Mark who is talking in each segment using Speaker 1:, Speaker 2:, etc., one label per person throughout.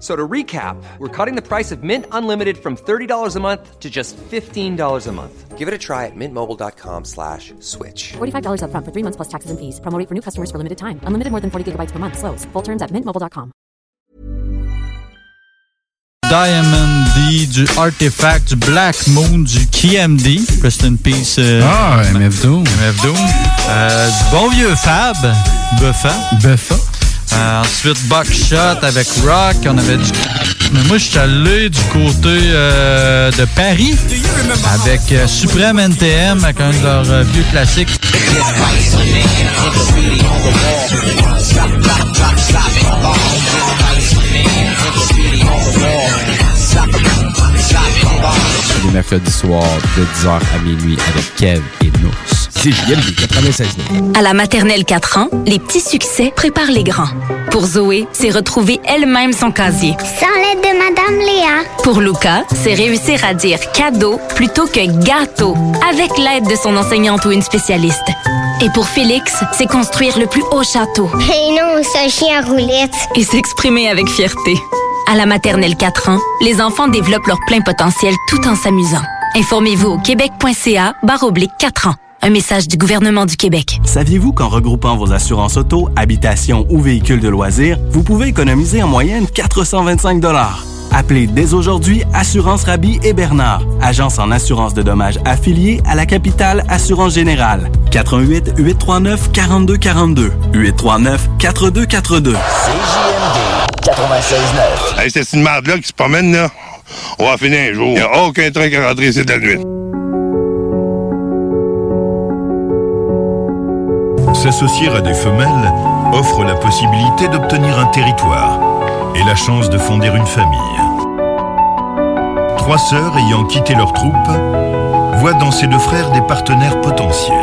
Speaker 1: So to recap, we're cutting the price of Mint Unlimited from $30 a month to just $15 a month. Give it a try at mintmobile.com slash switch.
Speaker 2: $45 up front for three months plus taxes and fees. Promo rate for new customers for limited time. Unlimited more than 40 gigabytes per month. Slows. Full terms at mintmobile.com.
Speaker 3: Diamond D, du Artifact, du Black Moon, du KMD, Rest in Peace. euh,
Speaker 4: Ah, MF Doom.
Speaker 3: MF Doom. Euh, du bon vieux Fab, Buffa.
Speaker 4: Buffa.
Speaker 3: Euh, ensuite, Buckshot avec Rock. On avait du. Mais moi, je suis allé du côté euh, de Paris avec euh, Supreme NTM, avec un de leurs euh, vieux classiques.
Speaker 5: les mercredis soirs de 10h à minuit avec Kev et Nours. C'est JMD 96
Speaker 6: À la maternelle 4 ans, les petits succès préparent les grands. Pour Zoé, c'est retrouver elle-même son casier.
Speaker 7: Sans l'aide de Madame Léa.
Speaker 6: Pour Luca, c'est réussir à dire cadeau plutôt que gâteau, avec l'aide de son enseignante ou une spécialiste. Et pour Félix, c'est construire le plus haut château
Speaker 7: Et non, ce chien roulette.
Speaker 6: et s'exprimer avec fierté. À la maternelle 4 ans, les enfants développent leur plein potentiel tout en s'amusant. Informez-vous au québec.ca barre oblique 4 ans. Un message du gouvernement du Québec.
Speaker 8: Saviez-vous qu'en regroupant vos assurances auto, habitation ou véhicules de loisirs, vous pouvez économiser en moyenne 425 dollars. Appelez dès aujourd'hui Assurance Rabi et Bernard, agence en assurance de dommages affiliée à la capitale Assurance Générale. 88 839 4242 839 4242.
Speaker 9: Hey, c'est une merde-là qui se promène, là. On va finir un jour. Il n'y a aucun train qui est rentré ici de la nuit.
Speaker 10: S'associer à des femelles offre la possibilité d'obtenir un territoire et la chance de fonder une famille. Trois sœurs ayant quitté leur troupe voient dans ces deux frères des partenaires potentiels.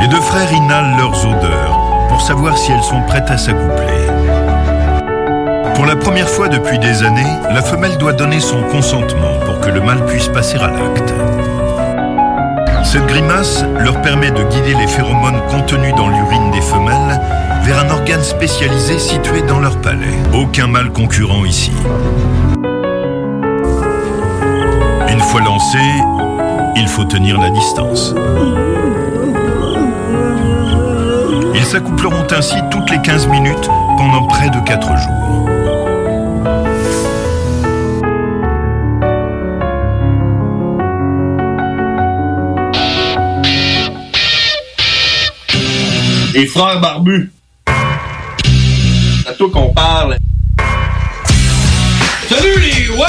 Speaker 10: Les deux frères inhalent leurs odeurs pour savoir si elles sont prêtes à s'accoupler. Pour la première fois depuis des années, la femelle doit donner son consentement pour que le mâle puisse passer à l'acte. Cette grimace leur permet de guider les phéromones contenus dans l'urine des femelles vers un organe spécialisé situé dans leur palais. Aucun mâle concurrent ici. Une fois lancé, il faut tenir la distance. Ils s'accoupleront ainsi toutes les 15 minutes pendant près de 4 jours.
Speaker 9: Les frères barbus. C'est à toi qu'on parle. Salut les ouais!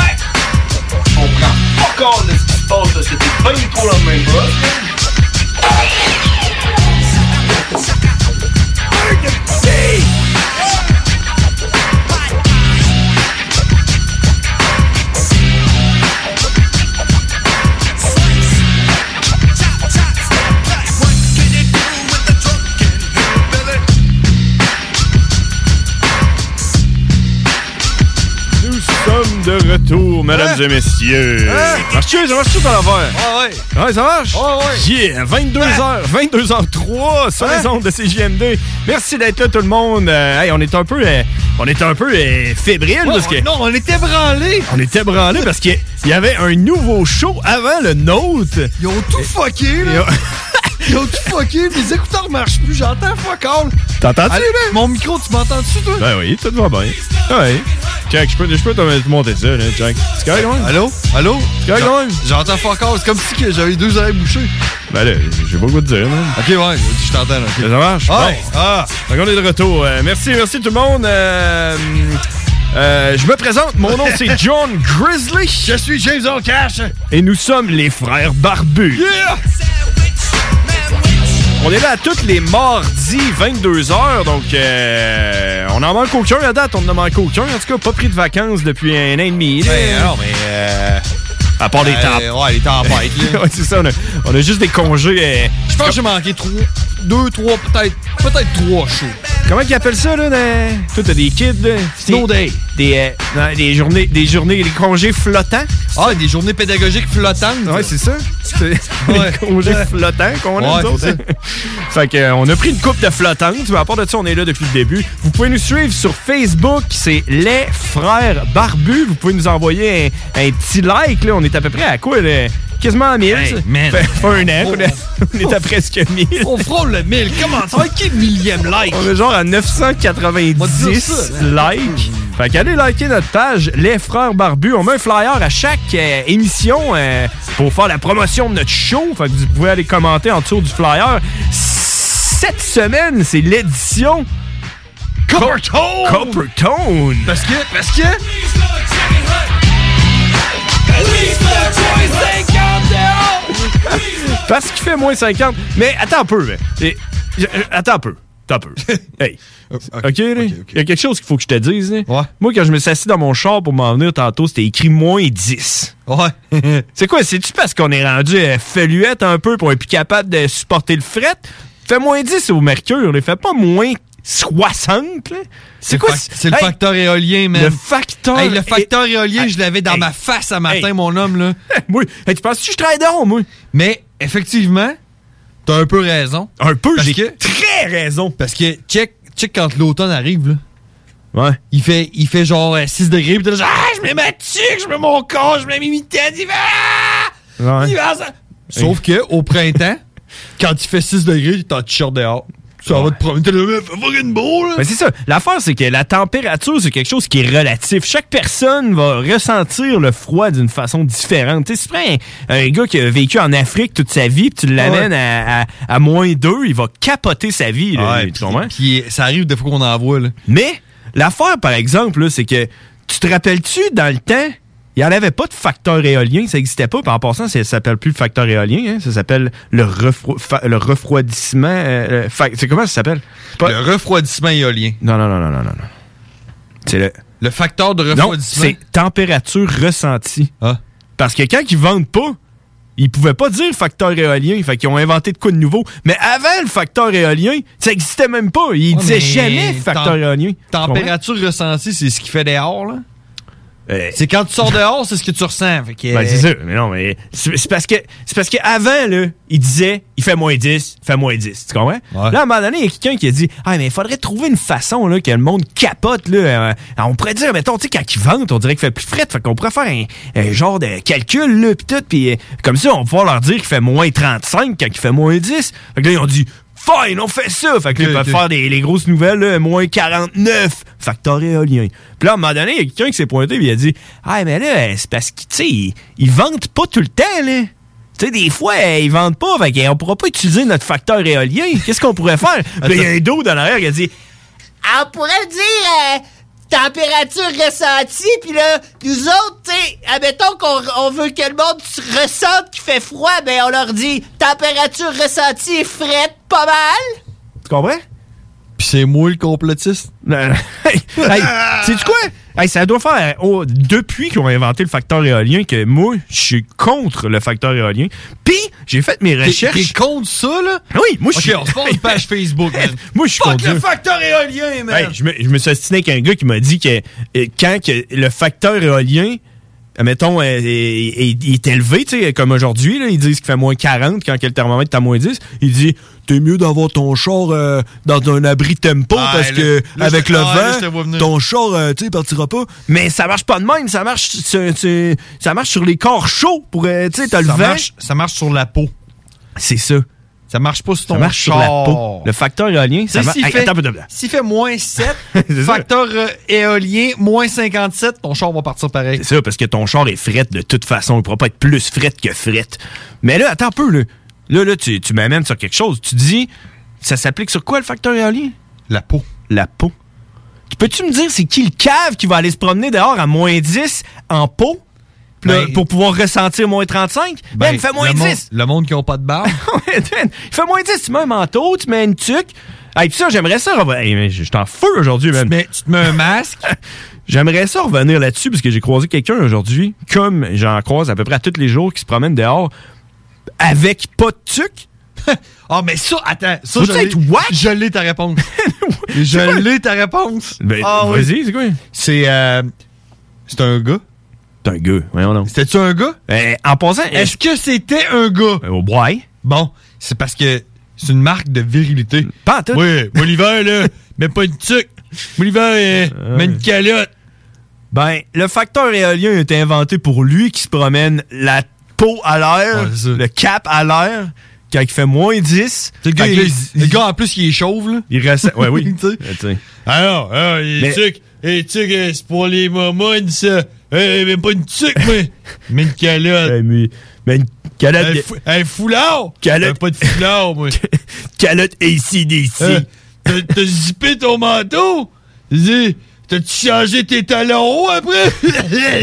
Speaker 9: On prend pas compte de ce qui se passe, là. C'était pas du tout la même chose.
Speaker 11: Nous sommes de retour, mesdames et messieurs. Marche-tu, ça marche-tu dans l'envers? Ouais, ça marche? Yeah, 22h, 22h03 sur les ondes de CJMD. Merci d'être là, tout le monde. Euh, hey, on est un peu, euh, on est un peu euh, fébrile. parce que
Speaker 12: Non, on est ébranlés.
Speaker 11: on était branlé parce qu'il y avait un nouveau show avant le nôtre. euh,
Speaker 12: Ils ont tout fucké, là. Ils ont tout fucké. Mes écouteurs marchent plus. J'entends fuck all.
Speaker 11: T'entends-tu,
Speaker 12: Allez,
Speaker 11: là?
Speaker 12: Mon micro, tu m'entends-tu, toi?
Speaker 11: Ben oui, tout va bien. Ouais. Jack, je peux, je peux te te monter ça, là, Jack. C'est correct, quand même? Allô? Allô? C'est correct, quand même?
Speaker 12: J'entends fort encore. C'est comme si que j'avais deux oreilles bouchées.
Speaker 11: Ben là, j'ai pas le goût de dire, man.
Speaker 12: Ok, ouais, je t'entends. là, ok.
Speaker 11: Ça marche?
Speaker 12: Ouais. ah.
Speaker 11: Bon. Fait qu'on est de retour. Euh, merci, merci tout le monde. Euh, euh, je me présente, mon nom c'est John Grizzly. Je suis James Cash. Et nous sommes les frères barbus. On est là à tous les mardis 22h, donc euh, on en manque aucun à date, on en manque aucun. En tout cas, pas pris de vacances depuis un an et demi.
Speaker 12: Ben, non, mais,
Speaker 11: à part les
Speaker 12: euh,
Speaker 11: tapes.
Speaker 12: ouais, les tempêtes, là.
Speaker 11: ouais, c'est ça, on a, on a juste des congés. euh,
Speaker 12: Je pense que j'ai manqué trois, deux, trois, peut-être, peut-être trois shows.
Speaker 11: Comment ils appellent ça, là? dans- Toi, t'as des kids, là?
Speaker 12: hein. Snow
Speaker 11: Des-
Speaker 12: day.
Speaker 11: Des, euh, non, des journées, des journées, des congés flottants.
Speaker 12: Ah, des journées pédagogiques flottantes.
Speaker 11: Ouais, c'est ça. C'est des congés flottants qu'on a,
Speaker 12: Ouais,
Speaker 11: nous autres.
Speaker 12: c'est
Speaker 11: Fait que, euh, on a pris une coupe de flottantes, mais à part de ça, on est là depuis le début. Vous pouvez nous suivre sur Facebook, c'est Les Frères Barbus. Vous pouvez nous envoyer un, un petit like, là. On est à peu près à quoi, là? Quasiment à 1000. ça. Fait- fait un an, qu'on est- on est à presque 1000.
Speaker 12: On frôle le 1000. Comment ça va être qui le millième like?
Speaker 11: On est genre à 990
Speaker 12: ça,
Speaker 11: likes. Fait qu'allez liker notre page Les Frères Barbus. On met un flyer à chaque euh, émission euh, pour faire la promotion de notre show. Fait que vous pouvez aller commenter en dessous du flyer. Cette semaine, c'est l'édition Coppertone! Coppertone!
Speaker 12: Parce que, parce que...
Speaker 11: Parce qu'il fait moins 50. Mais attends un peu. mais- et- je- je- attends un peu. Attends un peu. Hey.
Speaker 12: Oh,
Speaker 11: OK, là? Il y a quelque chose qu'il faut que je te dise. là. Moi, quand je me suis assis dans mon char pour m'en venir tantôt, c'était écrit moins 10. Ouais. c'est quoi? C'est-tu parce qu'on est rendu euh, feluette un peu pour être plus capable de supporter le fret? Fait moins 10 au mercure. On fait pas moins 60. là. C'est quoi?
Speaker 12: fac- c'est le facteur éolien, man.
Speaker 11: Le facteur
Speaker 12: Hey, le facteur éolien,
Speaker 11: Hey,
Speaker 12: je l'avais dans
Speaker 11: hey,
Speaker 12: ma face à matin,
Speaker 11: hey.
Speaker 12: mon homme, là.
Speaker 11: oui. Hey, tu penses-tu que je travaille dehors, moi?
Speaker 12: Mais, effectivement, t'as un peu raison.
Speaker 11: Un peu,
Speaker 12: Parce
Speaker 11: j'ai
Speaker 12: que-
Speaker 11: très raison.
Speaker 12: Parce que, check, check quand l'automne arrive, là.
Speaker 11: Ouais.
Speaker 12: Il fait, il fait genre euh, 6 degrés, pis t'es là, genre, ah, je mets ma tuque, je mets mon corps, je mets mes mitaines, il fait, ah!
Speaker 11: Ouais.
Speaker 12: Il va, ça- Sauf que, au printemps, quand il fait 6 degrés, t'es en t-shirt dehors. Ça va te promener, t'es là, Mais fais fucking beau, là.
Speaker 11: Mais c'est ça. L'affaire, c'est que la température, c'est quelque chose qui est relatif. Chaque personne va ressentir le froid d'une façon différente. Tu sais, si tu prends un, un gars qui a vécu en Afrique toute sa vie, puis tu l'amènes à, à- à moins 2, il va capoter sa vie. Là,
Speaker 12: Ouais,
Speaker 11: lui, tu
Speaker 12: puis-
Speaker 11: comprends?
Speaker 12: puis ça arrive des fois qu'on en voit, là.
Speaker 11: Mais l'affaire, par exemple, là, c'est que tu te rappelles-tu, dans le temps, il n'y en avait pas de facteur éolien, ça n'existait pas. Puis en passant, ça s'appelle plus le facteur éolien, hein, ça s'appelle le, refro- fa- le refroidissement. euh, le fa- c'est comment ça s'appelle?
Speaker 12: Le refroidissement éolien.
Speaker 11: Non, non, non, non, non, non. non. C'est le.
Speaker 12: Le facteur de
Speaker 11: Non,
Speaker 12: refroidissement. Ah.
Speaker 11: c'est température ressentie. Parce que quand ils vendent pas, ils pouvaient pas dire facteur éolien. Fait qu'ils ont inventé de quoi de nouveau. Mais avant le facteur éolien, ça existait même pas. Ils
Speaker 12: Ouais,
Speaker 11: disaient
Speaker 12: mais
Speaker 11: jamais facteur
Speaker 12: tem-
Speaker 11: éolien.
Speaker 12: Température ressentie, c'est ce qui fait dehors, là.
Speaker 11: Euh,
Speaker 12: C'est quand tu sors dehors, c'est ce que tu ressens. Fait que- euh,
Speaker 11: Ben, c'est sûr, mais non, mais c'est c'est parce que c'est parce que avant là, il disait il fait moins 10, il fait moins 10, tu comprends? Là, à un moment donné, il y a quelqu'un qui a dit Ah, mais il faudrait trouver une façon là, que le monde capote. Là, Euh, on pourrait dire, mettons, tu sais, quand il vente, on dirait qu'il fait plus fret, fait qu'on pourrait faire un, un genre de calcul, là, pis tout, pis euh, comme ça, on va pouvoir leur dire qu'il fait moins 35 quand il fait moins 10. Fait que là, ils ont dit Fine, on fait ça! Fait que là, ils
Speaker 12: Ok,
Speaker 11: peuvent
Speaker 12: ok.
Speaker 11: faire des les grosses nouvelles, là, moins 49, facteur éolien. Puis là, à un moment donné, il y a quelqu'un qui s'est pointé et il a dit Ah, mais là, c'est parce qu'ils tu sais, ils- ils vendent pas tout le temps, là. Tu sais, des fois, euh, ils vendent pas, fait qu'on pourra pas utiliser notre facteur éolien. Qu'est-ce qu'on pourrait faire? Puis là, il y a un dos dans l'arrière qui a dit
Speaker 4: On pourrait dire euh, température ressentie, puis là, nous autres, tu sais, admettons qu'on on veut que le monde s- ressente qu'il fait froid, mais on leur dit température ressentie, frette, pas mal.
Speaker 11: Tu comprends?
Speaker 12: Puis c'est moi le complotiste.
Speaker 11: hey, c'est du quoi? Hey, ça doit faire oh, depuis qu'on a inventé le facteur éolien que moi, je suis contre le facteur éolien. Puis j'ai fait mes recherches.
Speaker 12: T'es contre ça, là?
Speaker 11: Ah Oui, moi je suis.
Speaker 12: Ok, on se passe une page Facebook, man.
Speaker 11: Moi, je suis
Speaker 12: Fuck
Speaker 11: contre
Speaker 12: le
Speaker 11: ça.
Speaker 12: facteur éolien, man.
Speaker 11: Hey, je, me, je me suis astiné avec un gars qui m'a dit que euh, quand que le facteur éolien, mettons, euh, est, est- est élevé, tu sais, comme aujourd'hui, là, ils disent qu'il fait moins 40 quand que le thermomètre est à moins 10, il dit T'es mieux d'avoir ton char euh, dans un abri tempo
Speaker 12: Ah,
Speaker 11: parce
Speaker 12: là,
Speaker 11: que
Speaker 12: là,
Speaker 11: avec
Speaker 12: je-
Speaker 11: le
Speaker 12: ah, là, je te vois
Speaker 11: vent,
Speaker 12: venir.
Speaker 11: ton char, euh, tu sais, partira pas. Mais ça marche pas de même, ça marche sur, sur- ça marche sur les corps chauds pour, euh, tu sais, t'as le
Speaker 12: ça,
Speaker 11: vent.
Speaker 12: marche, ça marche sur la peau.
Speaker 11: C'est ça.
Speaker 12: Ça marche pas sur ton
Speaker 11: Ça marche sur la
Speaker 12: char.
Speaker 11: peau. Le facteur éolien,
Speaker 12: Tu
Speaker 11: ça
Speaker 12: sais,
Speaker 11: marche.
Speaker 12: s'il fait-
Speaker 11: attends un peu de blanc.
Speaker 12: S'il fait moins 7,
Speaker 11: ça.
Speaker 12: facteur euh, éolien, moins 57, ton char va partir pareil.
Speaker 11: C'est ça, parce que ton char est fret de toute façon. Il ne pourra pas être plus fret que fret. Mais là, attends un peu. Là, là, là, tu, tu m'amènes sur quelque chose. Tu dis, ça s'applique sur quoi le facteur éolien? La peau. La peau. Tu- Peux-tu me dire, c'est qui le cave qui va aller se promener dehors à moins 10 en peau? Puis là, pour pouvoir ressentir moins 35? Ben, il fait moins
Speaker 12: Ben, le
Speaker 11: 10!
Speaker 12: monde- le monde qui n'a pas de barbe.
Speaker 11: Ouais, dude, Il fait moins 10, tu mets un manteau, tu mets une tuque. Hey, puis ça, j'aimerais ça revenir. Hey, mais je je suis en feu aujourd'hui, man. tu te mets un masque. j'aimerais ça revenir là-dessus parce que j'ai croisé quelqu'un aujourd'hui, comme j'en croise à peu près à tous les jours, qui se promène dehors avec pas de tuque.
Speaker 12: Ah, mais ça, attends, ça, je
Speaker 11: Faut-tu
Speaker 12: l'ai-
Speaker 11: être wack?
Speaker 12: Je l'ai ta réponse. je l'ai ta réponse.
Speaker 11: Ben, vas-y, c'est quoi?
Speaker 12: C'est. euh, c'est un gars.
Speaker 11: C'est un gars, voyons donc. Ben,
Speaker 12: C'était-tu un gars?
Speaker 11: en passant. Ben,
Speaker 12: Est-ce que c'était un gars?
Speaker 11: Au boy.
Speaker 12: Bon, c'est parce que c'est une marque de virilité.
Speaker 11: Pas tout.
Speaker 12: Oui, moi l'hiver, là, mets pas une tuque. Moi l'hiver, euh, mets une calotte.
Speaker 11: Ben, le facteur éolien a été inventé pour lui qui se promène la peau à l'air, le cap à l'air, quand il fait moins 10.
Speaker 12: Le gars,
Speaker 11: Fait que
Speaker 12: il-
Speaker 11: là,
Speaker 12: le gars, en plus, il est chauve, là.
Speaker 11: Il reste. Ouais, oui.
Speaker 12: Tu sais.
Speaker 11: Attends.
Speaker 12: Alors, ah, les
Speaker 11: Mais-
Speaker 12: tuques, les tuques, euh, c'est pour les mamans, ça. Eh, mais pas une tuque, moi. mais une calotte.
Speaker 11: Ben, mais, une calotte.
Speaker 12: Un, fou- un foulard.
Speaker 11: Calotte.
Speaker 12: Euh, pas de foulard, moi.
Speaker 11: calotte ACDC.
Speaker 12: Euh, t'as- T'as zippé ton manteau? Dis, T'as-tu changé tes talons hauts après?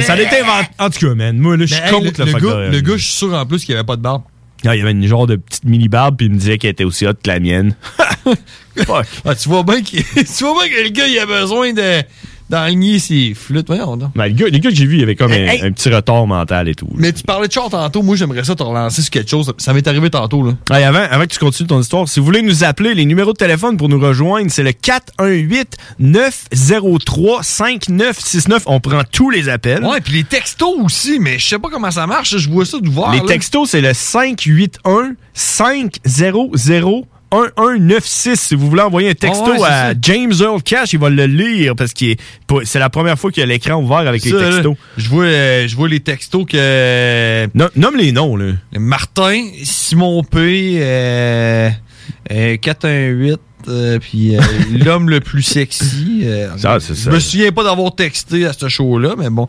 Speaker 11: Ça a été inventé. En tout cas, man, moi, là, je suis
Speaker 12: Mais, hey,
Speaker 11: contre
Speaker 12: le
Speaker 11: le, facteur
Speaker 12: gars-
Speaker 11: éolien.
Speaker 12: le gars, je suis sûr en plus qu'il avait pas de barbe.
Speaker 11: Ah, il avait une genre de petite mini-barbe, puis il me disait qu'elle était aussi haute que la mienne. Fuck.
Speaker 12: Ah, tu vois bien que, tu vois bien que le gars, il a besoin de, d'enligner ses flûtes. Voyons, donc.
Speaker 11: Mais le gars, le gars que j'ai vu, il avait comme un,
Speaker 12: Hey.
Speaker 11: un petit retard mental et tout.
Speaker 12: Mais tu parlais de char tantôt. Moi, j'aimerais ça te relancer sur quelque chose. Ça m'est arrivé tantôt, là.
Speaker 11: Hey, avant, avant que tu continues ton histoire, si vous voulez nous appeler, les numéros de téléphone pour nous rejoindre, c'est le 418-903-5969. On prend tous les appels.
Speaker 12: Ouais, puis les textos aussi, mais je sais pas comment ça marche. Je vois ça de voir.
Speaker 11: Les
Speaker 12: là.
Speaker 11: textos, c'est le 581-500-1196. Si vous voulez envoyer un texto
Speaker 12: Ah ouais, c'est
Speaker 11: à
Speaker 12: ça.
Speaker 11: James Earl Cash, il va le lire parce que c'est la première fois qu'il y a l'écran ouvert avec les
Speaker 12: Ça, là,
Speaker 11: textos.
Speaker 12: Je vois, euh, je vois les textos que. euh,
Speaker 11: nomme les noms, là.
Speaker 12: Martin, Simon P, euh, euh, 418, euh, puis euh, l'homme le plus sexy. euh, Je me souviens pas d'avoir texté à ce show-là, mais bon.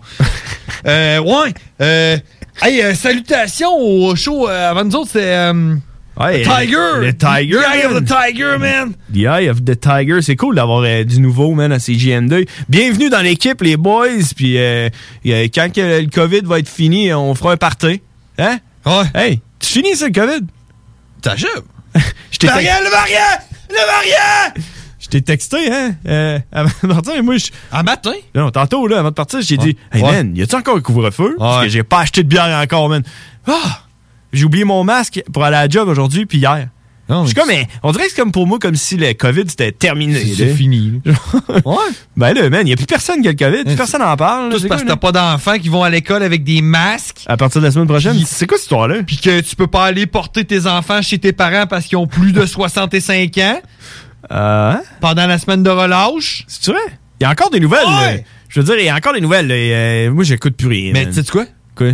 Speaker 12: Euh, ouais. euh, hey, euh, salutations au show euh, avant nous autres, c'est. euh,
Speaker 11: Ouais,
Speaker 12: The Tiger!
Speaker 11: le Tiger,
Speaker 12: The Eye of
Speaker 11: man.
Speaker 12: the Tiger, man!
Speaker 11: The Eye of the Tiger, c'est cool d'avoir euh, du nouveau, man, à CGM2. Bienvenue dans l'équipe, les boys. Puis euh, euh, quand que le COVID va être fini, euh, on fera un party. Hein?
Speaker 12: Ouais.
Speaker 11: Hey, tu finis ça, le COVID?
Speaker 12: T'achèves?
Speaker 11: Je t'ai
Speaker 12: Marianne,
Speaker 11: tex-
Speaker 12: le variant! Le variant!
Speaker 11: je t'ai texté, hein? euh, avant de partir, moi, je...
Speaker 12: À matin?
Speaker 11: Non, tantôt, là, avant de partir, j'ai dit, hey,
Speaker 12: Ouais.
Speaker 11: man, y a-tu encore un couvre-feu? Parce que j'ai pas acheté de bière encore, man. Ah! J'ai oublié mon masque pour aller à la job aujourd'hui, puis hier.
Speaker 12: Je
Speaker 11: suis comme, eh, on dirait que c'est comme pour moi, comme si le COVID c'était terminé.
Speaker 12: C'est
Speaker 11: là.
Speaker 12: fini. ouais.
Speaker 11: Ben là, man, y a plus personne qui a le COVID, plus personne n'en parle. là,
Speaker 12: Tous
Speaker 11: c'est
Speaker 12: parce que
Speaker 11: quoi,
Speaker 12: t'as pas d'enfants qui vont à l'école avec des masques.
Speaker 11: À partir de la semaine prochaine, c'est quoi cette histoire-là?
Speaker 12: Puis que tu peux pas aller porter tes enfants chez tes parents parce qu'ils ont plus de 65 ans.
Speaker 11: Euh, hein?
Speaker 12: Pendant la semaine de relâche.
Speaker 11: C'est vrai? Il y a encore des nouvelles, là. Je veux dire, il y a encore des nouvelles, là, et, euh, moi, j'écoute plus rien.
Speaker 12: Mais
Speaker 11: man.
Speaker 12: tu sais quoi?
Speaker 11: Quoi?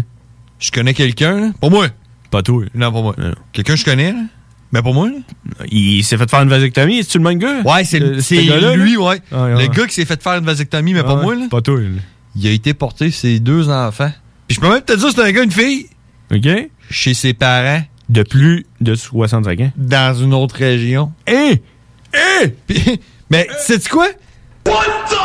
Speaker 12: Je connais quelqu'un, là. Pas moi.
Speaker 11: Pas toi.
Speaker 12: Non, pas moi. Quelqu'un que je connais, là. Mais pas moi, là.
Speaker 11: Il s'est fait faire une vasectomie, c'est-tu le même gars?
Speaker 12: Ouais, c'est
Speaker 11: Euh,
Speaker 12: c'est
Speaker 11: ce gars-là,
Speaker 12: lui,
Speaker 11: là?
Speaker 12: ouais.
Speaker 11: Ah,
Speaker 12: Le gars qui s'est fait faire une vasectomie, mais pas
Speaker 11: Ouais,
Speaker 12: moi, là.
Speaker 11: Pas toi, là.
Speaker 12: Il a été porté ses deux enfants. Puis je peux même te dire, c'est un gars, une fille.
Speaker 11: OK?
Speaker 12: Chez ses parents.
Speaker 11: De plus de 65 ans.
Speaker 12: Dans une autre région.
Speaker 11: Hé!
Speaker 12: Hé! Mais, sais-tu quoi? What the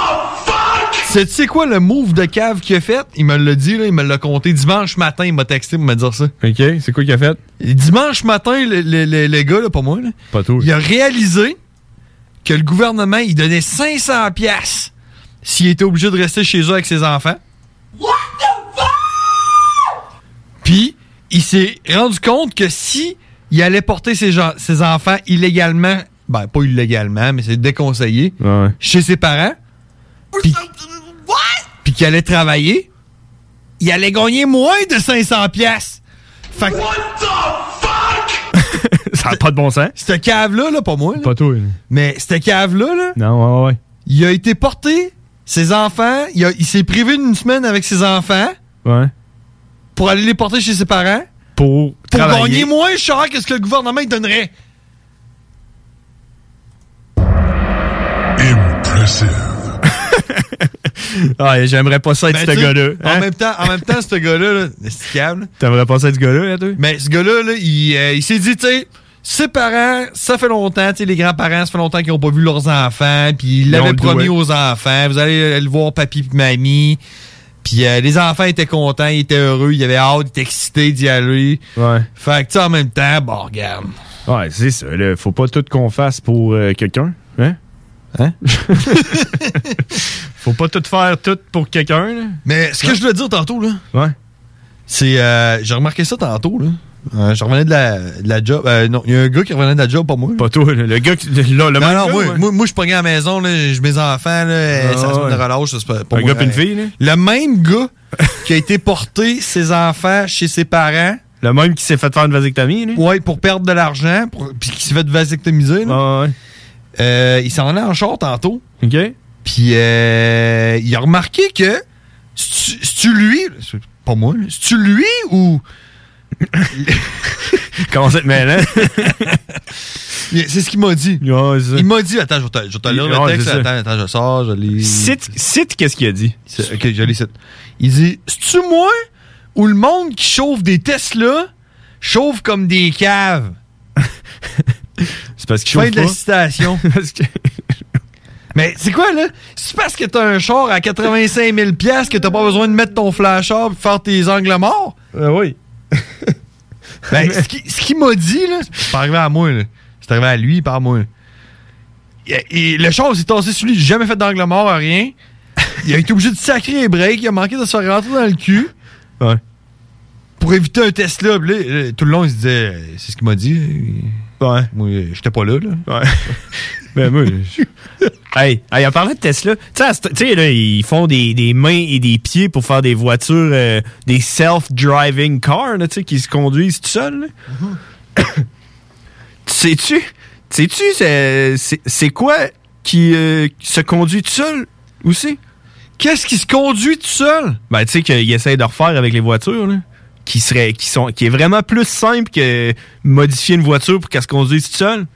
Speaker 12: fuck? Sais-tu c'est quoi le move de cave qu'il a fait? Il me l'a dit, là, il me l'a compté. Dimanche matin, il m'a texté pour me dire ça.
Speaker 11: OK, c'est quoi qu'il a fait?
Speaker 12: Dimanche matin, le, le- le- le gars, là, pas moi, là,
Speaker 11: Pas toi.
Speaker 12: il a réalisé que le gouvernement, il donnait 500 pièces s'il était obligé de rester chez eux avec ses enfants. Puis, il s'est rendu compte que si il allait porter ses, gens- ses enfants illégalement, ben pas illégalement, mais c'est déconseillé, chez ses parents, puis, puis qu'il allait travailler, il allait gagner moins de 500 pièces. Fait que-
Speaker 11: Ça n'a pas de bon sens.
Speaker 12: Cette cave-là, là, pas moi. là.
Speaker 11: Pas toi, là.
Speaker 12: Mais cette cave-là, là,
Speaker 11: Non, ouais, ouais,
Speaker 12: il a été porté, ses enfants, il, a- il s'est privé d'une semaine avec ses enfants
Speaker 11: ouais. Ouais.
Speaker 12: pour aller les porter chez ses parents
Speaker 11: Pour,
Speaker 12: pour
Speaker 11: travailler.
Speaker 12: gagner moins cher que ce que le gouvernement il donnerait.
Speaker 11: Ah, j'aimerais pas ça être
Speaker 12: Ben,
Speaker 11: ce
Speaker 12: tu sais,
Speaker 11: gars-là.
Speaker 12: En
Speaker 11: hein?
Speaker 12: même temps, en même temps, ce gars-là, là, c'est câble.
Speaker 11: T'aimerais pas ça être ce gars-là, là, toi?
Speaker 12: Mais ce gars-là, là, il, euh, il s'est dit, tu sais, ses parents, ça fait longtemps, tu sais, les grands-parents, ça fait longtemps qu'ils n'ont pas vu leurs enfants, puis ils
Speaker 11: Ils ont
Speaker 12: l'avaient
Speaker 11: le
Speaker 12: promis
Speaker 11: doigt.
Speaker 12: aux enfants, vous allez euh, le voir papi et mamie. Puis euh, les enfants étaient contents, ils étaient heureux, ils avaient hâte, ils étaient excités d'y aller.
Speaker 11: Ouais.
Speaker 12: Fait que, tu sais, en même temps, bon, regarde.
Speaker 11: Ouais, c'est ça. Là. Faut pas tout qu'on fasse pour euh, quelqu'un. Hein?
Speaker 12: Hein?
Speaker 11: Faut pas tout faire tout pour quelqu'un. là.
Speaker 12: Mais ce que je voulais dire tantôt, là,
Speaker 11: Ouais.
Speaker 12: c'est. euh, J'ai remarqué ça tantôt, là. Euh, je revenais de la, de la job. euh, non, il y a un gars qui revenait de la job, pas moi. Pas
Speaker 11: toi, le gars qui. Le,
Speaker 12: non, non,
Speaker 11: même gars,
Speaker 12: moi,
Speaker 11: ouais.
Speaker 12: moi, moi, je pognais à la maison, là, je mes enfants, là,
Speaker 11: Ah,
Speaker 12: ça se
Speaker 11: ouais.
Speaker 12: de relâche, ça, c'est pas, pas
Speaker 11: Un
Speaker 12: moi.
Speaker 11: gars puis une fille, là?
Speaker 12: Le même gars qui a été porté ses enfants chez ses parents.
Speaker 11: Le même qui s'est fait faire une vasectomie, là?
Speaker 12: Ouais, pour perdre de l'argent, pour- puis qui s'est fait vasectomiser, là. Euh, il s'en allait en short tantôt.
Speaker 11: Ah, OK.
Speaker 12: Puis euh, il a remarqué que. C'est-tu c'est-tu lui? C'est Pas moi, là. C'est-tu lui ou.
Speaker 11: Comment ça te mêle, hein?
Speaker 12: C'est ce qu'il m'a dit. Il m'a dit, attends, je vais te, je vais te lire le
Speaker 11: Ouais,
Speaker 12: texte,
Speaker 11: c'est ça.
Speaker 12: attends, attends, je sors, je lis.
Speaker 11: Cite, cite qu'est-ce qu'il a dit.
Speaker 12: Ok, je lis cite. Il dit, c'est-tu moi ou le monde qui chauffe des Tesla chauffe comme des caves?
Speaker 11: C'est parce qu'il
Speaker 12: Fin de
Speaker 11: chauffe
Speaker 12: la
Speaker 11: pas.
Speaker 12: citation. Mais c'est quoi, là? C'est parce que t'as un char à 85 000 piastres que t'as pas besoin de mettre ton flashard pour faire tes angles morts?
Speaker 11: Euh, oui.
Speaker 12: Ben, ce qui- ce qu'il m'a dit, là, c'est pas arrivé à moi, là. C'est arrivé à lui, pas à moi. Et, et le char s'est tassé sur lui, j'ai jamais fait d'angle mort, rien. Il a été obligé de sacrer les breaks, il a manqué de se faire rentrer dans le cul.
Speaker 11: Ouais.
Speaker 12: Pour éviter un Tesla. Puis là, là, tout le long, il se disait, euh, c'est ce qu'il m'a dit.
Speaker 11: Ouais.
Speaker 12: Moi, euh, j'étais pas là, là.
Speaker 11: Ouais. ben, moi, je- Hey, hey, en parlant de Tesla, tu sais, à ce- tu sais, là, ils font des, des mains et des pieds pour faire des voitures, euh, des self-driving cars, là, tu sais, qui se conduisent tout seuls. là. Mm-hmm. Tu Sais-tu, tu sais-tu, c'est- c'est c'est quoi qui euh, qui se conduit tout seul aussi?
Speaker 12: Qu'est-ce qui se conduit tout seul?
Speaker 11: Ben, tu sais qu'ils essayent de refaire avec les voitures, là. Qui, serait, qui, sont, qui est vraiment plus simple que modifier une voiture pour qu'elle se conduise toute seule.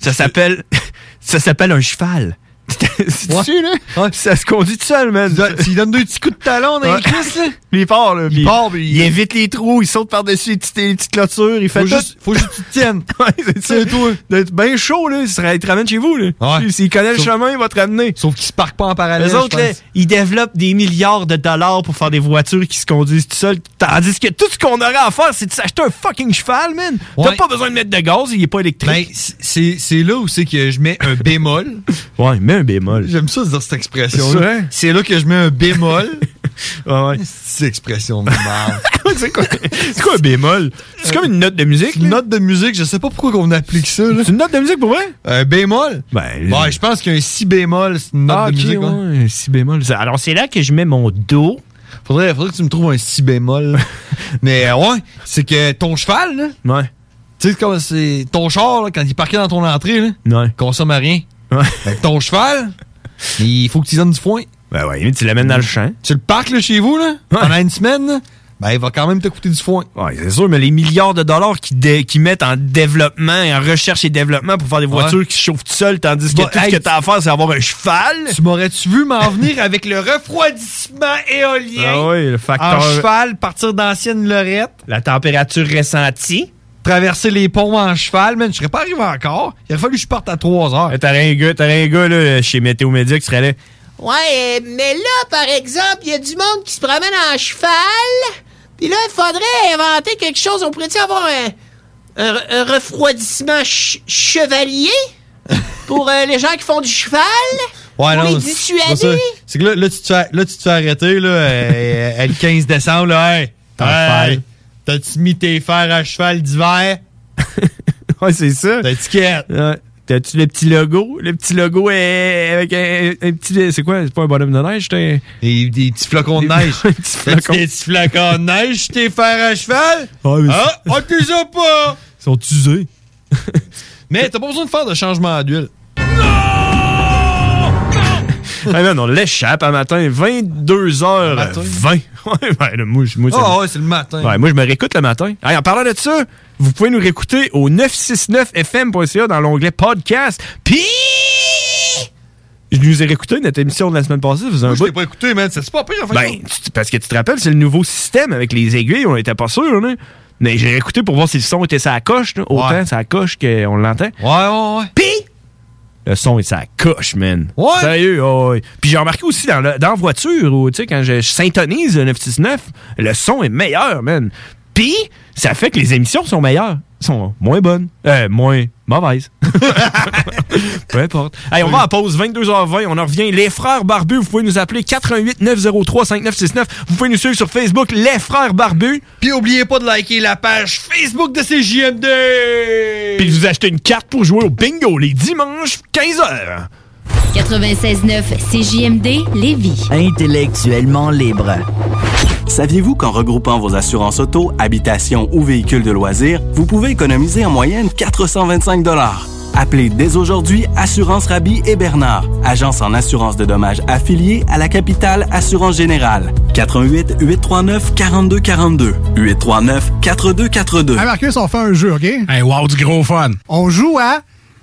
Speaker 11: Ça s'appelle, ça s'appelle un cheval. C'est dessus, là? Ça se conduit tout seul, man.
Speaker 12: Tu lui donnes deux petits coups de talon
Speaker 11: dans les cuisses, là? Il part, là. puis Il
Speaker 12: part, puis il-
Speaker 11: il évite les trous, il saute par-dessus les petites, les petites clôtures, il fait
Speaker 12: Faut
Speaker 11: tout.
Speaker 12: juste- faut juste que tu te tiennes.
Speaker 11: Ouais, c'est ça.
Speaker 12: toi.
Speaker 11: D'être bien chaud, là. Il se ra- il te ramène chez vous, là.
Speaker 12: Ouais.
Speaker 11: S'il connaît le
Speaker 12: Sauf-
Speaker 11: chemin, il va te ramener.
Speaker 12: Sauf qu'il se parque pas en parallèle.
Speaker 11: Les autres,
Speaker 12: je
Speaker 11: là,
Speaker 12: pense.
Speaker 11: ils développent des milliards de dollars pour faire des voitures qui se conduisent tout seuls. Tandis que tout ce qu'on aurait à faire, c'est de s'acheter un fucking cheval, man. T'as
Speaker 12: Ouais.
Speaker 11: pas besoin de mettre de gaz, il est pas
Speaker 12: Ben,
Speaker 11: électrique.
Speaker 12: c- c'est c'est là où c'est que je mets un bémol.
Speaker 11: ouais, mets un bémol.
Speaker 12: J'aime ça dire cette
Speaker 11: C'est
Speaker 12: expression-là.
Speaker 11: vrai?
Speaker 12: C'est là que je mets un bémol.
Speaker 11: Ouais, ouais.
Speaker 12: C'est expression de merde.
Speaker 11: c'est quoi, c'est quoi un bémol? C'est comme une note de musique.
Speaker 12: Une note de musique, je sais pas pourquoi on applique ça. là.
Speaker 11: C'est une note de musique pour vrai?
Speaker 12: Un bémol?
Speaker 11: Ben,
Speaker 12: Ouais, je pense qu'un si bémol, c'est une note
Speaker 11: ah,
Speaker 12: de
Speaker 11: ok,
Speaker 12: musique. ouais.
Speaker 11: ouais, un si bémol. C'est- Alors, c'est là que je mets mon do.
Speaker 12: Faudrait, faudrait que tu me trouves un si bémol. là. Mais euh, ouais, c'est que ton cheval, là,
Speaker 11: Ouais.
Speaker 12: tu sais, c'est comme c'est ton char, là, quand il parquait dans ton entrée, là,
Speaker 11: Ouais.
Speaker 12: consomme à rien.
Speaker 11: Ouais.
Speaker 12: Fait que ton cheval, il faut que tu lui donnes du foin.
Speaker 11: Ben, ouais, mais tu l'amènes dans le champ.
Speaker 12: Tu le parques là, chez vous, là, pendant une semaine, là, ben il va quand même te coûter du foin.
Speaker 11: Ouais, c'est sûr, mais les milliards de dollars qu'ils dé- qu'ils mettent en développement et en recherche et développement pour faire des voitures qui se chauffent toutes seules, tandis que
Speaker 12: Bah,
Speaker 11: tout
Speaker 12: hey,
Speaker 11: ce que t'as à faire, c'est avoir un cheval.
Speaker 12: Tu m'aurais-tu vu m'en venir avec le refroidissement éolien
Speaker 11: oui, le
Speaker 12: en cheval, partir d'ancienne Lorette,
Speaker 11: La température ressentie.
Speaker 12: traverser les ponts en cheval, man, je serais pas arrivé encore. Il aurait fallu que je parte à 3 heures.
Speaker 11: Hey, Eh, T'aurais un gars, t'aurais un gars là, chez Météo Média qui serait là.
Speaker 4: Ouais, euh, mais là, par exemple, il y a du monde qui se promène en cheval. Puis là, il faudrait inventer quelque chose. On pourrait-tu avoir un, un re- un refroidissement ch- chevalier pour euh, les gens qui font du cheval?
Speaker 12: Ouais,
Speaker 4: pour les
Speaker 12: c'est- c'est pas ça.
Speaker 4: dissuader?
Speaker 12: C'est que là, là, tu te fais, là, tu te fais arrêter, là, euh, euh, le 15 décembre, là, hey,
Speaker 11: T'as
Speaker 12: hey,
Speaker 11: fait.
Speaker 12: t'as-tu mis tes fers à cheval d'hiver?
Speaker 11: Ouais, c'est ça.
Speaker 12: T'as ticket.
Speaker 11: Ouais. T'as-tu le petit logo? Le petit logo est avec un, un petit. C'est quoi? C'est pas un bonhomme de neige? c'est un-
Speaker 12: Des, des petits flocons de neige.
Speaker 11: Un petit
Speaker 12: T'as-tu
Speaker 11: flacon.
Speaker 12: des petits flocons de neige, sur tes fers à cheval?
Speaker 11: Ouais, mais
Speaker 12: Ah, on te les a pas!
Speaker 11: Ils sont usés.
Speaker 12: Mais t'as pas besoin de faire de changement d'huile.
Speaker 11: Ah man, on l'échappe à matin, 22h20. Ouais, ben, là, moi, je- moi, ça-
Speaker 12: Ah ouais, c'est le matin.
Speaker 11: Ouais, moi, je me réécoute le matin. Hey, en parlant de ça, vous pouvez nous réécouter au 969fm.ca dans l'onglet podcast. Puis, Je nous ai réécouté notre émission de la semaine passée. ça faisait un
Speaker 13: Je
Speaker 11: bout.
Speaker 13: t'ai pas écouté, man. C'est pas pire, en fait.
Speaker 11: Ben, tu- tu- parce que tu te rappelles, c'est le nouveau système avec les aiguilles, on était pas sûr, là. Mais j'ai écouté pour voir si le son était ça coche, là. Autant ça coche qu'on l'entend. Ouais, ouais, ouais. Puis, le son est ça coche, man. Ouais. Sérieux, ouais, ouais. Puis j'ai remarqué aussi dans, la dans la voiture, où, tu sais, quand je, je syntonise le 969, le son est meilleur, man. Puis, ça fait que les émissions sont meilleures. Sont moins bonnes. Euh, moins mauvaises. Peu importe. Hey, on va à pause, 22h20, on en revient. Les Frères Barbus, vous pouvez nous appeler 88 903 5969. Vous pouvez nous suivre sur Facebook, Les Frères Barbus.
Speaker 13: Puis oubliez pas de liker la page Facebook de CJMD.
Speaker 11: Puis vous achetez une carte pour jouer au bingo les dimanches, 15h.
Speaker 6: 96.9 CJMD Lévis.
Speaker 8: Intellectuellement libre. Saviez-vous qu'en regroupant vos assurances auto, habitation ou véhicules de loisirs, vous pouvez économiser en moyenne 425 Appelez dès aujourd'hui Assurance Rabi et Bernard, agence en assurance de dommages affiliée à la capitale Assurance Générale. 88 839 4242 839 4242.
Speaker 14: Hey Marcus, on fait un jeu, OK? Hey, wow, du gros fun. On joue à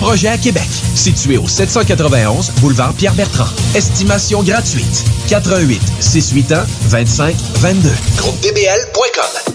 Speaker 15: projets à Québec. Situé au 791 boulevard Pierre-Bertrand. Estimation gratuite. 88 681 25 22. Groupe DBL.com.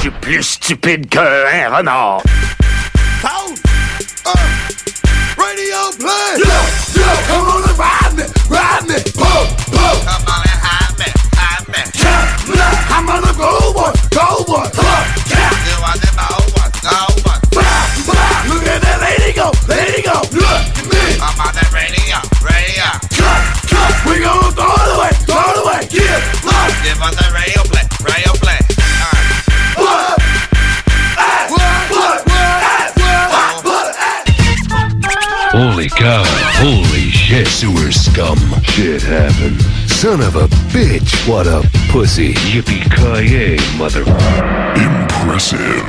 Speaker 9: Tu es plus stupide
Speaker 1: eh,
Speaker 9: qu'un renard. Pound! Radio play! Yeah, yeah, come on and ride me, ride me, boom, boom! Come on and hide me, hide me. Yeah, yeah, I'm on the go one, go one, look, yeah! You want the bow one, bow one. Blah, blah, look at that lady go, lady go, look at me! I'm on the radio, radio. Cut, cut, we gonna throw it away, throw it away, yeah, look! Give us the radio play, radio play. What? What? What? What? What?
Speaker 16: Holy cow. Holy shit. Sewer scum. Shit happened. Son of a bitch. What a pussy. Yippee-ki-yay, mother... Impressive.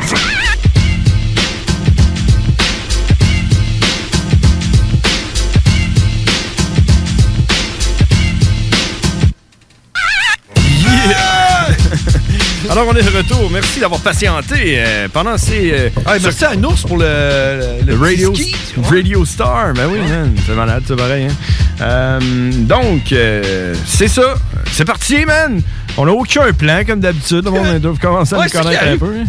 Speaker 11: Alors, on est de retour. Merci d'avoir patienté euh, pendant ces. euh,
Speaker 13: Hey, merci à Nours pour le, le,
Speaker 11: Le Radio,
Speaker 13: petit ski.
Speaker 11: Radio Star, ben oui, man, c'est malade, c'est pareil. hein. Euh, donc, euh, c'est ça, c'est parti, man. On n'a aucun plan, comme d'habitude. Le monde est deux. Vous commencez à
Speaker 17: Ouais,
Speaker 11: me
Speaker 17: c'est ce qui
Speaker 11: connaître un
Speaker 17: arrive.
Speaker 11: peu. hein.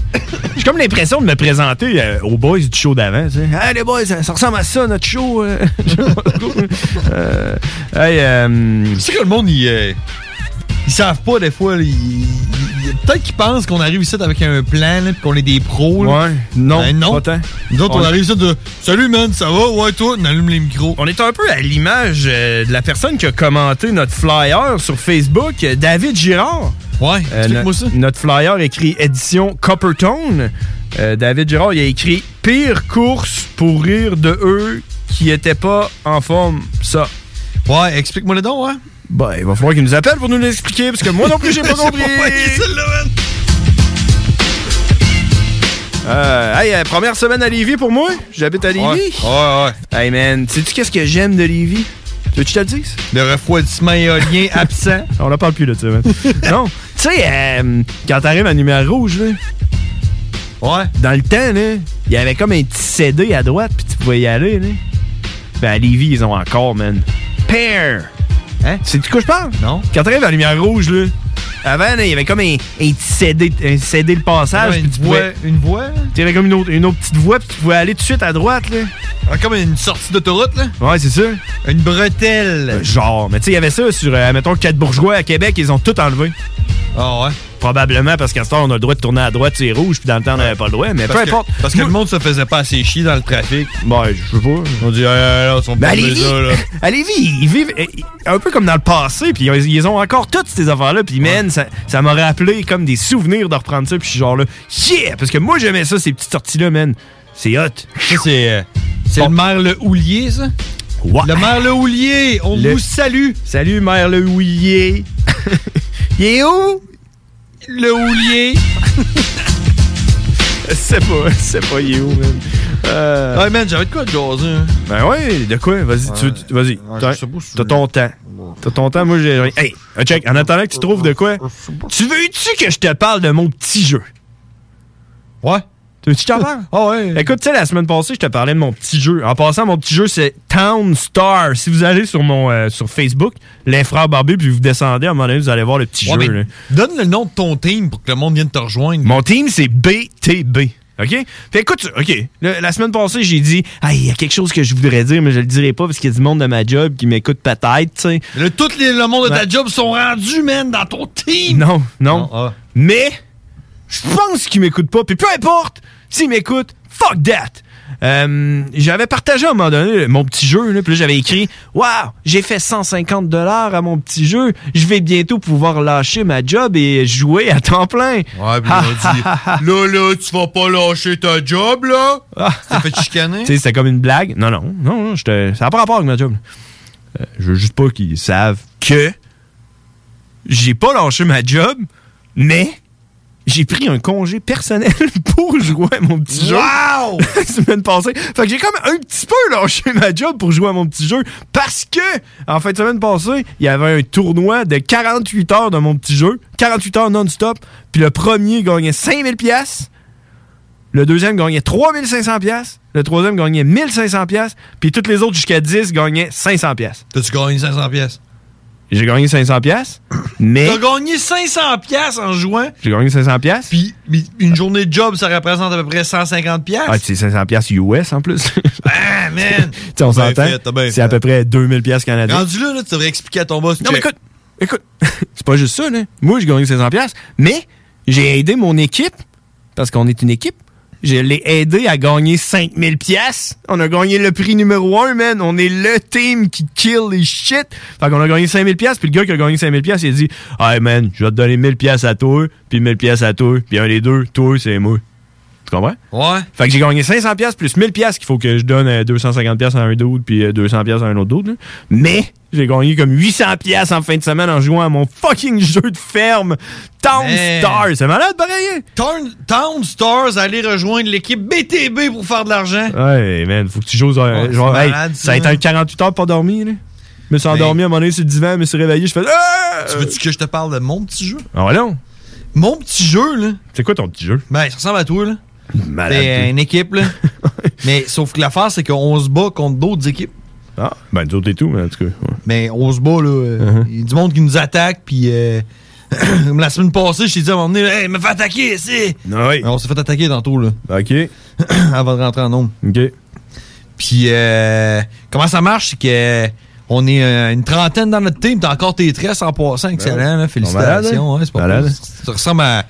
Speaker 11: J'ai comme l'impression de me présenter euh, aux boys du show d'avant. tu sais. Hey, les boys, ça ressemble à ça, notre show. euh. Euh, hey, euh,
Speaker 12: C'est que le monde, ils, euh, ils savent pas des fois. là, ils- ils- Peut-être qu'ils pensent qu'on arrive ici avec un plan, là, pis qu'on est des pros. Là.
Speaker 11: Ouais, non,
Speaker 12: Ben non.
Speaker 11: pas tant.
Speaker 12: Nous autres, on,
Speaker 11: On-
Speaker 12: arrive ici de Salut, man, ça va? Oh, Ouais, toi, on allume les micros.
Speaker 11: On est un peu à l'image euh, de la personne qui a commenté notre flyer sur Facebook, euh, David Girard. Euh,
Speaker 12: Ouais,
Speaker 11: no-
Speaker 12: explique-moi ça.
Speaker 11: Notre flyer écrit édition Coppertone. Euh, David Girard, il a écrit Pire course pour rire de eux qui étaient pas en forme, ça.
Speaker 12: Ouais, explique-moi le don, ouais.
Speaker 11: Ben, il va falloir qu'il nous appelle pour nous l'expliquer, parce que moi non plus, j'ai pas compris. Euh, hey, euh, première semaine à Lévis pour moi. J'habite à Lévis.
Speaker 12: Ouais,
Speaker 11: ouais. Hey, man, sais-tu qu'est-ce que j'aime de Lévis? Veux-tu que je te le dise?
Speaker 12: Le refroidissement éolien absent.
Speaker 11: On n'en parle plus, là, tu sais, man. non. Tu sais, euh, quand t'arrives à Lumière Rouge, là.
Speaker 12: Ouais.
Speaker 11: Dans le temps, là, il y avait comme un petit CD à droite, puis tu pouvais y aller, là. Ben, à Lévis, ils ont encore, man. Pear! Hein? C'est du coup je parle? Non. Quand t'arrives à Lumière Rouge, là. Avant, là, il y avait comme un, un petit CD, un CD le passage.
Speaker 12: Ouais,
Speaker 11: puis
Speaker 12: une
Speaker 11: tu
Speaker 12: voix.
Speaker 11: pouvais- Ben,
Speaker 12: Une voix?
Speaker 11: il y avait comme une autre, une autre petite voie, puis tu pouvais aller tout de suite à droite, là.
Speaker 12: Ah, comme une sortie d'autoroute, là?
Speaker 11: Ouais, c'est ça. Euh,
Speaker 12: Une bretelle.
Speaker 11: Genre, mais tu sais, il y avait ça sur, euh, mettons, 4 bourgeois à Québec, ils ont tout enlevé.
Speaker 12: Ah ouais?
Speaker 11: Probablement parce qu'à ce temps, on a le droit de tourner à droite, c'est rouge, puis dans le temps, on n'avait pas le droit, mais
Speaker 12: Parce
Speaker 11: peu
Speaker 12: que-
Speaker 11: importe.
Speaker 12: Parce que le monde se faisait pas assez chier dans le trafic.
Speaker 11: Ouais, je sais pas.
Speaker 12: On dit, hey, là, ils sont
Speaker 11: Mais
Speaker 12: pas
Speaker 11: à Lévis,
Speaker 12: ça, là.
Speaker 11: à Lévis, Ben, ils vivent euh, un peu comme dans le passé, puis ils, ils ont encore toutes ces affaires-là, puis man, ça, ça m'a rappelé comme des souvenirs de reprendre ça, puis je suis genre là, yeah! Parce que moi, j'aimais ça, ces petites sorties-là, man. C'est hot.
Speaker 12: c'est. euh, C'est le maire Le Houlier, ça? Le maire Le Houlier, on vous salue.
Speaker 11: Salut, maire Le Houlier. Il est où?
Speaker 12: Le Houlier.
Speaker 11: C'est pas, c'est pas il est où, man. Euh,
Speaker 12: Ouais, man, j'avais de quoi de jaser. hein.
Speaker 11: Ben ouais, de quoi? Vas-y, tu veux- tu- vas-y. T'as- T'as ton temps. T'as ton temps, moi j'ai. rien. Hey, un check, en attendant que tu trouves de quoi, tu veux-tu que je te parle de mon petit jeu?
Speaker 12: Ouais.
Speaker 11: Tu veux-tu que je t'en parle?
Speaker 12: Ah ouais.
Speaker 11: Écoute, tu sais, la semaine passée, je te parlais de mon petit jeu. En passant, mon petit jeu, c'est Town Star. Si vous allez sur mon euh, sur Facebook, les frères barbus, puis vous descendez, à un moment donné, vous allez voir le petit
Speaker 12: Ouais,
Speaker 11: jeu.
Speaker 12: mais
Speaker 11: là.
Speaker 12: Donne le nom de ton team pour que le monde vienne te rejoindre.
Speaker 11: Mon team, c'est BTB. OK? Fait écoute, OK. le- la semaine passée, j'ai dit, Ah, il y a quelque chose que je voudrais dire, mais je le dirai pas parce qu'il y a du monde de ma job qui m'écoute peut-être, tu sais.
Speaker 12: Là, tout les- le monde de ta
Speaker 11: Ouais.
Speaker 12: job sont rendus, man, dans ton team. ah.
Speaker 11: Non, non. Mais, je pense qu'ils m'écoutent pas. Puis peu importe s'ils m'écoutent, fuck that! Euh, j'avais partagé à un moment donné mon petit jeu, là, puis là, j'avais écrit Waouh, j'ai fait 150 à mon petit jeu, je vais bientôt pouvoir lâcher ma job et jouer à temps plein. Ah,
Speaker 12: Ouais, puis ils ont dit, là, là, tu vas pas lâcher ta job, là.
Speaker 11: Ah.
Speaker 12: T'as fait chicaner.
Speaker 11: Tu sais, c'était comme une blague. Non, non, non, non, j'étais- ça n'a pas rapport avec ma job. là. Euh, je veux juste pas qu'ils savent que j'ai pas lâché ma job, mais j'ai pris un congé personnel pour jouer à mon petit jeu.
Speaker 12: Wow!
Speaker 11: La semaine passée. Fait que j'ai comme un petit peu lâché ma job pour jouer à mon petit jeu parce que, en fin de semaine passée, il y avait un tournoi de 48 heures de mon petit jeu. 48 heures non-stop. Puis le premier gagnait 5000 pièces. Le deuxième gagnait 3500 pièces, le troisième gagnait 1500 pièces, puis toutes les autres jusqu'à 10 gagnaient 500 pièces.
Speaker 12: T'as-tu gagné 500 pièces?
Speaker 11: J'ai gagné 500 pièces, mais
Speaker 12: T'as gagné 500 pièces en jouant.
Speaker 11: j'ai gagné 500 pièces.
Speaker 12: Puis mais une journée de job, ça représente à peu près 150 pièces.
Speaker 11: ah, c'est 500 pièces US en plus.
Speaker 12: Ah, man!
Speaker 11: Tu sais, on
Speaker 12: T'as bien
Speaker 11: s'entend.
Speaker 12: fait, t'as bien
Speaker 11: C'est à
Speaker 12: fait.
Speaker 11: peu près 2000 pièces canadiens.
Speaker 12: Rendu là, là, tu devrais expliquer à ton boss.
Speaker 11: Non, mais écoute, écoute, c'est pas juste ça, là. Moi, j'ai gagné 500 pièces, mais j'ai aidé mon équipe parce qu'on est une équipe. Je l'ai aidé à gagner 5000 pièces. On a gagné le prix numéro 1, man. On est le team qui kill les shit. Fait qu'on a gagné 5000 pièces, puis le gars qui a gagné 5000 pièces, il a dit "Hey man, je vais te donner 1000 pièces à toi, puis 1000 pièces à toi, puis un des deux, toi c'est moi." Tu comprends
Speaker 12: Ouais.
Speaker 11: Fait que j'ai gagné 500 pièces plus 1000 pièces qu'il faut que je donne euh, 250 pièces à un dude puis euh, 200 pièces à un autre dude. là. Mais j'ai gagné comme 800 pièces en fin de semaine en jouant à mon fucking jeu de ferme Town
Speaker 12: Man.
Speaker 11: Star. C'est malade pareil.
Speaker 12: Town, Town Stars allez rejoindre l'équipe BTB pour faire de l'argent.
Speaker 11: Ouais, man, faut que tu joues. euh,
Speaker 12: Ouais,
Speaker 11: genre,
Speaker 12: c'est
Speaker 11: hey,
Speaker 12: malade,
Speaker 11: ça a
Speaker 12: ça.
Speaker 11: été un 48 heures pas dormi. Là. Je me suis endormi à un moment donné sur le divan, je me suis réveillé, je fais. Ah!
Speaker 12: Tu veux-tu que je te parle de mon petit jeu?
Speaker 11: Ah non.
Speaker 12: Mon petit jeu, là.
Speaker 11: C'est quoi ton petit jeu?
Speaker 12: Ben, ça ressemble à toi, là.
Speaker 11: Malade,
Speaker 12: T'es
Speaker 11: toi.
Speaker 12: une équipe, là. mais sauf que l'affaire, c'est qu'on se bat contre d'autres équipes.
Speaker 11: Ah, ben, nous autres et tout, mais en tout cas. ouais.
Speaker 12: Mais on se bat, là. euh, Il y a du monde qui nous attaque, puis euh, la semaine passée, je t'ai dit à un moment donné, hey, me fais attaquer ici!
Speaker 11: Ouais.
Speaker 12: On s'est fait attaquer tantôt, là.
Speaker 11: OK.
Speaker 12: Avant de rentrer en nombre.
Speaker 11: OK.
Speaker 12: Puis, euh, comment ça marche? C'est que. On est euh, une trentaine dans notre team. T'as encore tes tresses en passant. Excellent. là.
Speaker 11: malade, hein?
Speaker 12: Félicitations. ouais, c'est pas
Speaker 11: Malade.
Speaker 12: mal. Tu ressembles à.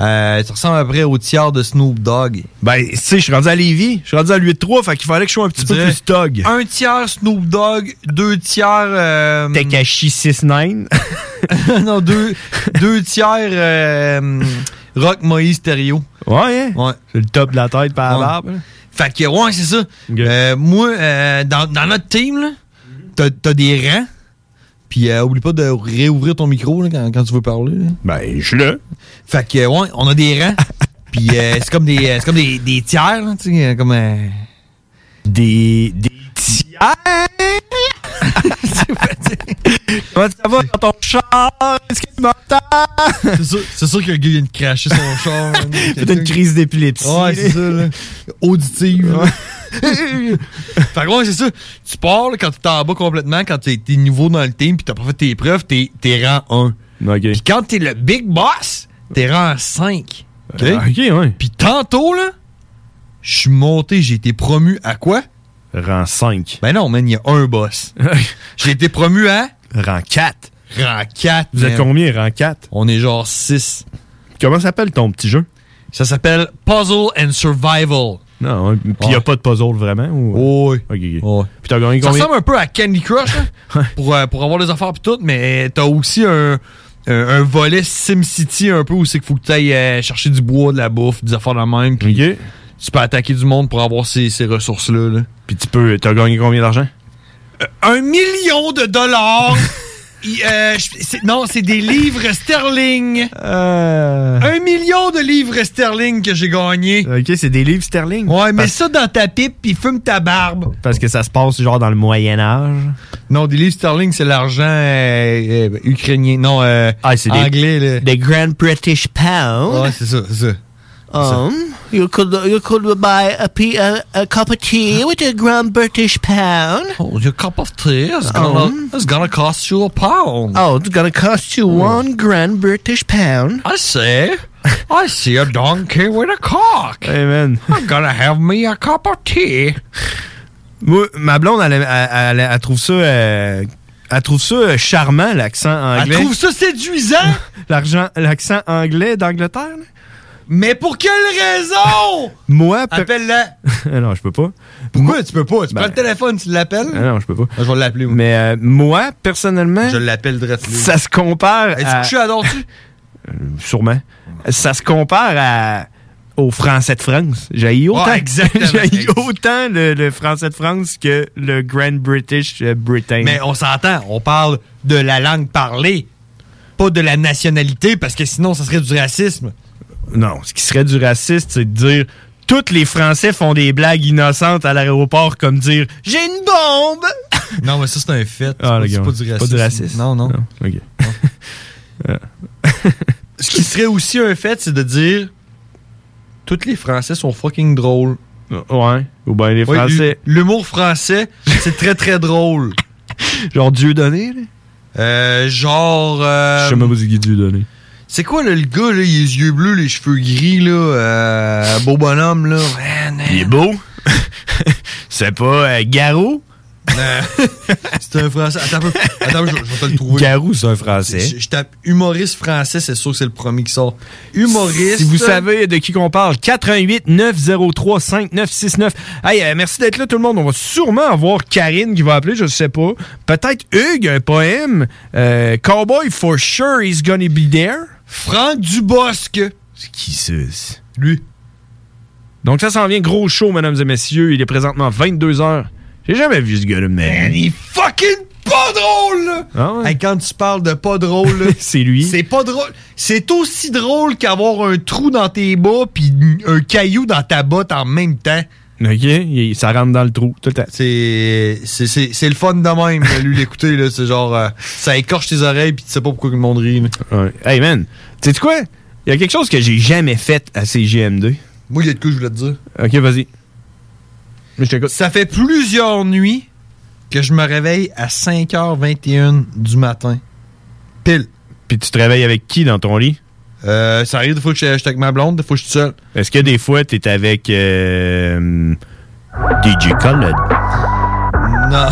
Speaker 12: euh, tu ressembles après au tiers de Snoop Dogg.
Speaker 11: Ben, tu sais, je suis rendu à Lévis. Je suis rendu à 8-3, fait qu'il fallait que je sois un petit peu
Speaker 12: dirais-
Speaker 11: plus dog.
Speaker 12: Un tiers Snoop Dogg, deux tiers. Euh,
Speaker 11: Tekashi 6-9.
Speaker 12: non, deux, deux tiers euh, Rock Moïse Stereo.
Speaker 11: Ouais, hein?
Speaker 12: ouais.
Speaker 11: C'est le top de la tête par
Speaker 12: la barbe. Fait que, ouais, c'est ça. Euh, moi, euh, dans, dans notre team, là, t'as, t'as des rangs. Puis, euh, oublie pas de réouvrir ton micro là, quand, quand tu veux parler.
Speaker 11: Ben, je suis là.
Speaker 12: Fait que, ouais, on a des rangs. Puis, euh, c'est comme des, euh, c'est comme des, des tiers, là, tu sais, euh, comme.
Speaker 11: Des, des tiers? Comment ça va dans ton char? Est-ce que tu m'entends?
Speaker 12: C'est sûr, c'est sûr que le gars vient de cracher son char.
Speaker 11: Peut-être une crise d'épilepsie.
Speaker 12: Ouais, c'est ça, là. Auditive. là. fait que ouais, c'est ça. Tu pars là, quand t'es en bas complètement, quand t'es, t'es nouveau dans le team, puis t'as pas fait tes preuves, t'es, t'es rang
Speaker 11: 1.
Speaker 12: Puis quand t'es le big boss, t'es rang 5.
Speaker 11: OK. Ah, OK, ouais.
Speaker 12: Puis tantôt, là, je suis monté, j'ai été promu à quoi?
Speaker 11: Rang 5.
Speaker 12: Ben non, man, il y a un boss. j'ai été promu à?
Speaker 11: Rang 4.
Speaker 12: Rang 4.
Speaker 11: Vous êtes
Speaker 12: man.
Speaker 11: combien, rang 4?
Speaker 12: On est genre 6.
Speaker 11: Comment s'appelle ton petit jeu?
Speaker 12: Ça s'appelle Puzzle and Survival.
Speaker 11: Non, hein, pis y a pas de puzzle vraiment? Ou...
Speaker 12: Oui.
Speaker 11: OK, OK. Puis t'as gagné
Speaker 12: Ça
Speaker 11: combien?
Speaker 12: ressemble un peu à Candy Crush là, pour, euh, pour avoir les affaires pis tout, mais t'as aussi un, un, un volet SimCity un peu où c'est qu'il faut que t'ailles euh, chercher du bois, de la bouffe, des affaires de la même. Puis tu peux attaquer du monde pour avoir ces, ces ressources-là.
Speaker 11: Puis tu peux. T'as gagné combien d'argent?
Speaker 12: un million de dollars! Il, euh, je- c'est- non, c'est des livres sterling. Un million de livres sterling que j'ai gagné.
Speaker 11: Euh. Ok, c'est des livres sterling.
Speaker 12: Ouais, mets ça dans ta pipe puis fume ta barbe.
Speaker 11: Parce que ça se passe genre dans le Moyen-Âge.
Speaker 12: Non, des livres sterling, c'est l'argent euh, euh, ukrainien. Non, euh,
Speaker 11: Ah, des-
Speaker 12: anglais. Des,
Speaker 4: Grand British Pound.
Speaker 12: Ouais, c'est ça, c'est ça.
Speaker 4: Um, you could you could buy a, pe- a, a cup of tea with a Grand British Pound.
Speaker 12: Oh, your cup of tea is gonna, is gonna cost you a pound.
Speaker 4: Oh, it's gonna cost you one Grand British Pound.
Speaker 12: I see. I see a donkey with a cock.
Speaker 11: Amen.
Speaker 12: I'm gonna have me a cup of tea.
Speaker 11: Moi, ma blonde, elle, aime- elle- elle- elle trouve ça. euh, elle trouve ça euh, charmant, l'accent
Speaker 12: Elle
Speaker 11: anglais.
Speaker 12: trouve ça séduisant.
Speaker 11: L'argent, l'accent anglais d'Angleterre, là?
Speaker 12: Mais pour quelle raison?
Speaker 11: Moi, pe-
Speaker 12: Appelle-la.
Speaker 11: Ah non, je peux pas. Ben,
Speaker 12: Pourquoi tu peux pas? Tu prends le téléphone, tu l'appelles?
Speaker 11: Ah non, je peux pas.
Speaker 12: je vais l'appeler,
Speaker 11: Mais euh, moi, personnellement.
Speaker 12: Je l'appelle direct.
Speaker 11: Ça se compare.
Speaker 12: Es-tu
Speaker 11: à-
Speaker 12: couché à dors-tu?
Speaker 11: Sûrement. Ça se compare à. Au français de France. J'ai autant,
Speaker 12: Ouais, Ah, exactement.
Speaker 11: j'haïs autant le, le français de France que le Grand British euh, Britain.
Speaker 12: Mais on s'entend, on parle de la langue parlée, pas de la nationalité, parce que sinon, ça serait du racisme.
Speaker 11: Non, ce qui serait du raciste, c'est de dire tous les Français font des blagues innocentes à l'aéroport, comme dire J'ai une bombe!
Speaker 12: Non, mais ça, c'est un fait.
Speaker 11: Ah, le
Speaker 12: c'est
Speaker 11: gars,
Speaker 12: pas, du
Speaker 11: c'est pas
Speaker 12: racisme.
Speaker 11: du racisme.
Speaker 12: Non, non.
Speaker 11: OK. Euh,
Speaker 12: Ce qui serait aussi un fait, c'est de dire tous les Français sont fucking drôles.
Speaker 11: Euh, Ouais. Ou bien les
Speaker 12: Ouais,
Speaker 11: Français.
Speaker 12: l'hu- L'humour français, c'est très très drôle.
Speaker 11: genre Dieu donné, là?
Speaker 12: Euh, genre. euh,
Speaker 11: c'est qui Dieu donné.
Speaker 12: C'est quoi là, le gars, là, il a les yeux bleus, les cheveux gris, là, euh, beau bonhomme, là. Man,
Speaker 11: Il est beau. c'est pas euh, Garou?
Speaker 12: euh, c'est un français. Attends un peu. Attends, un peu, je, je vais te le trouver.
Speaker 11: Garou, c'est un Français.
Speaker 12: Je, je tape humoriste français, c'est sûr que c'est le premier qui sort. Humoriste.
Speaker 11: Si vous savez de qui qu'on parle, 88 903 5969. Hey, euh, merci d'être là tout le monde. On va sûrement avoir Karine qui va appeler, je sais pas. Peut-être Hugues, un poème. Euh, Cowboy for sure is gonna be there.
Speaker 12: Franck Dubosc.
Speaker 11: C'est qui ça?
Speaker 12: Lui.
Speaker 11: Donc ça s'en vient gros show, mesdames et messieurs. Il est présentement 22h. J'ai jamais vu ce gars-là, mais...
Speaker 12: Il est fucking pas drôle, là.
Speaker 11: Ah ouais?
Speaker 12: Hey, quand tu parles de pas drôle, là,
Speaker 11: c'est lui.
Speaker 12: C'est pas drôle. C'est aussi drôle qu'avoir un trou dans tes bas puis un caillou dans ta botte en même temps.
Speaker 11: OK, il- ça rentre dans le trou tout le temps.
Speaker 12: C'est c'est- c'est c'est le fun de même, là, lui, l'écouter. là. C'est genre, euh, ça écorche tes oreilles puis tu sais pas pourquoi que le monde rit. là.
Speaker 11: Ouais. Hey man, tu sais quoi? Il y a quelque chose que j'ai jamais fait à CGMD.
Speaker 12: Moi, il y a de quoi je voulais te dire.
Speaker 11: OK, vas-y.
Speaker 12: Ça fait plusieurs nuits que je me réveille à 5h21 du matin. Pile.
Speaker 11: Puis tu travailles avec qui dans ton lit?
Speaker 12: ça arrive Euh, des fois que je je suis avec ma blonde, des fois que je suis seul.
Speaker 11: Est-ce que des fois, t'es avec euh, DJ Khaled?
Speaker 12: Non. Euh,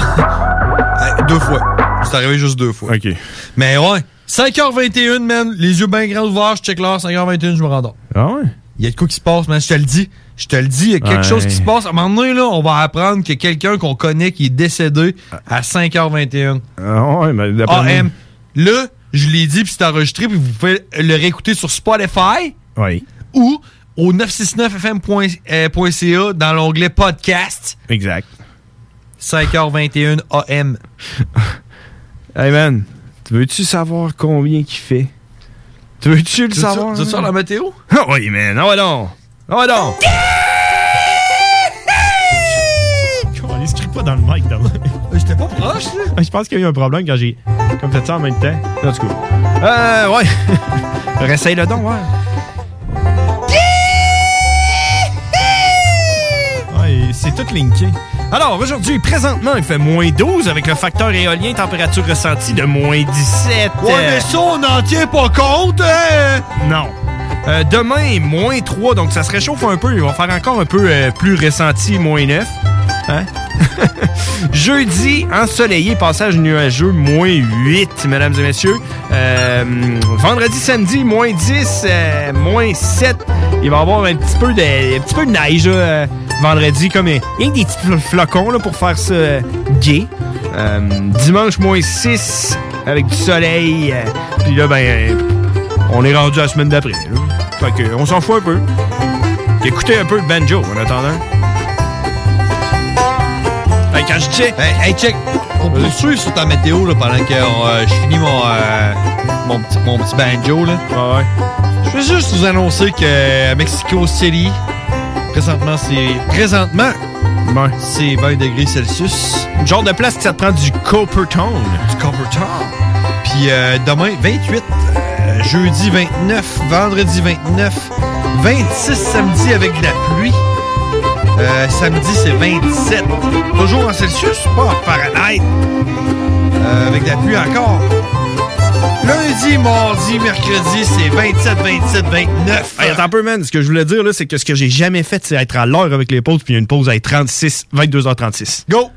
Speaker 12: deux fois. C'est arrivé juste deux fois.
Speaker 11: OK.
Speaker 12: Mais ouais, 5h21, man, les yeux bien grands ouverts, je check l'heure, 5h21, je me rendors.
Speaker 11: Ah ouais?
Speaker 12: Il y a de quoi qui se passe, man, je te le dis. Je te le dis, il y a quelque
Speaker 11: Ouais.
Speaker 12: chose qui se passe. À un moment donné, là, on va apprendre que quelqu'un qu'on connaît qui est décédé à 5h21.
Speaker 11: Ah ouais, mais d'après moi-
Speaker 12: AM. Là, je l'ai dit, puis c'est enregistré, puis vous pouvez le réécouter sur Spotify
Speaker 11: Oui.
Speaker 12: ou au euh, 969fm.ca dans l'onglet podcast.
Speaker 11: Exact.
Speaker 12: 5h21 AM.
Speaker 11: Hey man, tu veux-tu savoir combien qu'il fait? Tu veux-tu le
Speaker 12: Tu veux-tu-
Speaker 11: savoir?
Speaker 12: tu veux-tu voir la météo?
Speaker 11: Ah oui, man, ah ouais donc! Ah ouais donc!
Speaker 17: On les crie pas dans le mic, d'abord.
Speaker 12: Euh, J'étais pas proche, là.
Speaker 11: Ah, Je pense qu'il y a eu un problème quand j'ai comme fait ça en même temps. En tout cas. Euh, ouais. Réessaye le don, ouais. Ouais, c'est tout linké. Alors, aujourd'hui, présentement, il fait moins 12 avec le facteur éolien, température ressentie de moins 17.
Speaker 12: Ouais, mais ça, on n'en tient pas compte, hein?
Speaker 11: Non. Euh, demain, moins 3, donc ça se réchauffe un peu. Il va faire encore un peu euh, plus ressenti, moins 9. Hein? Jeudi, ensoleillé, passage nuageux, moins 8, mesdames et messieurs. Euh, vendredi, samedi, moins 10, euh, moins 7. Il va y avoir un petit peu de, un petit peu de neige là, euh, vendredi, comme euh, rien que des petits fl- flocons là, pour faire ça euh, gay. Euh, dimanche, moins 6, avec du soleil. euh, Puis là, ben, euh, on est rendu à la semaine d'après. là. Fait que, on s'en fout un peu. Écoutez un peu de banjo en attendant. Hey, quand je check. Euh,
Speaker 12: Hey, hey, check. On poursuit sur ta météo là, pendant que euh, je finis mon, euh, mon, petit, mon petit banjo. Là.
Speaker 11: Ah ouais.
Speaker 12: Je veux juste vous annoncer que à Mexico City, présentement, c'est. Présentement, c'est 20 degrés Celsius.
Speaker 11: Une genre de place que ça te prend du Coppertone.
Speaker 12: Du Coppertone. Puis euh, demain, 28. euh, jeudi 29. Vendredi 29. 26 samedi avec de la pluie. Euh, samedi, c'est 27. Toujours en Celsius, pas en Fahrenheit. Euh, avec de la pluie encore. Lundi, mardi, mercredi, c'est 27, 27, 29.
Speaker 11: Hey, attends un peu, man. Ce que je voulais dire, là, c'est que ce que j'ai jamais fait, c'est être à l'heure avec les pauses, puis il y a une pause à 36, 22h36. Go!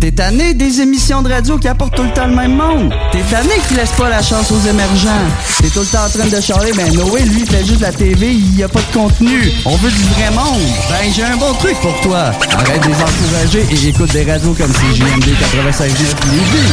Speaker 18: T'es tanné des émissions de radio qui apportent tout le temps le même monde. T'es tanné qui laisse pas la chance aux émergents. T'es tout le temps en train de charler, ben Noé, lui, il fait juste la TV, il y a pas de contenu. On veut du vrai monde. Ben, j'ai un bon truc pour toi. Arrête de les encourager et écoute des radios comme CJMD 96 Lévis.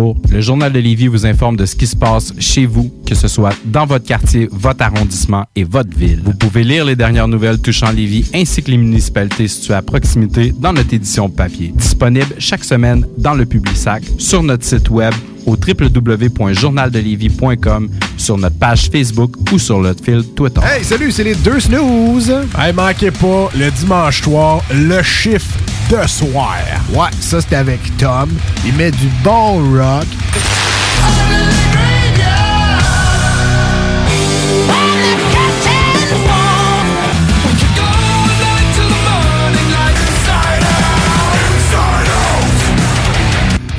Speaker 5: le Journal de Lévis vous informe de ce qui se passe chez vous, que ce soit dans votre quartier, votre arrondissement et votre ville. Vous pouvez lire les dernières nouvelles touchant Lévis ainsi que les municipalités situées à proximité dans notre édition papier. Disponible chaque semaine dans le Publisac, sur notre site web au www.journaldelévis.com, sur notre page Facebook ou sur notre fil Twitter.
Speaker 17: Hey, salut, c'est les deux snooze. Hey, manquez pas le dimanche soir, le chiffre de soir. Ouais, ça c'est avec Tom. Il met du bon rock.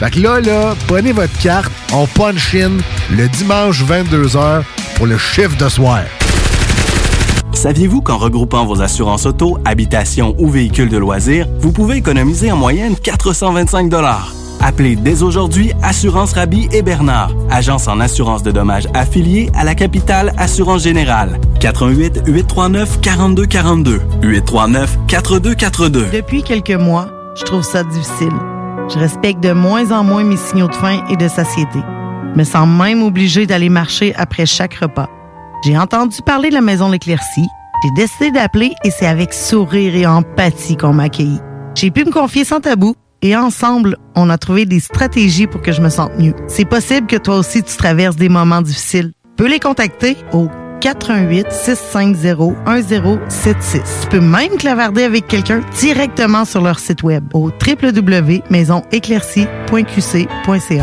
Speaker 17: Fait que là, là, prenez votre carte, on punch in le dimanche 22h pour le chiffre de soir.
Speaker 8: Saviez-vous qu'en regroupant vos assurances auto, habitation ou véhicules de loisirs, vous pouvez économiser en moyenne 425 dollars? Appelez dès aujourd'hui Assurance Rabi et Bernard, agence en assurance de dommages affiliée à la capitale Assurance Générale. 88 839 4242 839 4242.
Speaker 19: Depuis quelques mois, je trouve ça difficile. Je respecte de moins en moins mes signaux de faim et de satiété. Me sens même obligée d'aller marcher après chaque repas. J'ai entendu parler de la maison L'Éclaircie. J'ai décidé d'appeler et c'est avec sourire et empathie qu'on m'a accueilli. J'ai pu me confier sans tabou et ensemble, on a trouvé des stratégies pour que je me sente mieux. C'est possible que toi aussi tu traverses des moments difficiles. Peux les contacter au 418 650 1076. Tu peux même clavarder avec quelqu'un directement sur leur site web au www.maisonéclaircie.qc.ca.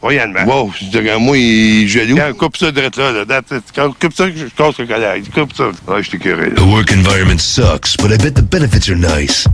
Speaker 20: Royalement. Wow, je dirais, moi, il est jaloux. Quand on coupe ça direct là, là, that's it. quand on coupe ça, je casse le colère. Il coupe ça. Ah, je suis curé.
Speaker 16: The work environment sucks, but I bet the benefits are nice.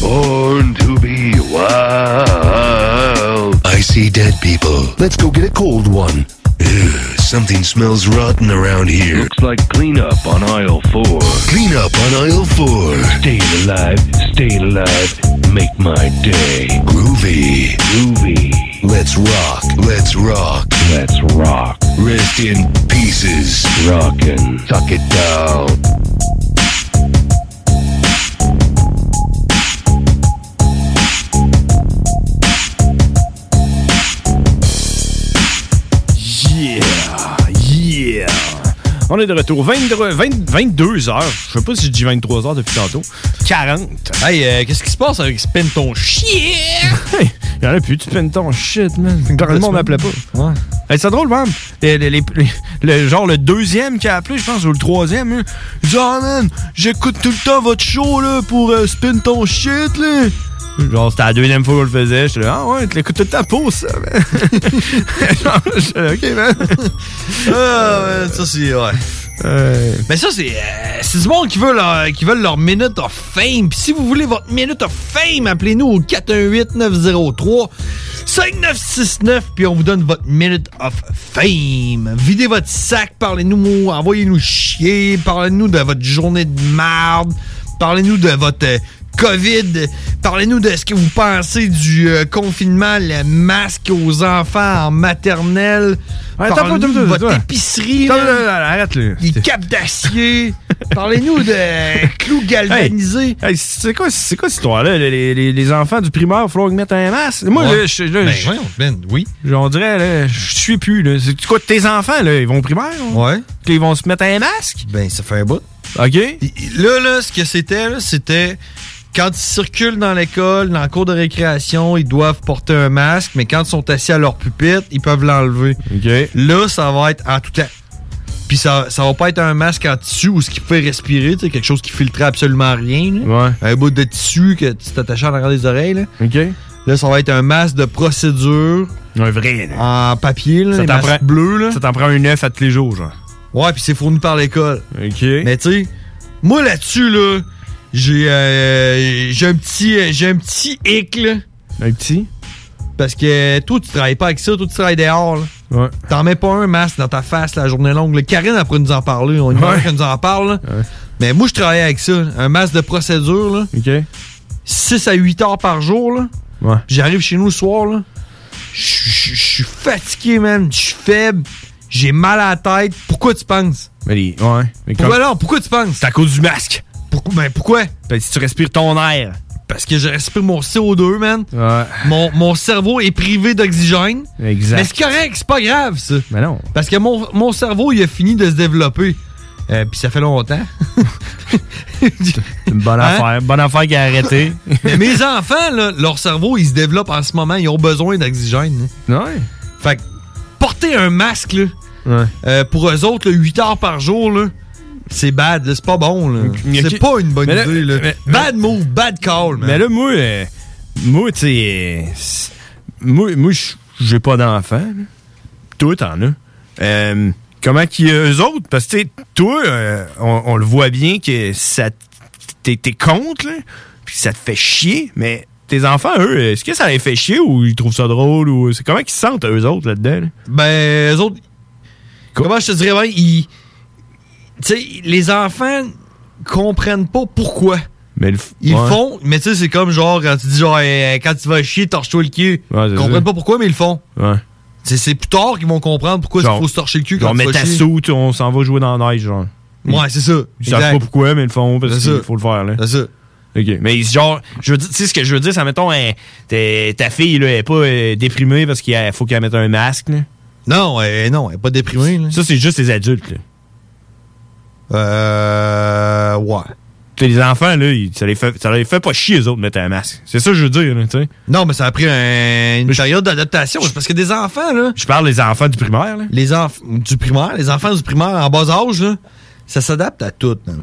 Speaker 16: Born to be wild. I see dead people. Let's go get a cold one. Ugh, something smells rotten around here. Looks like cleanup on aisle four. Cleanup on aisle four. Staying alive, staying alive. Make my day. Groovy. Groovy. Let's rock, let's rock, let's rock. Rest in pieces. Rockin'. Tuck it down.
Speaker 11: Yeah, yeah. On est de retour. 23, 20 22 heures. Je sais pas si je dis 23 heures depuis tantôt. 40. Hey, euh, qu'est-ce qui se passe avec Spin ton
Speaker 9: Chier!
Speaker 11: Il y en a plus, tu spin ton shit, man. Tout le monde m'appelait pas.
Speaker 9: Ouais.
Speaker 11: Hey, c'est drôle, man. Les- les- les- les- le, genre le deuxième qui a appelé, je pense, ou le troisième. hein. Il dit Ah, man, j'écoute tout le temps votre show là, pour euh, spin ton shit. Là. Genre, c'était la deuxième fois qu'on le faisait. J'étais là, ah ouais, tu l'écoutes tout le temps pour ça, man. Genre, j'étais là, ok, man.
Speaker 12: Ah, ouais, ça, c'est. Ouais. Mais ça, c'est. euh, c'est du monde qui veut leur, qui veulent leur minute of fame. Puis si vous voulez votre minute of fame, appelez-nous au 418-903-5969. Puis on vous donne votre minute of fame. Videz votre sac, parlez-nous, envoyez-nous chier, parlez-nous de votre journée de marde, parlez-nous de votre. euh, COVID, parlez-nous de ce que vous pensez du euh, confinement, le masque aux enfants en maternelle.
Speaker 11: attends,
Speaker 12: Parlez-nous
Speaker 11: attends,
Speaker 12: de
Speaker 11: attends,
Speaker 12: votre
Speaker 11: attends.
Speaker 12: épicerie.
Speaker 11: Attends,
Speaker 12: là.
Speaker 11: là, là, là, arrête-le.
Speaker 12: Les capes d'acier. Parlez-nous de clous galvanisés.
Speaker 11: Hey, c'est quoi, c'est quoi cette histoire-là? Les, les- les- les enfants du primaire, il faut qu'ils mettent un masque. Moi,
Speaker 12: Ouais.
Speaker 11: là, je, là,
Speaker 12: Ben,
Speaker 11: je-
Speaker 12: voyons, Ben, oui.
Speaker 11: On dirait, là, je suis plus. Là. C'est quoi, tes enfants, là, ils vont au primaire?
Speaker 12: Ouais.
Speaker 11: Ils vont se mettre un masque?
Speaker 12: Ben, ça fait un bout.
Speaker 11: OK.
Speaker 12: Là, là, ce que c'était, là, c'était quand ils circulent dans l'école, dans le cours de récréation, ils doivent porter un masque, mais quand ils sont assis à leur pupitre, ils peuvent l'enlever. Là, ça va être en tout temps. Puis ça, ça va pas être un masque en tissu ou ce qui fait respirer, tu sais, quelque chose qui filtrait absolument rien. là. Un bout de tissu que tu t'attaches en arrière des oreilles. Là. Là, ça va être un masque de procédure.
Speaker 11: Un vrai.
Speaker 12: En papier, là,
Speaker 11: Ça
Speaker 12: les
Speaker 11: t'en
Speaker 12: masques
Speaker 11: prend-
Speaker 12: bleus. Là.
Speaker 11: Ça t'en prend un œuf à tous les jours, genre.
Speaker 12: Ouais, puis c'est fourni par l'école.
Speaker 11: OK.
Speaker 12: Mais tu sais, moi là-dessus, là, j'ai euh, j'ai un petit euh, j'ai un petit hic, là.
Speaker 11: Un petit?
Speaker 12: Parce que toi, tu travailles pas avec ça, toi, tu travailles dehors, là.
Speaker 11: Ouais.
Speaker 12: T'en mets pas un masque dans ta face la journée longue. là. Karine, après nous en parler. On y
Speaker 11: Ouais.
Speaker 12: qu'elle nous en parle. là. Mais moi, je travaille avec ça. Un masque de procédure, là.
Speaker 11: OK.
Speaker 12: 6 à 8 heures par jour, là.
Speaker 11: Ouais.
Speaker 12: J'arrive chez nous le soir, là. Je je- je suis fatigué, man. Je suis faible. J'ai mal à la tête. Pourquoi tu penses?
Speaker 11: Mais les- ouais. Mais
Speaker 12: Pourquoi
Speaker 11: comme-
Speaker 12: non? Pourquoi tu penses?
Speaker 11: C'est à cause du masque.
Speaker 12: Pourquoi? Ben pourquoi?
Speaker 11: Ben, si tu respires ton air.
Speaker 12: Parce que je respire mon CO2, man.
Speaker 11: Ouais.
Speaker 12: Mon, mon cerveau est privé d'oxygène.
Speaker 11: Exact.
Speaker 12: Mais c'est correct, c'est pas grave, ça.
Speaker 11: Mais non.
Speaker 12: Parce que mon, mon cerveau, il a fini de se développer. Euh, Puis ça fait longtemps.
Speaker 11: C'est une bonne
Speaker 12: Hein?
Speaker 11: affaire. Bonne affaire qui a arrêté.
Speaker 12: Mais mes enfants, là, leur cerveau, il se développe en ce moment. Ils ont besoin d'oxygène.
Speaker 11: hein.
Speaker 12: Fait que porter un masque, là, euh, pour eux autres, là, 8 heures par jour, là, c'est bad. là, C'est pas bon. là.
Speaker 11: y a
Speaker 12: C'est
Speaker 11: qui-
Speaker 12: pas une bonne
Speaker 11: Mais là-
Speaker 12: idée. là.
Speaker 11: mais-
Speaker 12: bad move, bad call. man.
Speaker 11: Mais là, moi, euh, moi, tu sais, c'est- moi, moi, j- j'ai pas d'enfant. là. Toi, t'en as. Euh, comment qu'ils eux autres? Parce que, tu sais, toi, euh, on, on le voit bien que ça t- t'es, t'es contre, là, puis ça te fait chier, mais tes enfants, eux, est-ce que ça les fait chier ou ils trouvent ça drôle? ou c'est Comment qu'ils se sentent, eux autres, là-dedans? là?
Speaker 12: Ben, eux autres. Comment je te dirais, ben, ils. Tu sais, les enfants comprennent pas pourquoi.
Speaker 11: Mais le
Speaker 12: Ils
Speaker 11: ouais.
Speaker 12: le font, mais tu sais, c'est comme genre, quand tu dis genre, eh, quand tu vas chier, torche-toi le cul.
Speaker 11: Ouais, c'est
Speaker 12: Ils comprennent
Speaker 11: ça.
Speaker 12: pas pourquoi, mais ils le font.
Speaker 11: Ouais.
Speaker 12: C'est- C'est plus tard qu'ils vont comprendre pourquoi il faut se torcher le cul quand
Speaker 11: genre,
Speaker 12: tu
Speaker 11: mets
Speaker 12: vas
Speaker 11: ta
Speaker 12: chier.
Speaker 11: soute, on s'en va jouer dans la neige, genre.
Speaker 12: Ouais, c'est ça.
Speaker 11: Ils savent
Speaker 12: Exact.
Speaker 11: pas pourquoi, mais ils le font parce
Speaker 12: C'est
Speaker 11: qu'il
Speaker 12: ça.
Speaker 11: faut le faire, là.
Speaker 12: C'est ça.
Speaker 11: OK. Mais c'est genre, je veux dire, tu sais ce que je veux dire, ça mettons, hein, t'es- ta fille, là, elle est pas euh, déprimée parce qu'il faut qu'elle mette un masque, là.
Speaker 12: Non, non, elle est pas déprimée,
Speaker 11: Ça, c'est juste les adultes, là.
Speaker 12: Euh. Ouais.
Speaker 11: Tu sais, les enfants, là, ils- ça les, fait, ça les fait pas chier, eux autres, de mettre un masque. C'est ça que je veux dire, là, tu sais.
Speaker 12: Non, mais ça a pris un- une période d'adaptation. C'est parce que des enfants, là.
Speaker 11: Je parle des enfants du primaire, là.
Speaker 12: Les enfants du primaire, les enfants du primaire en bas âge, là, ça s'adapte à tout, man.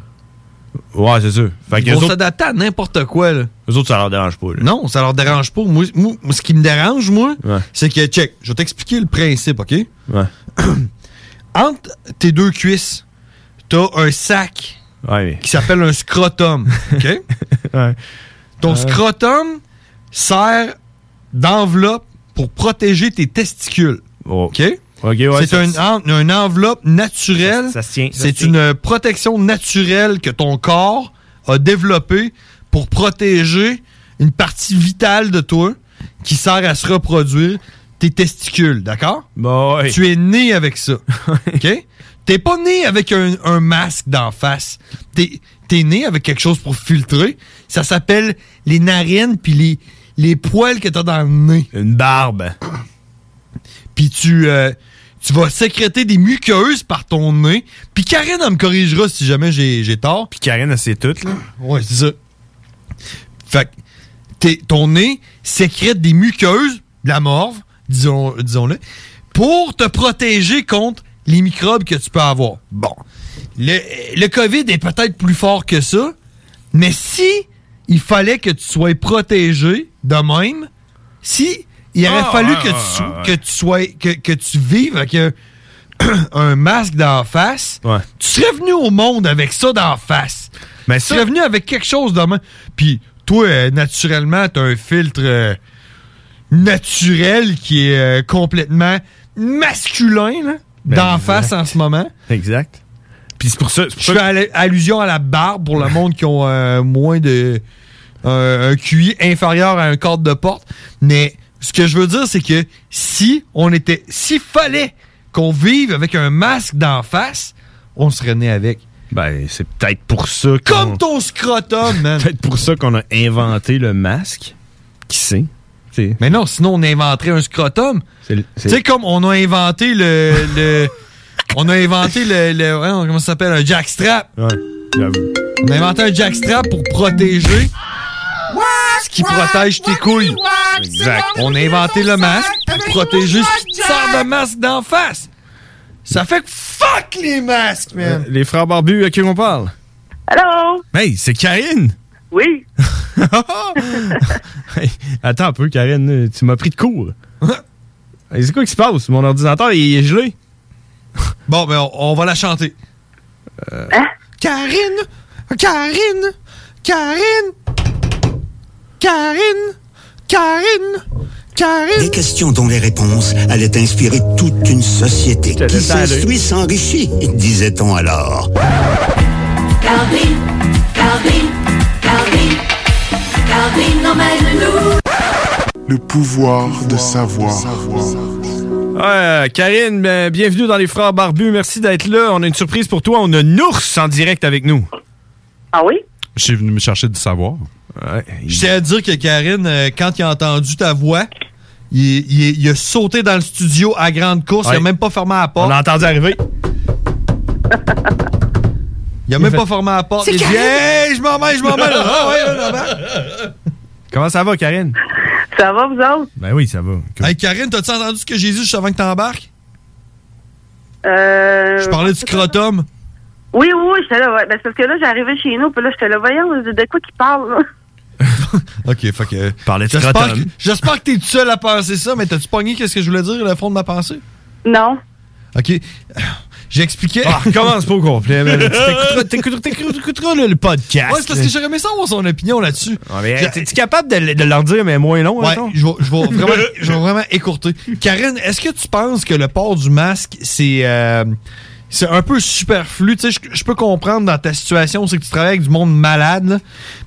Speaker 11: Ouais, c'est sûr. Fait que
Speaker 12: Ils
Speaker 11: eux
Speaker 12: vont
Speaker 11: autres,
Speaker 12: s'adapter à n'importe quoi, là.
Speaker 11: eux autres, ça leur dérange pas, là.
Speaker 12: Non, ça leur dérange pas. Moi, moi, moi, ce qui me dérange, moi,
Speaker 11: Ouais.
Speaker 12: c'est que, check, je vais t'expliquer le principe, OK?
Speaker 11: Ouais.
Speaker 12: Entre tes deux cuisses, t'as un sac qui s'appelle un scrotum, OK? Ton
Speaker 11: Euh.
Speaker 12: scrotum sert d'enveloppe pour protéger tes testicules, OK?
Speaker 11: ouais,
Speaker 12: c'est un,
Speaker 11: ça-
Speaker 12: en- une enveloppe naturelle.
Speaker 11: ça
Speaker 12: C'est
Speaker 11: se tient.
Speaker 12: une euh, protection naturelle que ton corps a développée pour protéger une partie vitale de toi qui sert à se reproduire, tes testicules, d'accord? Tu es né avec ça. OK? T'es pas né avec un, un masque d'en face. T'es es né avec quelque chose pour filtrer. Ça s'appelle les narines puis les, les poils que t'as dans le nez.
Speaker 11: Une barbe.
Speaker 12: Puis tu, euh, tu vas sécréter des muqueuses par ton nez. Puis Karen, elle me corrigera si jamais j'ai j'ai tort.
Speaker 11: Puis Karen, elle sait tout, là.
Speaker 12: Ouais, c'est ça. Fait que t'es- ton nez sécrète des muqueuses, de la morve, disons- disons-le, pour te protéger contre les microbes que tu peux avoir. Bon. Le, le COVID est peut-être plus fort que ça, mais si il fallait que tu sois protégé de même, si il aurait
Speaker 11: Ah,
Speaker 12: fallu
Speaker 11: ouais,
Speaker 12: que,
Speaker 11: ouais,
Speaker 12: tu, sois-
Speaker 11: ouais, ouais.
Speaker 12: que tu sois que, que tu vives avec un, un masque d'en face, tu serais venu au monde avec ça d'en face. Mais tu serais venu avec quelque chose d'en main. Puis toi, euh, naturellement, t'as un filtre euh, naturel qui est euh, complètement masculin là, d'en face en ce moment.
Speaker 11: Exact. Puis c'est pour ça.
Speaker 12: Je fais al- allusion à la barbe pour le monde qui ont euh, moins de. euh, un- un QI inférieur à un cadre de porte. Mais ce que je veux dire, c'est que si on était. S'il fallait qu'on vive avec un masque d'en face, on serait né avec.
Speaker 11: Ben, c'est peut-être pour ça qu'on...
Speaker 12: Comme ton scrotum, man.
Speaker 11: peut-être pour ça qu'on a inventé le masque. Qui sait?
Speaker 12: Mais non, sinon on inventerait un scrotum.
Speaker 11: Tu
Speaker 12: sais, comme on a inventé le. le- on a inventé le. le- voyons, comment ça s'appelle? Un jackstrap. On a inventé un jackstrap pour protéger ce qui protège tes couilles. Exact. On a inventé le masque pour protéger ce qui te sort de masque d'en face. Ça fait que fuck les masques, man!
Speaker 11: les frères barbus à qui on parle?
Speaker 7: Allô?
Speaker 11: Hey, c'est Karine!
Speaker 7: Oui.
Speaker 11: Attends un peu, Karine, euh, tu m'as pris de court. Hey, c'est quoi qui se passe? Mon ordinateur, il est gelé.
Speaker 12: Bon, ben, on, on va la chanter.
Speaker 7: Hein?
Speaker 12: Karine! Karine! Karine! Karine! Karine! Karine!
Speaker 10: Des questions dont les réponses allaient inspirer toute une société qui
Speaker 21: laisse aller.
Speaker 10: s'instruit s'enrichit, disait-on alors.
Speaker 21: Calvin, Calvin, Calvin, Calvin emmène-nous.
Speaker 20: Le pouvoir de savoir.
Speaker 11: Ouais, Karine, ben, bienvenue dans les frères barbus. Merci d'être là. On a une surprise pour toi. On a Nours en direct avec nous.
Speaker 7: Ah oui?
Speaker 11: Je suis venu me chercher du savoir.
Speaker 12: Je tiens à dire que Karine, euh, quand il a entendu ta voix, il, il- il a sauté dans le studio à grande course. Il
Speaker 11: Ouais.
Speaker 12: a même pas fermé la porte.
Speaker 11: On l'a entendu arriver.
Speaker 12: Il a même pas fermé la porte.
Speaker 11: C'est
Speaker 12: Il a dit
Speaker 11: Karine!
Speaker 12: Hey, je m'en mêle, je m'en mêle. Ah ouais, là, là-bas.
Speaker 11: Comment ça va, Karine?
Speaker 7: Ça va, vous autres?
Speaker 11: Ben oui, ça va.
Speaker 12: Hey, Karine, t'as-tu entendu ce que j'ai dit juste avant que t'embarques?
Speaker 7: Euh,
Speaker 12: Je parlais du scrotum.
Speaker 7: Oui, oui, oui, j'étais là. Ouais. Ben, c'est parce que là, j'arrivais chez nous, puis là, j'étais là, voyons, de de quoi qu'il parle, là?
Speaker 12: Ok, fuck. que.
Speaker 11: Parlais de
Speaker 12: J'espère
Speaker 11: scrotum.
Speaker 12: que- J'espère que t'es tout seul à penser ça, mais t'as-tu pogné qu'est-ce que je voulais dire, le fond de ma pensée?
Speaker 7: Non.
Speaker 12: Ok. J'expliquais.
Speaker 11: Ah, commence pas au complet, man. Tu t'écouteras- T'écouteras t'écouteras le, le podcast.
Speaker 12: Ouais, c'est parce que j'aurais aimé savoir son opinion là-dessus.
Speaker 11: mais,
Speaker 12: J'ai-
Speaker 11: T'es-tu capable de, le- de leur dire, mais moins long,
Speaker 12: Ouais,
Speaker 11: mettons?
Speaker 12: je vais je vais vraiment, je vais vraiment écourter. Karine, est-ce que tu penses que le port du masque, c'est euh, c'est un peu superflu. Tu sais, je- je peux comprendre dans ta situation, c'est que tu travailles avec du monde malade, là,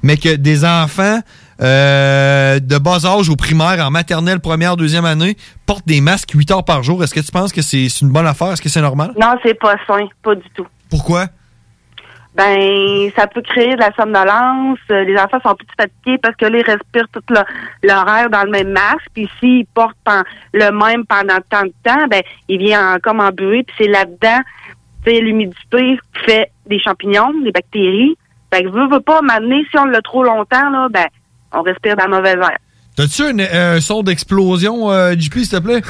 Speaker 12: mais que des enfants euh, de bas âge au primaire, en maternelle, première, deuxième année, portent des masques 8 heures par jour. Est-ce que tu penses que c'est c'est une bonne affaire? Est-ce que c'est normal?
Speaker 7: Non, c'est pas sain, pas du tout.
Speaker 12: Pourquoi?
Speaker 7: Ben, ça peut créer de la somnolence. euh, Les enfants sont plus fatigués parce que là, ils respirent tout le- l'horaire dans le même masque. Puis s'ils portent pen- le même pendant tant de temps, ben, il vient en- comme embué. Puis c'est là-dedans, tu sais, l'humidité fait des champignons, des bactéries. Fait que veut, veut pas m'amener, si on l'a trop longtemps, là, ben, on respire dans la mauvaise air.
Speaker 12: T'as-tu un, euh, un son d'explosion, euh, JP, s'il te plaît?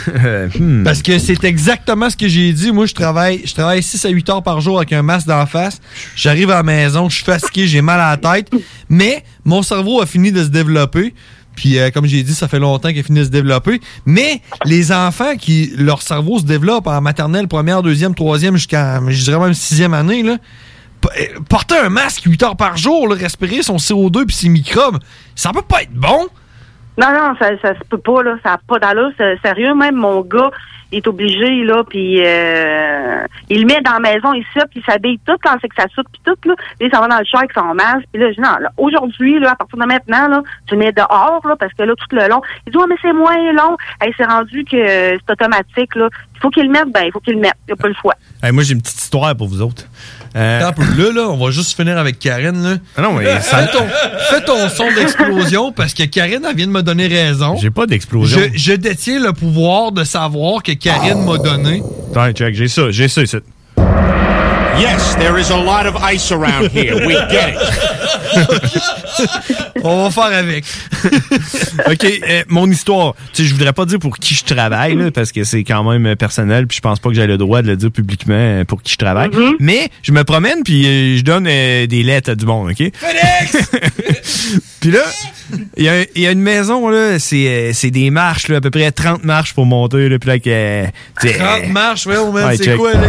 Speaker 12: Parce que c'est exactement ce que j'ai dit. Moi, je travaille je travaille 6 à 8 heures par jour avec un masque d'en face. J'arrive à la maison, je suis fatigué, j'ai mal à la tête. Mais mon cerveau a fini de se développer. Puis, euh, comme j'ai dit, ça fait longtemps qu'il a fini de se développer. Mais les enfants qui, leur cerveau se développe en maternelle, première, deuxième, troisième, jusqu'à, je dirais même sixième année, là, P- euh, porter un masque 8 heures par jour, là, respirer son CO2 puis ses microbes, ça peut pas être bon.
Speaker 7: Non, non, ça, ça se peut pas, là. Ça n'a pas d'allure. C'est- Sérieux, même mon gars, il est obligé, là, puis euh, il le met dans la maison, ici, puis il s'habille tout quand c'est que ça soupe, puis tout, là. Puis il s'en va dans le char avec son masque, puis là, je dis, non, là, aujourd'hui, là, à partir de maintenant, là, tu mets dehors, là, parce que là, tout le long, il dit, ouais, mais c'est moins long. Hey, c'est rendu que euh, c'est automatique, là. Il faut qu'il le mette, ben, il faut qu'il le mette. Il n'y a pas le choix.
Speaker 11: Hey, moi, j'ai une petite histoire pour vous autres. Euh,
Speaker 12: Attends un peu. Là, là, on va juste finir avec Karen. Là.
Speaker 11: Ah non, mais
Speaker 12: Là,
Speaker 11: ça-
Speaker 12: fais, ton, fais ton son d'explosion parce que Karine, elle vient de me donner raison.
Speaker 11: J'ai pas d'explosion.
Speaker 12: Je, je détiens le pouvoir de savoir que Karine m'a donné.
Speaker 11: Attends, check, j'ai ça, j'ai ça ici.
Speaker 6: Yes, there is a lot of ice around here. We get it.
Speaker 12: On va faire avec.
Speaker 11: OK, euh, mon histoire. Tu sais, je voudrais pas dire pour qui je travaille, là, parce que c'est quand même euh, personnel, puis je pense pas que j'ai le droit de le dire publiquement euh, pour qui je travaille. Mais je me promène, puis euh, je donne euh, des lettres à du monde, OK? Puis là, il y, a- il y a une maison, là, c'est euh, c'est des marches, là, à peu près 30 marches pour monter, là, puis là, que... euh, tu sais,
Speaker 12: 30 marches, ouais, on
Speaker 11: Ouais,
Speaker 12: c'est
Speaker 11: check.
Speaker 12: quoi, là?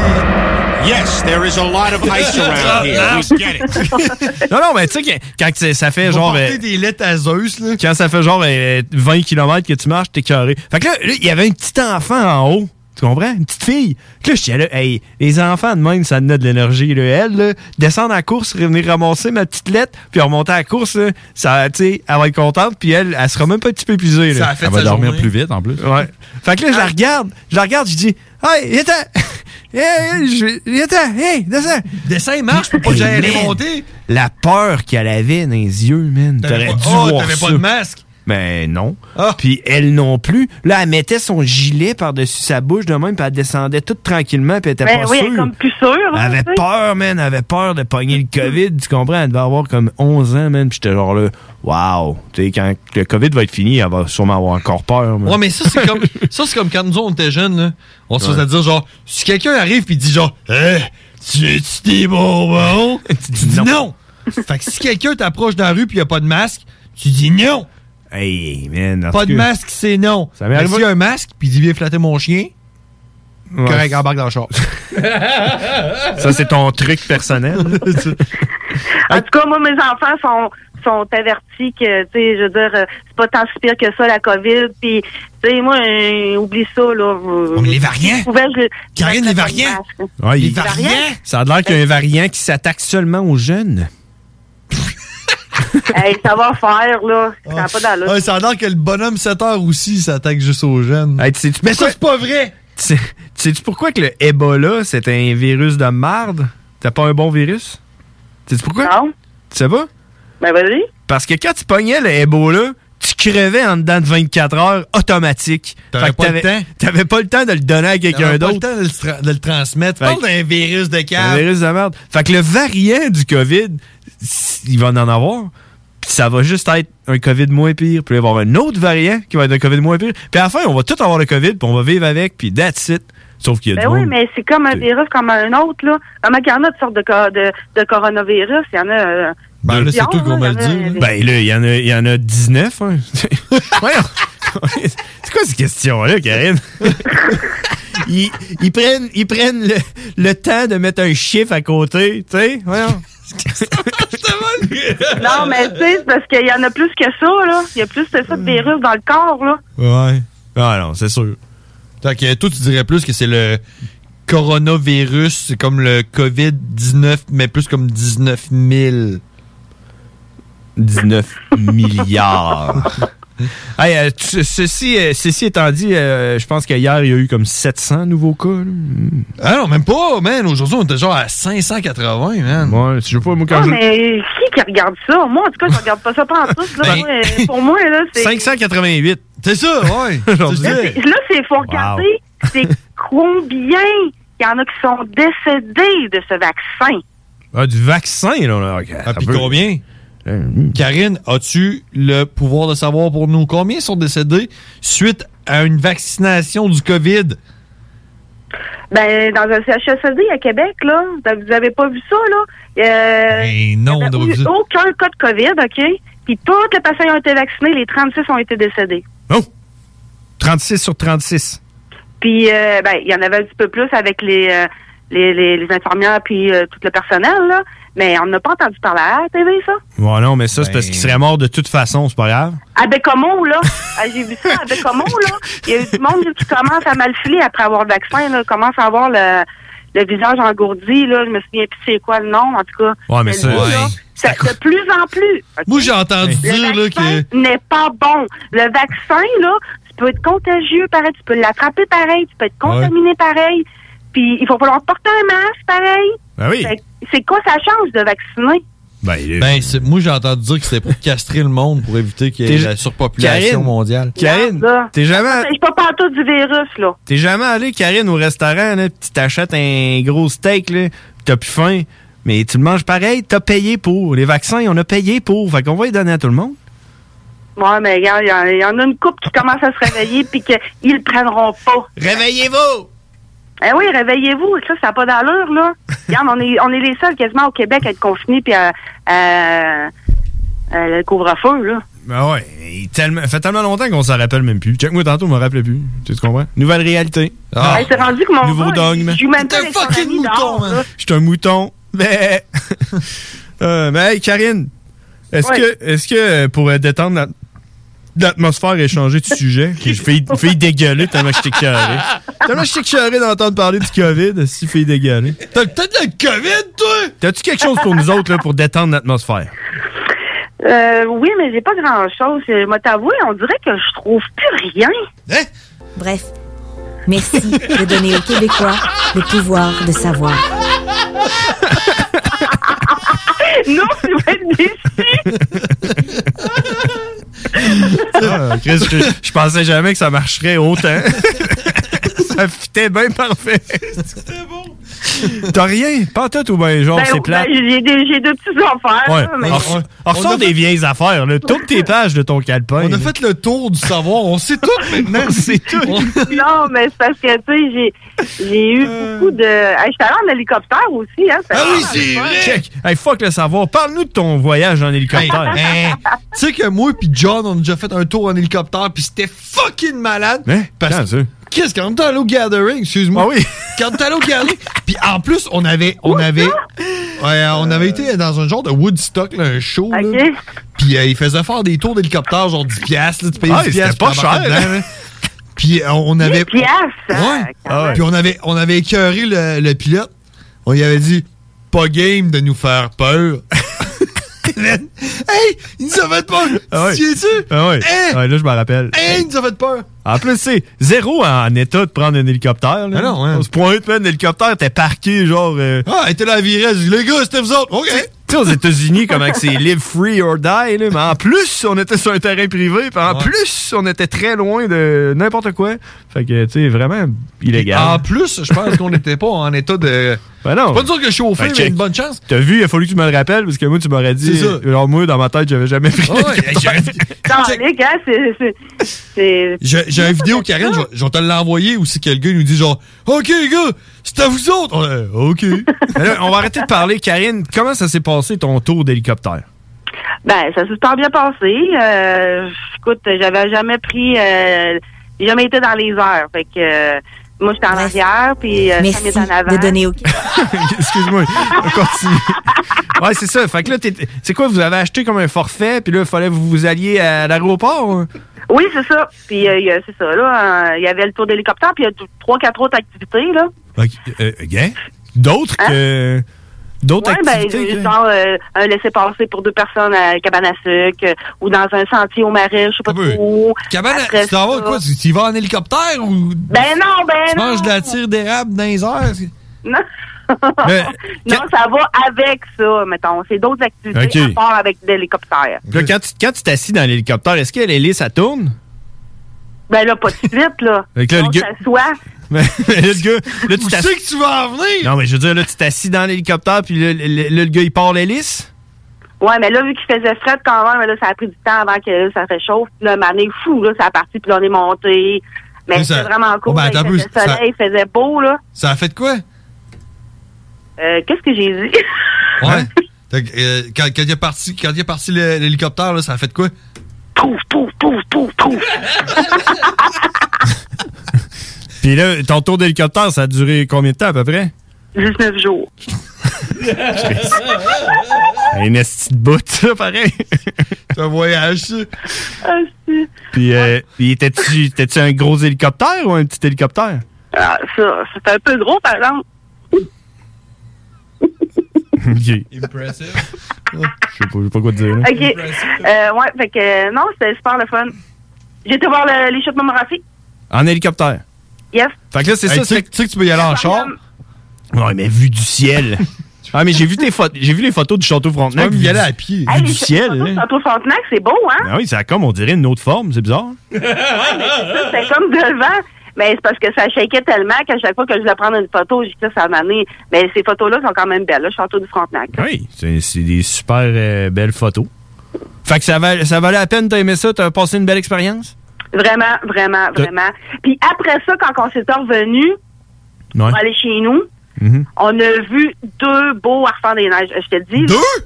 Speaker 6: Yes, there is a lot of ice around here. We get it.
Speaker 11: Non, non, mais tu sais, que- quand c'est- ça fait
Speaker 12: Ils vont
Speaker 11: genre. euh,
Speaker 12: porter des lettres à Zeus, là.
Speaker 11: Quand ça fait genre euh, 20 km que tu marches, t'es carré. Fait que là, là, il y avait un petit enfant en haut. Tu comprends? Une petite fille. Fait que là, j'étais là, hey, les enfants de même, ça donne de l'énergie. là. Elle, là, descendre à la course, revenir ramasser ma petite lettre, puis remonter à la course, là, ça, tu sais, elle va être contente, puis elle, elle sera même pas un petit peu épuisée. là.
Speaker 5: Ça a fait Elle va sa dormir journée. plus vite, en plus.
Speaker 11: Ouais. Fait que là, je la regarde, je la regarde, je dis, hey, Eh, viens Hey, je- viens hey, descends!
Speaker 12: Descends, il marche, pour pas que j'aille aller
Speaker 11: Man,
Speaker 12: monter.
Speaker 11: La peur qu'elle avait dans les yeux, man.
Speaker 12: T'avais
Speaker 11: T'aurais
Speaker 12: pas-
Speaker 11: dû
Speaker 12: oh,
Speaker 11: voir
Speaker 12: t'avais
Speaker 11: ça.
Speaker 12: pas de masque. Ah.
Speaker 11: Mais non. Puis elle non plus. Là, elle mettait son gilet par-dessus sa bouche de même, puis elle descendait toute tranquillement, puis elle était
Speaker 7: Ben
Speaker 11: pas
Speaker 7: oui,
Speaker 11: sûre.
Speaker 7: elle est comme plus sûre.
Speaker 11: Elle
Speaker 7: hein,
Speaker 11: avait
Speaker 7: tu sais.
Speaker 11: peur, man. Elle avait peur de pogner le COVID. Tu comprends? Elle devait avoir comme 11 ans, man. Puis j'étais genre là, wow. Tu sais, quand le COVID va être fini, elle va sûrement avoir encore peur, man.
Speaker 12: Ouais, mais ça, c'est comme, ça, c'est comme quand nous, on était jeunes, là. On se
Speaker 11: Ouais.
Speaker 12: faisait dire, genre, si quelqu'un arrive pis dit, genre, eh, tu es-tu des bonbons? tu dis non. fait que si quelqu'un t'approche dans la rue pis y a pas de masque, tu dis non.
Speaker 11: Hey, man. en
Speaker 12: Pas
Speaker 11: tout
Speaker 12: de
Speaker 11: cas,
Speaker 12: masque, c'est non.
Speaker 11: Ça m'est
Speaker 12: Mais
Speaker 11: arrivé-
Speaker 12: s'il y a un masque pis il dit, viens flatter mon chien,
Speaker 11: Ouais.
Speaker 12: correct, embarque dans le char.
Speaker 11: Ça, c'est ton truc personnel.
Speaker 7: En tout cas, moi, mes enfants sont, sont avertis que, tu sais, je veux dire, euh, c'est pas tant si pire que ça, la COVID. Puis, tu sais, moi, euh, oublie ça, là. mais les variants? Karine, les variants?
Speaker 11: Ouais,
Speaker 7: Les
Speaker 11: il-
Speaker 7: variants?
Speaker 11: Ça a l'air qu'il y a un variant qui s'attaque seulement aux jeunes.
Speaker 7: hey, ça va faire, là. Ça n'a pas d'allure.
Speaker 12: Ouais, ça a l'air que le bonhomme 7 heures aussi s'attaque juste aux jeunes. mais ça, c'est pas vrai!
Speaker 11: Tu sais- tu Sais-tu pourquoi que le Ebola, c'est un virus de marde? T'as pas un bon virus? Sais-tu pourquoi?
Speaker 7: Non.
Speaker 11: Tu sais pas?
Speaker 7: Ben, vas-y.
Speaker 11: Parce que quand tu pognais le Ebola, tu crevais en dedans de 24 heures automatique.
Speaker 12: T'aurais
Speaker 11: Fait que
Speaker 12: pas le
Speaker 11: t'avais-
Speaker 12: temps.
Speaker 11: T'avais pas le temps de le donner à quelqu'un
Speaker 12: T'aurais pas
Speaker 11: d'autre.
Speaker 12: le temps de le, tra- de le transmettre.
Speaker 11: Fait
Speaker 12: Parle
Speaker 11: que-
Speaker 12: d'un virus de
Speaker 11: Un
Speaker 12: cave.
Speaker 11: virus de merde. Fait que le variant du COVID, s- il va en avoir. Puis ça va juste être un COVID moins pire. Puis il va y avoir un autre variant qui va être un COVID moins pire. Puis à la fin, on va tous avoir le COVID, puis on va vivre avec, puis that's it. Sauf qu'il y a
Speaker 7: Ben
Speaker 11: du
Speaker 7: oui,
Speaker 11: monde.
Speaker 7: mais c'est comme un virus comme un autre, là. Comme il y en a de sortes de, co- de, de coronavirus, il y en a. euh, plusieurs, là, il y en a, euh, des-
Speaker 11: Ben là, il y en a, il y en a 19. hein. Voyons. C'est quoi cette question-là, Karine? ils, ils prennent, ils prennent le, le temps de mettre un chiffre à côté, tu sais? Voyons.
Speaker 7: Non, mais tu sais, c'est parce qu'il y en a plus que ça, là. Il y a plus que ça de virus dans le corps, là.
Speaker 11: Ouais. Ah non, c'est sûr.
Speaker 12: Fait que toi, tu dirais plus que c'est le coronavirus, c'est comme le COVID-19, mais plus comme 19 000.
Speaker 11: 19 milliards. Hey, euh, tu- ceci, euh, ceci étant dit, euh, je pense qu'hier, il y a eu comme 700 nouveaux cas.
Speaker 12: Ah non, même pas, man. Aujourd'hui, on était genre à 580, man.
Speaker 11: Ouais, je sais pas, moi,
Speaker 7: Ah, mais qui qui regarde ça? Moi, en tout cas, je regarde pas ça pas en tout. Là,
Speaker 12: Ben-
Speaker 7: Moi, euh, pour moi, là, c'est...
Speaker 11: 588.
Speaker 12: C'est ça, ouais.
Speaker 7: Là, c'est- là, c'est faut regarder c'est combien il y en a qui sont décédés de ce vaccin.
Speaker 11: Ah, du vaccin, là.
Speaker 12: ah, puis combien? Karine, as-tu le pouvoir de savoir pour nous combien sont décédés suite à une vaccination du COVID?
Speaker 7: Ben, dans un CHSLD à Québec, là, vous avez pas vu ça, là? Euh,
Speaker 12: Ben, non,
Speaker 7: il y avait
Speaker 12: on devrait
Speaker 7: eu
Speaker 12: vous dire.
Speaker 7: aucun cas de COVID, OK? Puis tous les patients ont été vaccinés, les 36 ont été décédés.
Speaker 11: 36 sur 36.
Speaker 7: Puis, euh, ben, il y en avait un petit peu plus avec les, euh, les, les, les infirmières puis euh, tout le personnel, là. Mais on n'a pas entendu parler à la TV, ça.
Speaker 11: Bon, non, mais ça, c'est parce qu'il serait mort de toute façon, c'est pas grave.
Speaker 7: À Bécamo, là. Ah, J'ai vu ça à Bécamo, là. Il y a eu du monde qui commence à mal filer après avoir le vaccin, là. Commence à avoir le, le visage engourdi, là. Je me souviens plus c'est quoi le nom, en tout cas.
Speaker 12: Ouais, mais ça,
Speaker 7: le-
Speaker 12: ouais.
Speaker 7: là, ça- de plus en plus. ok?
Speaker 12: Moi, j'ai entendu dire, là, que.
Speaker 7: n'est pas bon. Le vaccin, là, tu peux être contagieux pareil, tu peux l'attraper pareil, tu peux être contaminé pareil. Puis il faut falloir porter un masque pareil.
Speaker 12: Ben oui.
Speaker 7: Fait que C'est quoi sa chance de vacciner?
Speaker 11: Ben,
Speaker 12: c'est- moi, j'ai entendu dire que c'était pour castrer le monde pour éviter qu'il y ait
Speaker 11: T'es-
Speaker 12: la surpopulation
Speaker 11: Karine,
Speaker 12: mondiale.
Speaker 11: Karine, t'es jamais,
Speaker 7: Je pas partout du virus, là.
Speaker 11: t'es jamais allé, Karine, au restaurant, là, pis tu t'achètes un gros steak, là, pis t'as plus faim, mais tu le manges pareil, t'as payé pour. Les vaccins, on a payé pour. Fait qu'on va les donner à tout le monde.
Speaker 7: Ouais, mais regarde, il y en- il y, en a une couple qui commence à se réveiller puis qu'ils le prendront pas.
Speaker 11: Réveillez-vous!
Speaker 7: Eh oui, réveillez-vous. Ça, ça n'a pas d'allure, là. regarde, on est, on est les seuls quasiment au Québec à être confinés puis à, à- à le couvre-feu, là.
Speaker 11: Ben ouais, il tellement, fait tellement longtemps qu'on s'en rappelle même plus. Check moi tantôt, on me rappelait plus. Tu te comprends? Nouvelle réalité.
Speaker 7: Ah.
Speaker 11: Ah.
Speaker 7: Hey, c'est rendu que mon
Speaker 11: Nouveau
Speaker 7: gars,
Speaker 11: dogme.
Speaker 7: il joue même pas avec son ami dehors, là.
Speaker 11: Je suis un mouton. Mais, Euh, mais hey, Karine, est-ce
Speaker 7: Ouais.
Speaker 11: que, est-ce que euh, pour euh, détendre la- l'atmosphère et changer de sujet, je fais, fais dégueuler tellement que je t'ai écœuré. Tellement que je t'ai écœuré d'entendre parler du COVID, si fais dégueuler. T'as peut-être le COVID, toi? T'as-tu quelque chose pour nous autres là, pour détendre l'atmosphère?
Speaker 7: Euh, oui, mais j'ai pas grand-chose. Euh, Moi, t'avouer, on dirait que je trouve plus rien.
Speaker 11: Hein?
Speaker 22: Bref, merci de donner aux Québécois le pouvoir de savoir.
Speaker 7: non, tu vas être
Speaker 11: Ah, Chris, je, je pensais jamais que ça marcherait autant. ça fitait bien parfait. C'était bon. T'as rien? Pas tout ou bien genre
Speaker 7: Ben,
Speaker 11: c'est plat.
Speaker 7: ben, j'ai des, j'ai deux petits affaires.
Speaker 11: Ouais. Ah,
Speaker 7: là, Ah, mais-
Speaker 11: On re- on ressort des vieilles affaires. Là. Toutes tes pages de ton calepin. On a fait le tour du savoir. On sait tout maintenant. C'est tout.
Speaker 7: non, mais c'est parce que, tu sais, j'ai, j'ai eu beaucoup de. Ah, j'étais allée en hélicoptère aussi, hein.
Speaker 11: Euh. Ah oui, c'est vrai! Check! Hey, fuck le savoir. Parle-nous de ton voyage en hélicoptère.
Speaker 12: Hey, tu sais que moi puis John, on a déjà fait un tour en hélicoptère puis c'était fucking malade.
Speaker 11: Hein? Quand
Speaker 12: Parce que
Speaker 11: ça?
Speaker 12: qu'est-ce qu'on est allé au gathering, excuse-moi.
Speaker 11: Ah oui.
Speaker 12: Quand t'es allé au gathering, puis en plus on avait on avait Ouais, on
Speaker 11: Euh.
Speaker 12: avait été dans un genre de Woodstock, là, un show là. Puis euh, ils faisaient faire des tours d'hélicoptère genre 10 piastres, là, tu payais 10
Speaker 11: Ah, c'était
Speaker 12: piastres,
Speaker 11: pas
Speaker 12: puis t'embarquais
Speaker 11: cher,
Speaker 12: dedans,
Speaker 11: là.
Speaker 12: là. Puis euh, on avait Ouais.
Speaker 7: Ah
Speaker 12: Puis on avait on avait écœuré le, le pilote. On lui avait dit pas game de nous faire peur. hey, il nous a fait peur.
Speaker 11: Ah ouais.
Speaker 12: Tu es tu
Speaker 11: Ah ouais. Ouais, là, je m'en rappelle.
Speaker 12: Hey, il nous a fait peur.
Speaker 11: En plus, c'est zéro en état de prendre un hélicoptère. Là.
Speaker 12: Ah non, hein.
Speaker 11: On se pointe, man, l'hélicoptère était parqué, genre... euh,
Speaker 12: Ah, était là à virer. Les gars, c'était vous autres. OK.
Speaker 11: Tu sais, aux États-Unis, comment que c'est live free or die, là, mais en plus, on était sur un terrain privé, puis en plus, on était très loin de n'importe quoi. Fait que, tu sais, vraiment illégal.
Speaker 12: En plus, je pense qu'on n'était pas en état de.
Speaker 11: Ben non.
Speaker 12: C'est pas dur que chauffer,
Speaker 11: Ben,
Speaker 12: mais
Speaker 11: check.
Speaker 12: une bonne chance.
Speaker 11: T'as vu, il a fallu que tu me le rappelles, parce que moi, tu m'aurais dit...
Speaker 12: C'est ça.
Speaker 11: Alors, moi, dans ma tête, j'avais jamais pris l'hélicoptère.
Speaker 7: Non, les gars, c'est. c'est, c'est...
Speaker 12: J'ai j'ai une vidéo, Karen, je vais- je vais te l'envoyer aussi que le gars il nous dit genre OK les gars, c'est à vous autres! On est, OK.
Speaker 11: Mais là, on va arrêter de parler. Karine, comment ça s'est passé ton tour d'hélicoptère?
Speaker 7: Ben, ça s'est super bien passé. Euh, écoute, j'avais jamais pris. Euh, j'ai jamais été dans les heures. Fait que. euh, moi, j'étais en arrière, puis euh, Sam est en avant.
Speaker 22: au
Speaker 11: Excuse-moi, on continue. Ouais, c'est ça. Fait que là, t'es- c'est quoi, vous avez acheté comme un forfait, puis là, il fallait que vous vous alliez à l'aéroport? hein?
Speaker 7: Oui, c'est ça. Puis euh, il y a- c'est ça, là. euh, Il y avait le tour d'hélicoptère, puis il y a deux- trois, quatre autres activités, là.
Speaker 11: Ok, euh, ok. D'autres que. D'autres
Speaker 7: Hein? Ouais, ben,
Speaker 11: activités. que-
Speaker 7: genre euh, un laisser-passer pour deux personnes à la cabane à sucre euh, ou dans un sentier au marais, je sais pas trop.
Speaker 12: Ah, ben, Cabane, à-
Speaker 7: Après
Speaker 12: tu t'en vas
Speaker 7: ça-
Speaker 12: quoi? Tu, tu y vas en hélicoptère ou.
Speaker 7: Ben non, ben
Speaker 12: Tu
Speaker 7: non.
Speaker 12: manges de la tire d'érable dans les airs?
Speaker 7: Non. non, ça va avec ça, mettons. C'est d'autres activités
Speaker 11: Ok.
Speaker 7: à part avec l'hélicoptère.
Speaker 11: Là, quand tu quand tu t'assis dans l'hélicoptère, est-ce que l'hélice, ça tourne?
Speaker 7: Ben là, pas de suite, là.
Speaker 11: Fait que là, le
Speaker 7: On
Speaker 11: gars-
Speaker 7: s'assoit.
Speaker 11: Mais là, le gars, là, tu t'assis-
Speaker 12: que tu vas en venir?
Speaker 11: Non, mais je veux dire, là, tu t'assis dans l'hélicoptère, puis là, le, le- le gars, il part l'hélice?
Speaker 7: Ouais, mais là, vu qu'il faisait fret quand même, là, ça a pris du temps avant que là, ça réchauffe. Puis là, mané fou, là, ça a parti, puis là, on est monté. Mais
Speaker 12: Mais
Speaker 7: c'était
Speaker 12: ça-
Speaker 7: vraiment cool.
Speaker 12: Oh, ben,
Speaker 7: là,
Speaker 12: attends un
Speaker 7: il
Speaker 12: peu,
Speaker 7: faisait
Speaker 12: ça-
Speaker 7: soleil, il faisait beau, là.
Speaker 12: Ça a fait de quoi?
Speaker 7: Euh, Qu'est-ce que j'ai dit? Hein?
Speaker 12: Ouais. Fait que, euh, quand, quand il est parti, quand il est parti le- l'hélicoptère, là, ça a fait de quoi?
Speaker 7: Pouf, pouf, pouf, pouf, pouf.
Speaker 11: Puis là, ton tour d'hélicoptère, ça a duré combien de temps à peu près?
Speaker 7: 19 jours.
Speaker 11: Un Ben, esti de bout, ça, pareil.
Speaker 12: C'est un voyage, ça.
Speaker 7: Ah, si.
Speaker 11: Puis, euh, puis t'étais-tu t'étais-tu un gros hélicoptère ou un petit hélicoptère?
Speaker 7: Ah, ça, c'est un peu gros, par exemple.
Speaker 11: Ok.
Speaker 12: Impressive.
Speaker 11: Je sais pas, je sais pas quoi te dire. là.
Speaker 7: OK. Euh, ouais, fait que euh, non, c'était super le fun. J'ai été voir le- les chutes Montmorency.
Speaker 11: En hélicoptère.
Speaker 7: Yes.
Speaker 11: Fait que là, c'est
Speaker 7: Hey,
Speaker 11: ça.
Speaker 7: tu
Speaker 11: c'est-
Speaker 7: sais-
Speaker 11: tu sais que tu peux y aller en char. Ouais, mais vu du ciel. ah, mais j'ai vu, tes photos- j'ai vu les photos du château Frontenac.
Speaker 7: Tu peux
Speaker 11: vu
Speaker 7: y aller
Speaker 11: du-
Speaker 7: à pied.
Speaker 11: Vu
Speaker 7: Hey,
Speaker 11: du
Speaker 7: les
Speaker 11: ciel. là.
Speaker 7: Château Frontenac, c'est beau, hein?
Speaker 11: Ah oui, ça a comme, on dirait, une autre forme. C'est bizarre.
Speaker 7: Ouais, mais c'est ça, C'était comme devant. Mais c'est parce que ça shakeait tellement qu'à chaque fois que je voulais prendre une photo, j'ai dit ça, ça m'a amené. Mais ces photos-là sont quand même belles, le château du Frontenac.
Speaker 11: Oui. C'est c'est des super euh, belles photos. Fait que ça, val- ça valait la peine, t'as aimé ça, t'as passé une belle expérience?
Speaker 7: Vraiment, vraiment,
Speaker 12: Euh.
Speaker 11: T'as-
Speaker 7: vraiment. Puis après ça, quand on s'est revenu,
Speaker 11: Ouais.
Speaker 7: pour aller chez nous,
Speaker 12: Mm-hmm.
Speaker 11: Mhm.
Speaker 7: on a vu deux beaux enfants des neiges. Je te le dis.
Speaker 12: Deux?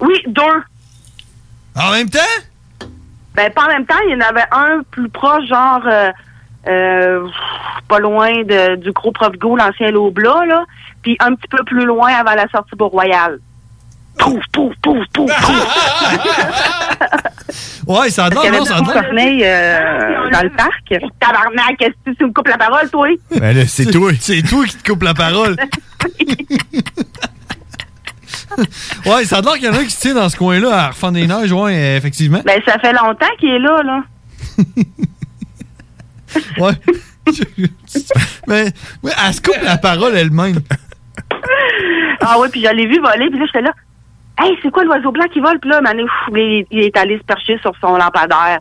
Speaker 7: Oui, deux.
Speaker 12: En même temps?
Speaker 7: Ben, pas en même temps, il y en avait un plus proche, genre, euh, euh, pas loin de- du gros prof Go, l'ancien Lobla, là. Puis un petit peu plus loin avant la sortie pour Royal. Pouf, pouf, pouf, pouf, pouf.
Speaker 12: Ouais, ça
Speaker 7: Parce
Speaker 12: donne,
Speaker 7: qu'il y
Speaker 12: Ah, non,
Speaker 7: avait
Speaker 12: ça
Speaker 7: beaucoup de
Speaker 12: donne.
Speaker 7: corneilles, euh, dans le parc. Tabarnak, est-ce que tu me coupes la parole, toi?
Speaker 11: Ben là, c'est toi.
Speaker 12: C'est toi qui te coupe la parole. ouais, ça a l'air qu'il y en a un qui se tient dans ce coin-là à refaire des neiges, ouais, euh, effectivement.
Speaker 7: Ben, ça fait longtemps qu'il est là, là.
Speaker 12: Ouais. mais, mais elle se coupe la parole elle-même.
Speaker 7: Ah ouais, puis je l'ai vu voler, puis là, j'étais là. Hey, c'est quoi l'oiseau blanc qui vole? Puis là, Mané, il, il est allé se percher sur son lampadaire.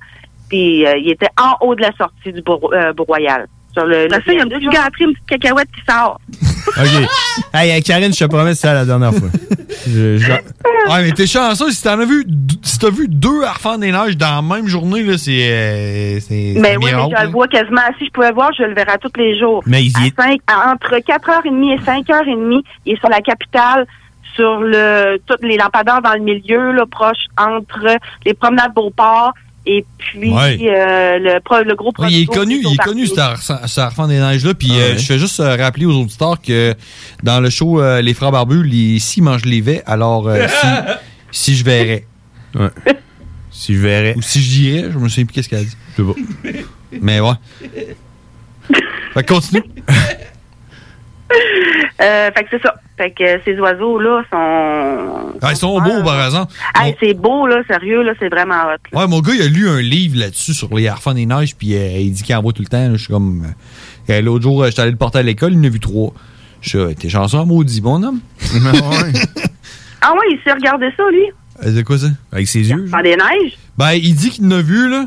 Speaker 7: Puis euh, il était en haut de la sortie du Bourg- euh, Bourg-Royal. Sur le, là, il y a une petite gâterie, une petite cacahuète qui sort.
Speaker 11: OK. hey, hey, Karine, je te promets, c'est ça la dernière fois. Je- je-
Speaker 12: Ouais, mais t'es chanceux si t'en as vu, d- si t'as vu deux à refaire des neiges dans la même journée, là, c'est. euh,
Speaker 7: Mais
Speaker 12: c'est c'est
Speaker 7: Ben oui, mais
Speaker 12: miracle,
Speaker 7: je
Speaker 12: là.
Speaker 7: le vois quasiment. Si je pouvais voir, je le verrais à tous les jours.
Speaker 12: Mais il
Speaker 7: À
Speaker 12: y est-
Speaker 7: cinq- à- entre 4h30 et 5h30, il est sur la capitale, sur le toutes les lampadaires dans le milieu, là, proche entre les promenades Beauport et puis
Speaker 12: Ouais.
Speaker 7: euh, le, pro- le gros
Speaker 12: Ouais, il est
Speaker 7: promenade
Speaker 12: connu,
Speaker 7: qui
Speaker 12: il est
Speaker 7: au
Speaker 12: connu,
Speaker 7: parc.
Speaker 12: cet ar- cet enfant des neiges-là. Puis euh,
Speaker 11: Ah ouais.
Speaker 12: je fais juste euh, rappeler aux auditeurs que dans le show euh, Les Frères Barbus, les si mangent les vets, alors euh, si, si je verrais.
Speaker 11: Si je verrais.
Speaker 12: Ou si je dirais, je me souviens plus qu'est-ce qu'elle a dit.
Speaker 11: Je sais pas.
Speaker 12: Mais ouais. Fait que continue.
Speaker 7: Euh, fait que c'est ça. Fait que euh, ces oiseaux-là sont.
Speaker 12: Ah, ils sont beaux, par exemple.
Speaker 7: Hey, c'est beau, là, sérieux, là, c'est vraiment hot.
Speaker 12: Ouais, mon gars, il a lu un livre là-dessus sur les harfans des neiges, puis euh, il dit qu'il en voit tout le temps. là. Je suis comme. euh, euh, L'autre jour, euh, j'étais allé le porter à l'école, il en a vu trois. Je suis, euh, t'es chanceux, un maudit, bonhomme.
Speaker 7: Ah ouais, il s'est regardé ça, lui.
Speaker 12: Euh, De quoi ça?
Speaker 11: Avec ses yeux.
Speaker 7: Dans des neiges.
Speaker 12: Ben, il dit qu'il en a vu, là.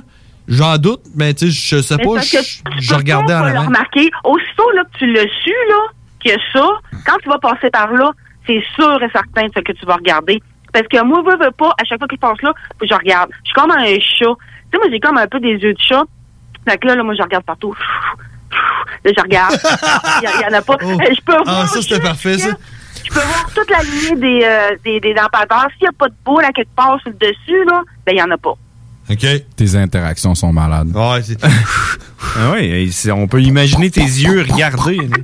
Speaker 12: J'en doute, mais tu sais, je sais
Speaker 7: Mais
Speaker 12: pas.
Speaker 7: c'est parce
Speaker 12: je-
Speaker 7: que tu
Speaker 12: Je
Speaker 7: peux
Speaker 12: regardais en
Speaker 7: pas le
Speaker 12: avant.
Speaker 7: remarquer. Aussitôt là, que tu le su, là, que ça, quand tu vas passer par là, c'est sûr et certain ce que tu vas regarder. Parce que moi, veux, veux pas, à chaque fois qu'il passe là, faut que je regarde. Je suis comme un chat. Tu sais, moi, j'ai comme un peu des yeux de chat. Fait que là, là moi, je regarde partout. Là, je regarde. Il y, en a pas. Je peux
Speaker 12: Ah,
Speaker 7: voir
Speaker 12: ça, c'était parfait, ça.
Speaker 7: je peux voir toute la lignée des, euh, des, des lampadaires. S'il n'y a pas de boule à quelque part sur le dessus, là, ben, il n'y en a pas.
Speaker 12: OK.
Speaker 5: Tes interactions sont malades.
Speaker 12: Ouais, c'est.
Speaker 11: ah ouais, c'est- on peut imaginer tes yeux regarder. là.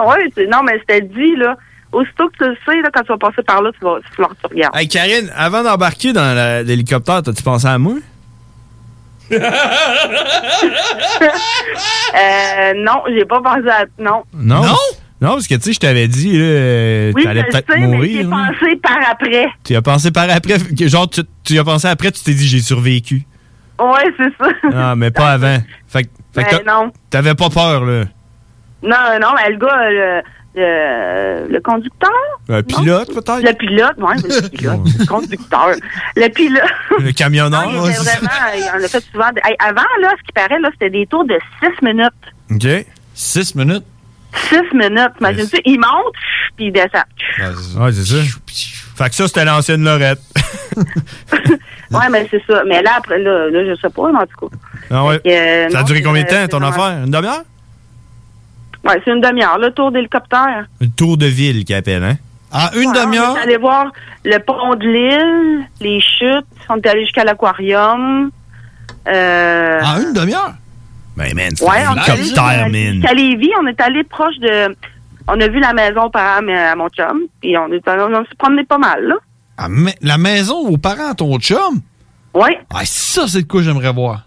Speaker 7: Oui, non, mais c'était dit, là. Aussitôt que tu le sais, là, quand tu vas passer par là, tu vas falloir que tu regardes.
Speaker 11: Hey, Karine, avant d'embarquer dans la- l'hélicoptère, t'as-tu pensé à moi?
Speaker 7: Euh, non, j'ai pas pensé à. Non.
Speaker 11: Non? Non, parce que, tu sais, je t'avais dit, là, euh,
Speaker 7: Oui, je
Speaker 11: t'allais
Speaker 7: le sais, mais
Speaker 11: peut-être
Speaker 7: j'ai
Speaker 11: mourir. là.
Speaker 7: pensé par après.
Speaker 11: Tu y as pensé par après, que- genre, tu, tu y as pensé après, tu t'es dit, j'ai survécu.
Speaker 7: Ouais, c'est ça.
Speaker 11: Ah, mais pas avant. Fait, que- fait que
Speaker 7: Ben,
Speaker 11: t'as-
Speaker 7: non.
Speaker 11: t'avais pas peur, là.
Speaker 7: Non, non, mais le gars, euh, le, le, le conducteur?
Speaker 11: Un pilote, peut-être?
Speaker 7: Le pilote, oui, le pilote. le conducteur. Le pilote.
Speaker 11: Le camionneur.
Speaker 7: Ah, Il était vraiment, il en a fait souvent. Hey, avant, là, ce qui paraît, là, c'était des tours de 6 minutes.
Speaker 11: OK.
Speaker 12: 6 minutes.
Speaker 7: 6 minutes. Imagine tu il monte, puis il descend.
Speaker 11: Ouais, c'est ça. Fait que ça, c'était l'ancienne Lorette.
Speaker 7: Ouais, mais c'est ça. Mais là, après, là, là, je sais pas, mais en tout cas.
Speaker 11: Ah ouais.
Speaker 7: Euh,
Speaker 11: ça a
Speaker 7: non,
Speaker 11: duré
Speaker 7: c'est,
Speaker 11: combien de
Speaker 7: euh,
Speaker 11: temps, ton
Speaker 7: c'est vraiment-
Speaker 11: affaire? Une demi-heure?
Speaker 7: Ouais, c'est une demi-heure, le tour d'hélicoptère.
Speaker 11: Une tour de ville qui appelle, hein? Ah, une
Speaker 7: Ouais, On est allé voir le pont de l'île, les chutes. On est allé jusqu'à l'aquarium. Euh...
Speaker 11: Ah,
Speaker 12: En une demi-heure?
Speaker 11: Ben, man,
Speaker 7: Ouais, on est allé jusqu'à Lévis. On est allé proche de. On a vu la maison par à mon chum. Puis on est allé, on s'est promené pas mal, là.
Speaker 12: Ah, mais la maison, vos parents, ton chum?
Speaker 7: Oui.
Speaker 12: Ah, ça, c'est de quoi j'aimerais voir.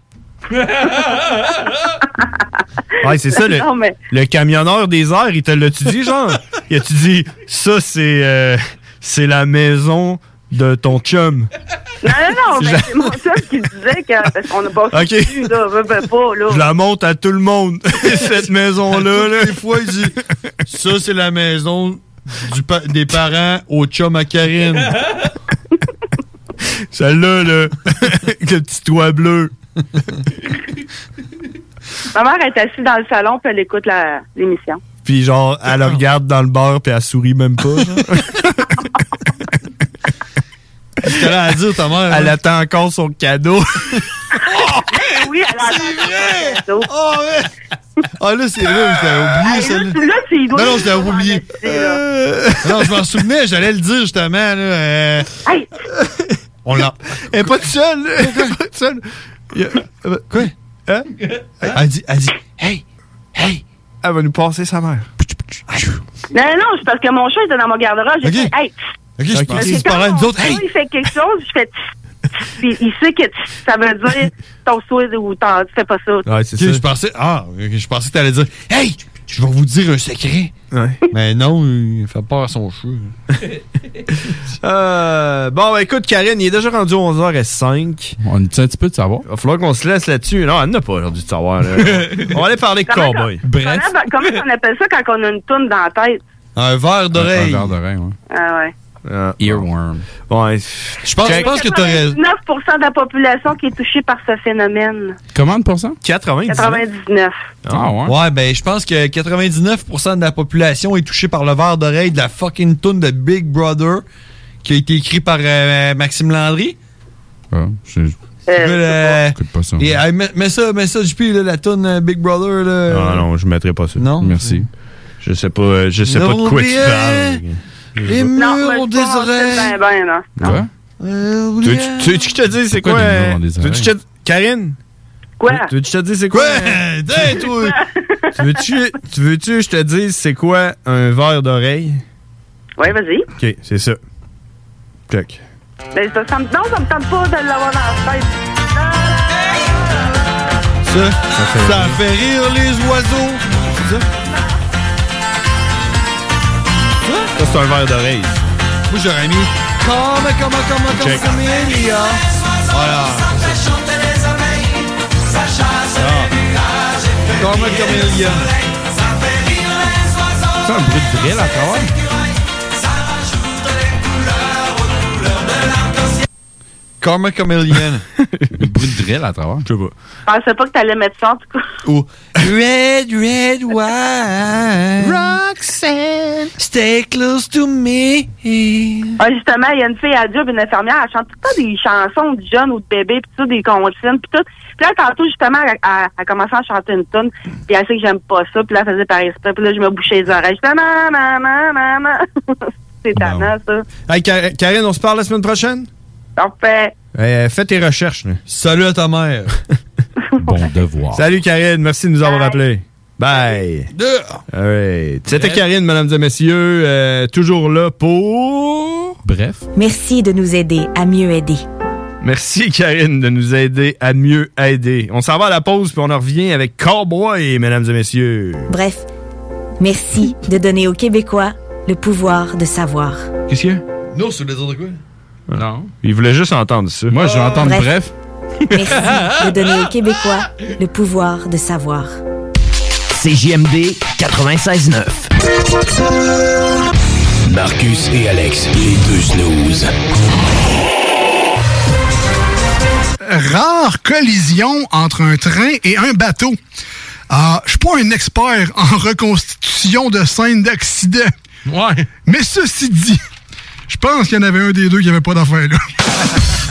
Speaker 11: Ouais, c'est ça, le,
Speaker 7: Non, mais-
Speaker 11: le camionneur des airs, il te l'a-tu dit, genre? Il a-tu dit, ça, c'est euh, c'est la maison de ton chum?
Speaker 7: Non, non, non, mais c'est mon chum qui disait que. Parce qu'on a pas
Speaker 11: Ok.
Speaker 7: su, là. Veux, veux pas, là.
Speaker 11: Je la monte à tout le monde, cette maison-là. là.
Speaker 12: Des fois, il dit Ça, c'est la maison du pa- des parents au chum à Karine.
Speaker 11: Celle-là, là, avec le petit toit bleu.
Speaker 7: Ma mère est assise dans le salon, puis elle écoute la- l'émission.
Speaker 11: Puis genre, elle le regarde dans le bar, puis elle sourit même pas. genre.
Speaker 12: Qu'est-ce qu'elle a à dire, ta mère?
Speaker 11: Elle attend encore son cadeau.
Speaker 7: oui, elle a C'est vrai!
Speaker 12: Oh, ouais! Ah, là, c'est vrai, j'avais oublié ça.
Speaker 7: Là, tu
Speaker 12: Non, non, je l'avais oublié. Euh, non, je m'en souvenais, j'allais le dire justement. Là, euh, On l'a.
Speaker 11: Elle est pas toute seule. là. Elle est pas toute seule. Il y a- euh, Quoi? Hein? Elle dit, elle dit, hey, hey. Elle va nous passer sa mère.
Speaker 7: Non, non, c'est parce que mon chat était dans mon garde-robe. J'ai dit, hey,
Speaker 11: Ok, je
Speaker 7: Parce
Speaker 11: pensais
Speaker 7: que
Speaker 11: que tu parlais à
Speaker 7: quand
Speaker 11: nous autres.
Speaker 7: mon
Speaker 11: Hey!
Speaker 7: chat, Il fait quelque chose, je fais. tss, tss, Puis il sait que tss, ça veut dire ton souhait ou t'en- tu fais pas ça.
Speaker 11: Ouais, c'est
Speaker 12: Ok, Je pensais, ah, ok, je pensais que t'allais dire Hey, je vais vous dire un secret. Mais non, il fait peur à son cheveu.
Speaker 11: Euh, bon, bah, écoute, Karine, il est déjà rendu 11h05. On est un petit peu de savoir. Il va falloir qu'on se laisse là-dessus. Non, elle n'a pas aujourd'hui de savoir. là. on va aller parler de
Speaker 7: Comment
Speaker 11: cowboy.
Speaker 7: qu'on- Comment, comment on appelle ça quand on a une toune dans la tête?
Speaker 11: Un verre
Speaker 7: d'oreille.
Speaker 11: Un, verre d'oreille,
Speaker 7: Ah ouais.
Speaker 11: ouais. Earworm. Euh, Ouais. Je
Speaker 12: pense,
Speaker 7: C'est 99% de la population qui est touchée par ce phénomène.
Speaker 11: Comment de pourcent? 99.
Speaker 7: 99.
Speaker 11: Ah, ouais.
Speaker 12: Ouais, ben, je pense que 99% de la population est touchée par le verre d'oreille de la fucking tune de Big Brother qui a été écrit par euh, Maxime Landry.
Speaker 5: Ah,
Speaker 12: Tu veux, euh,
Speaker 11: pas ça.
Speaker 12: et, hey, mets, mets ça, mets ça, JP, là, la tune euh, Big Brother. Là,
Speaker 11: Ah, Non, non, je mettrai pas ça.
Speaker 12: Non. E.
Speaker 11: Merci. Je sais pas, euh, je sais pas de quoi tu
Speaker 12: N'oubliez
Speaker 11: parles.
Speaker 12: Les murs ont des oreilles.
Speaker 7: Ben, ben, non.
Speaker 11: Quoi?
Speaker 12: Euh,
Speaker 11: Tu veux-tu tu veux-tu que je te dise c'est quoi?
Speaker 12: Pourquoi
Speaker 11: euh,
Speaker 12: des murs dans des
Speaker 11: tu veux-tu que je te- Karine?
Speaker 7: Quoi?
Speaker 9: Ah.
Speaker 11: Tu veux-tu que je te dise c'est quoi? euh,
Speaker 12: Hey, toi!
Speaker 11: tu veux-tu tu veux-tu que je te dise c'est quoi un verre d'oreille?
Speaker 7: Ouais, vas-y.
Speaker 11: Ok, c'est ça. Check.
Speaker 7: Ben, ça, ça me- non, ça me tente pas de l'avoir dans la tête.
Speaker 12: Ça, ça fait rire les oiseaux. C'est ça?
Speaker 11: Ça, c'est un verre d'oreille.
Speaker 12: Moi, j'aurais mis Comme, comme, comme, comme,
Speaker 11: Check.
Speaker 12: comme il y a. Voilà. Ah. Comme, comme il y a.
Speaker 11: C'est un bruit de drill à travers?
Speaker 12: Karma Chameleon.
Speaker 11: bruit de drill à travers? Je sais pas.
Speaker 7: Je pensais pas que t'allais mettre ça, en tout cas.
Speaker 12: Ou Red, red wine.
Speaker 7: Roxanne.
Speaker 12: Stay close to me.
Speaker 7: Ah, justement, il y a une fille à Dieu, une infirmière, elle chante tout le temps des chansons de jeunes ou de bébés, puis tout, des consignes, puis tout. Puis là, tantôt, justement, elle, elle- elle a commencé à chanter une tonne, puis elle sait que j'aime pas ça, puis là, elle faisait par exprès, puis là, je me bouchais les oreilles. J'étais maman, maman, maman.
Speaker 11: Ah,
Speaker 7: C'est tannant, ça.
Speaker 11: Hey, Ka- Karine, on se parle la semaine prochaine?
Speaker 7: Parfait.
Speaker 11: Euh, fais tes recherches. là.
Speaker 12: Salut à ta mère.
Speaker 11: bon devoir. Salut Karine, merci de nous avoir appelés. Bye. All right. C'était
Speaker 22: Bref.
Speaker 11: Karine, mesdames et messieurs, euh, toujours là pour... Bref.
Speaker 22: Merci de nous aider à mieux aider.
Speaker 23: Merci Karine de nous aider à mieux aider. On s'en va à la pause puis on en revient avec Cowboy, mesdames et messieurs.
Speaker 22: Bref, merci de donner aux Québécois le pouvoir de savoir.
Speaker 23: Qu'est-ce qu'il y a?
Speaker 12: Non, ça voulait dire de quoi?
Speaker 23: Non. Il voulait juste entendre ça.
Speaker 24: Moi, je vais entendre bref.
Speaker 22: Merci de donner aux Québécois le pouvoir de savoir.
Speaker 25: CJMD 96.9.
Speaker 26: Marcus et Alex, les deux snooze.
Speaker 14: rare collision entre un train et un bateau. Ah, je suis pas un expert en reconstitution de scènes d'accident. Ouais. Mais ceci dit, je pense qu'il y en avait un des deux qui avait pas d'affaire là.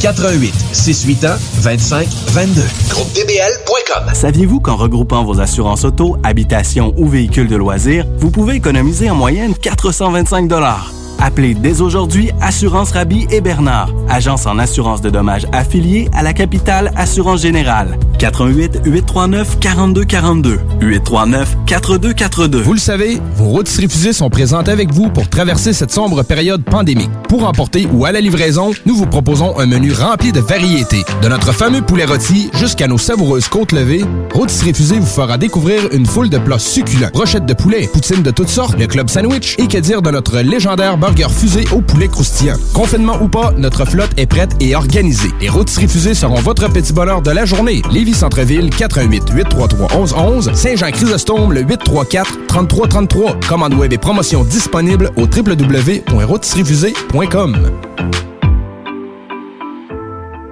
Speaker 15: 88 681 25 22.
Speaker 25: Groupe DBL.com.
Speaker 8: Saviez-vous qu'en regroupant vos assurances auto, habitation ou véhicules de loisirs, vous pouvez économiser en moyenne 425 dollars? Appelez dès aujourd'hui Assurance Rabi et Bernard, agence en assurance de dommages affiliée à la capitale Assurance Générale. 88 839 4242 839 4242.
Speaker 27: Vous le savez, vos rôtisseries fusées sont présentes avec vous pour traverser cette sombre période pandémique. Pour emporter ou à la livraison, nous vous proposons un menu rempli de variétés. De notre fameux poulet rôti jusqu'à nos savoureuses côtes levées, Rôtisserie Fusée vous fera découvrir une foule de plats succulents. Brochettes de poulet, poutines de toutes sortes, le club sandwich et que dire de notre légendaire burger fusée au poulet croustillant. Confinement ou pas, notre flotte est prête et organisée. Les Rôtisseries Fusées seront votre petit bonheur de la journée. Lévis Centreville, 418 833 1111 Saint-Jean-Chrysostome, le 834-3333. Commande web et promotion disponible au www.rôtisseriesfusées.com.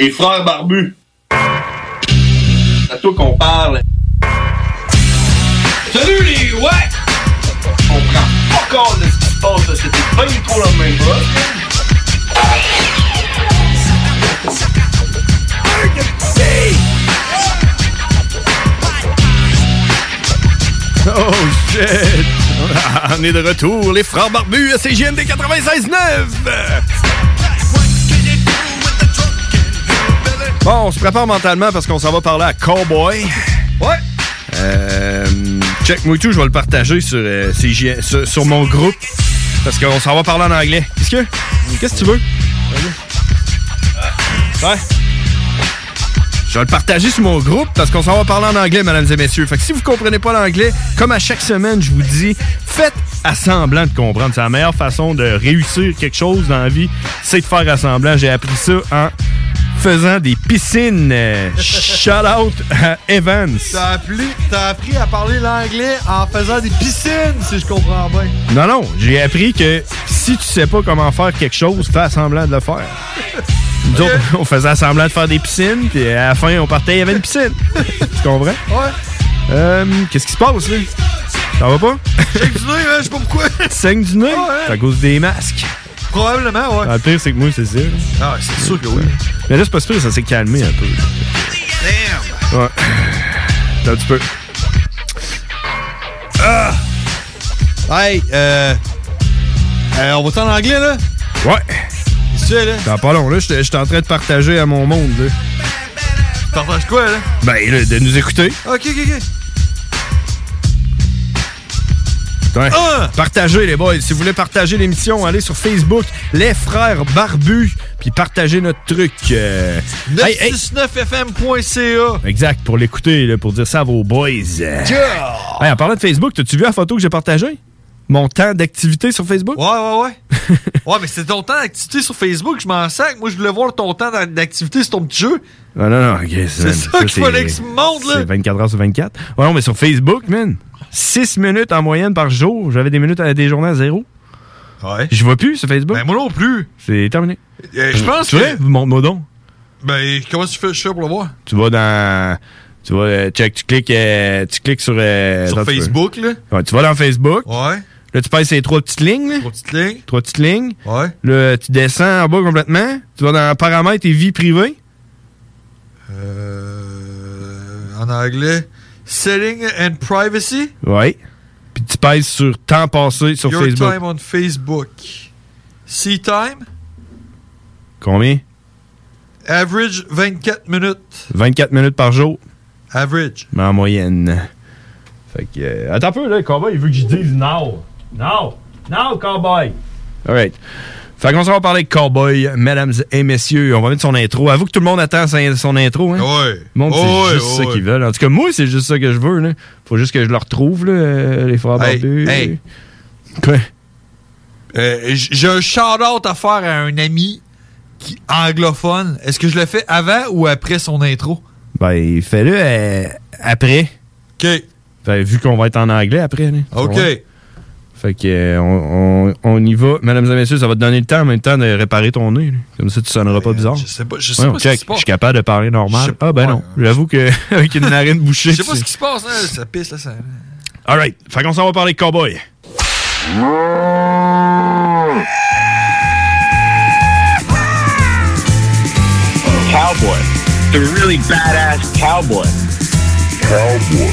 Speaker 28: Les frères barbus. C'est à toi qu'on parle. Salut les ouais!
Speaker 11: Ah.
Speaker 28: On prend pas compte de ce qui se passe, là. c'était bien trop la même
Speaker 11: Oh shit! On est de retour, les frères barbus à CGMD 96.9! Bon, on se prépare mentalement parce qu'on s'en va parler à Cowboy. Ouais! Euh, check moi et tout, je vais le partager sur, euh, CJ sur, sur mon groupe parce qu'on s'en va parler en anglais. Qu'est-ce que? Qu'est-ce que tu veux? Ouais. Je vais le partager sur mon groupe parce qu'on s'en va parler en anglais, mesdames et messieurs. Fait que si vous comprenez pas l'anglais, comme à chaque semaine, je vous dis, faites à semblant de comprendre. C'est la meilleure façon de réussir quelque chose dans la vie, c'est de faire à semblant. J'ai appris ça en faisant des piscines. Euh, Shout out à Evans.
Speaker 12: T'as appris, t'as appris à parler l'anglais en faisant des piscines, si je comprends bien.
Speaker 11: Non, non, j'ai appris que si tu sais pas comment faire quelque chose, fais semblant de le faire. Nous autres, on faisait semblant de faire des piscines, puis à la fin, on partait, il y avait une piscine. tu comprends? Ouais. Euh, Qu'est-ce qui se passe, là? Ça va pas?
Speaker 12: Check du nez, hein, je sais pas pourquoi. Ah,
Speaker 11: Saigne du nez? C'est à cause des masques.
Speaker 12: Probablement, ouais.
Speaker 11: Ah, Le pire, c'est que moi, c'est ça. là.
Speaker 12: Ah, c'est sûr que oui.
Speaker 11: Mais là, c'est pas sûr, ça s'est calmé un peu. Damn! Ouais. Attends un petit peu.
Speaker 12: Ah! Hey, euh. euh, on va en anglais, là?
Speaker 11: Ouais.
Speaker 12: C'est là?
Speaker 11: T'as pas long, là. J'étais j'étais en train de partager à mon monde, là.
Speaker 12: Partage quoi, là?
Speaker 11: Ben, là, de nous écouter.
Speaker 12: Ok, ok, ok.
Speaker 11: Ouais. Partagez les boys. Si vous voulez partager l'émission, allez sur Facebook, les frères barbus, puis partagez notre truc. Euh, hey, hey.
Speaker 12: 969fm.ca.
Speaker 11: Exact, pour l'écouter, là, pour dire ça à vos boys.
Speaker 12: Yeah!
Speaker 11: Hey, en parlant de Facebook, t'as-tu vu la photo que j'ai partagée? Mon temps d'activité sur Facebook?
Speaker 12: Ouais, ouais, ouais. ouais, mais c'est ton temps d'activité sur Facebook, je m'en sac. Moi, je voulais voir ton temps d'a- d'activité sur ton petit jeu.
Speaker 11: Ah non, non, ok.
Speaker 12: C'est ça qu'il fallait que tu me montres, là.
Speaker 11: C'est 24 heures sur 24. Ouais, non, mais sur Facebook, man, 6 minutes en moyenne par jour. J'avais des minutes à des journées à zéro.
Speaker 12: Ouais.
Speaker 11: Je vois plus sur Facebook.
Speaker 12: Ben, moi non plus.
Speaker 11: C'est terminé.
Speaker 12: Euh, je pense
Speaker 11: Tu vois,
Speaker 12: que-
Speaker 11: montre-moi donc.
Speaker 12: Ben, comment tu fais, je fais pour le voir?
Speaker 11: Tu vas dans. Tu vas, euh, check, tu cliques, euh, tu cliques sur. euh,
Speaker 12: Sur
Speaker 11: attends, tu peux.
Speaker 12: Facebook, là?
Speaker 11: Ouais, tu vas dans Facebook.
Speaker 12: Ouais.
Speaker 11: Là, tu passes ces trois petites lignes. Là.
Speaker 12: Trois petites lignes.
Speaker 11: Trois petites lignes.
Speaker 12: Ouais.
Speaker 11: Là, tu descends en bas complètement. Tu vas dans paramètres et vie privée.
Speaker 12: Euh, En anglais. Setting and privacy.
Speaker 11: Ouais. Puis tu passes sur temps passé sur
Speaker 12: Your
Speaker 11: Facebook.
Speaker 12: time on Facebook. Sea time.
Speaker 11: Combien?
Speaker 12: Average 24 minutes.
Speaker 11: 24 minutes par jour.
Speaker 12: Average.
Speaker 11: Mais en moyenne. Fait que. euh, attends un peu, là, le combat, il veut que je dise now. Now. Now, cowboy. Alright. Fait qu'on s'en va parler de Cowboy, mesdames et messieurs. On va mettre son intro. Avoue que tout le monde attend sa- son intro, hein?
Speaker 12: Ouais.
Speaker 11: Le monde,
Speaker 12: Ouais,
Speaker 11: c'est juste ça
Speaker 12: ouais.
Speaker 11: qu'ils veulent. En tout cas, moi, c'est juste ça que je veux, là. Faut juste que je le retrouve, là, euh, les frères
Speaker 12: Hey,
Speaker 11: barbus.
Speaker 12: hey.
Speaker 11: Quoi?
Speaker 12: Euh, j- J'ai un shout-out à faire à un ami qui, anglophone. Est-ce que je le fais avant ou après son intro?
Speaker 11: Ben, fais-le euh, après. Ben,
Speaker 12: OK.
Speaker 11: vu qu'on va être en anglais après, là.
Speaker 12: OK.
Speaker 11: Ouais. Fait que euh, on, on- on y va. Mesdames et messieurs, ça va te donner le temps en même temps de réparer ton nez. là. Comme ça, tu sonneras pas bizarre. Je
Speaker 12: sais pas, Euh, je sais pas ce qui
Speaker 11: check,
Speaker 12: se passe.
Speaker 11: Je suis capable de parler
Speaker 12: Je
Speaker 11: normal.
Speaker 12: sais
Speaker 11: Ah ben non, j'avoue que avec une narine bouchée.
Speaker 12: Je sais pas
Speaker 11: tu-
Speaker 12: ce qui se passe, hein, ça pisse, là. Ça...
Speaker 11: All right. Fait qu'on s'en va parler de cowboy.
Speaker 1: Cowboy. The really badass cowboy. Cowboy.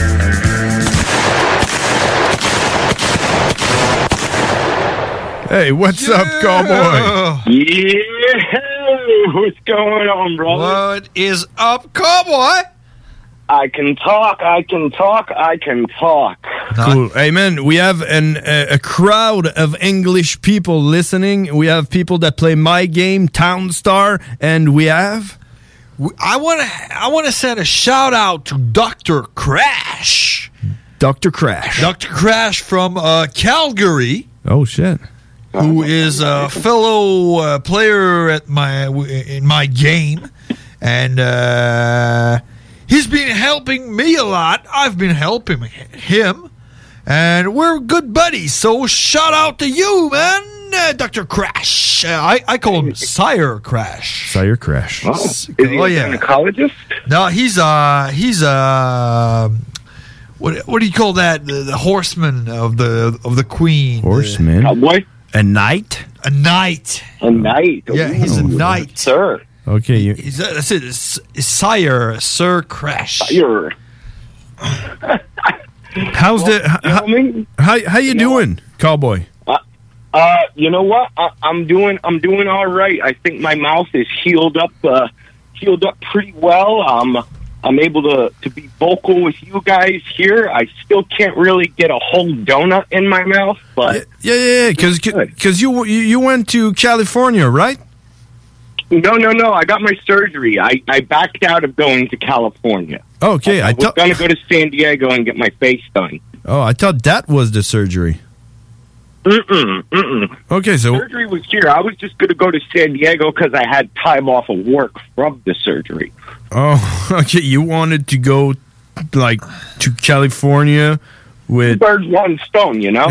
Speaker 11: Hey, what's up, cowboy?
Speaker 1: Yeah, what's going on, brother?
Speaker 12: What is up, cowboy?
Speaker 1: I can talk. I can talk. I can talk.
Speaker 11: Cool. Hey man, we have an uh, a crowd of English people listening. We have people that play my game, Town Star, and we have
Speaker 12: We- I want to I want to send a shout out to Dr. Crash.
Speaker 11: Dr. Crash.
Speaker 12: Dr. Crash from uh, Calgary.
Speaker 11: Oh, shit.
Speaker 12: who is a fellow uh, player at my in my game, and uh, he's been helping me a lot. I've been helping him, and we're good buddies. So shout out to you, man, uh, Doctor Crash. Uh, I I call him Sire Crash.
Speaker 11: Sire Crash.
Speaker 12: Oh, yeah, gynecologist. No, he's uh he's uh. What, what do you call that? The, the horseman of the of the queen.
Speaker 11: Horseman?
Speaker 12: Cowboy.
Speaker 11: A knight?
Speaker 12: A knight.
Speaker 3: A knight.
Speaker 12: Yeah, he's a knight.
Speaker 3: Sir.
Speaker 11: Okay. You,
Speaker 12: He's, uh, that's it. It's, it's sire, Sir Crash.
Speaker 3: Sire.
Speaker 11: How's the how, how, how you doing, cowboy?
Speaker 3: Uh, you know what? I, I'm doing. I'm doing all right. I think my mouth is healed up. Uh, healed up pretty well. Um, I'm able to to be vocal with you guys here. I still can't really get a whole donut in my mouth, but
Speaker 11: Yeah, yeah, yeah. Cause, cause you you- you went to California, right?
Speaker 3: no, no, no. I got my surgery. I I backed out of going to California.
Speaker 11: Oh, Okay, I
Speaker 3: I was
Speaker 11: thought.
Speaker 3: going to go to San Diego and get my face done.
Speaker 11: Oh, I thought that was the surgery.
Speaker 3: Mm-mm, mm-mm.
Speaker 11: Okay, so
Speaker 3: surgery was here. I was just going to go to San Diego because I had time off of work from the surgery.
Speaker 11: Oh, okay. You wanted to go like to California with
Speaker 3: birds one stone, you know?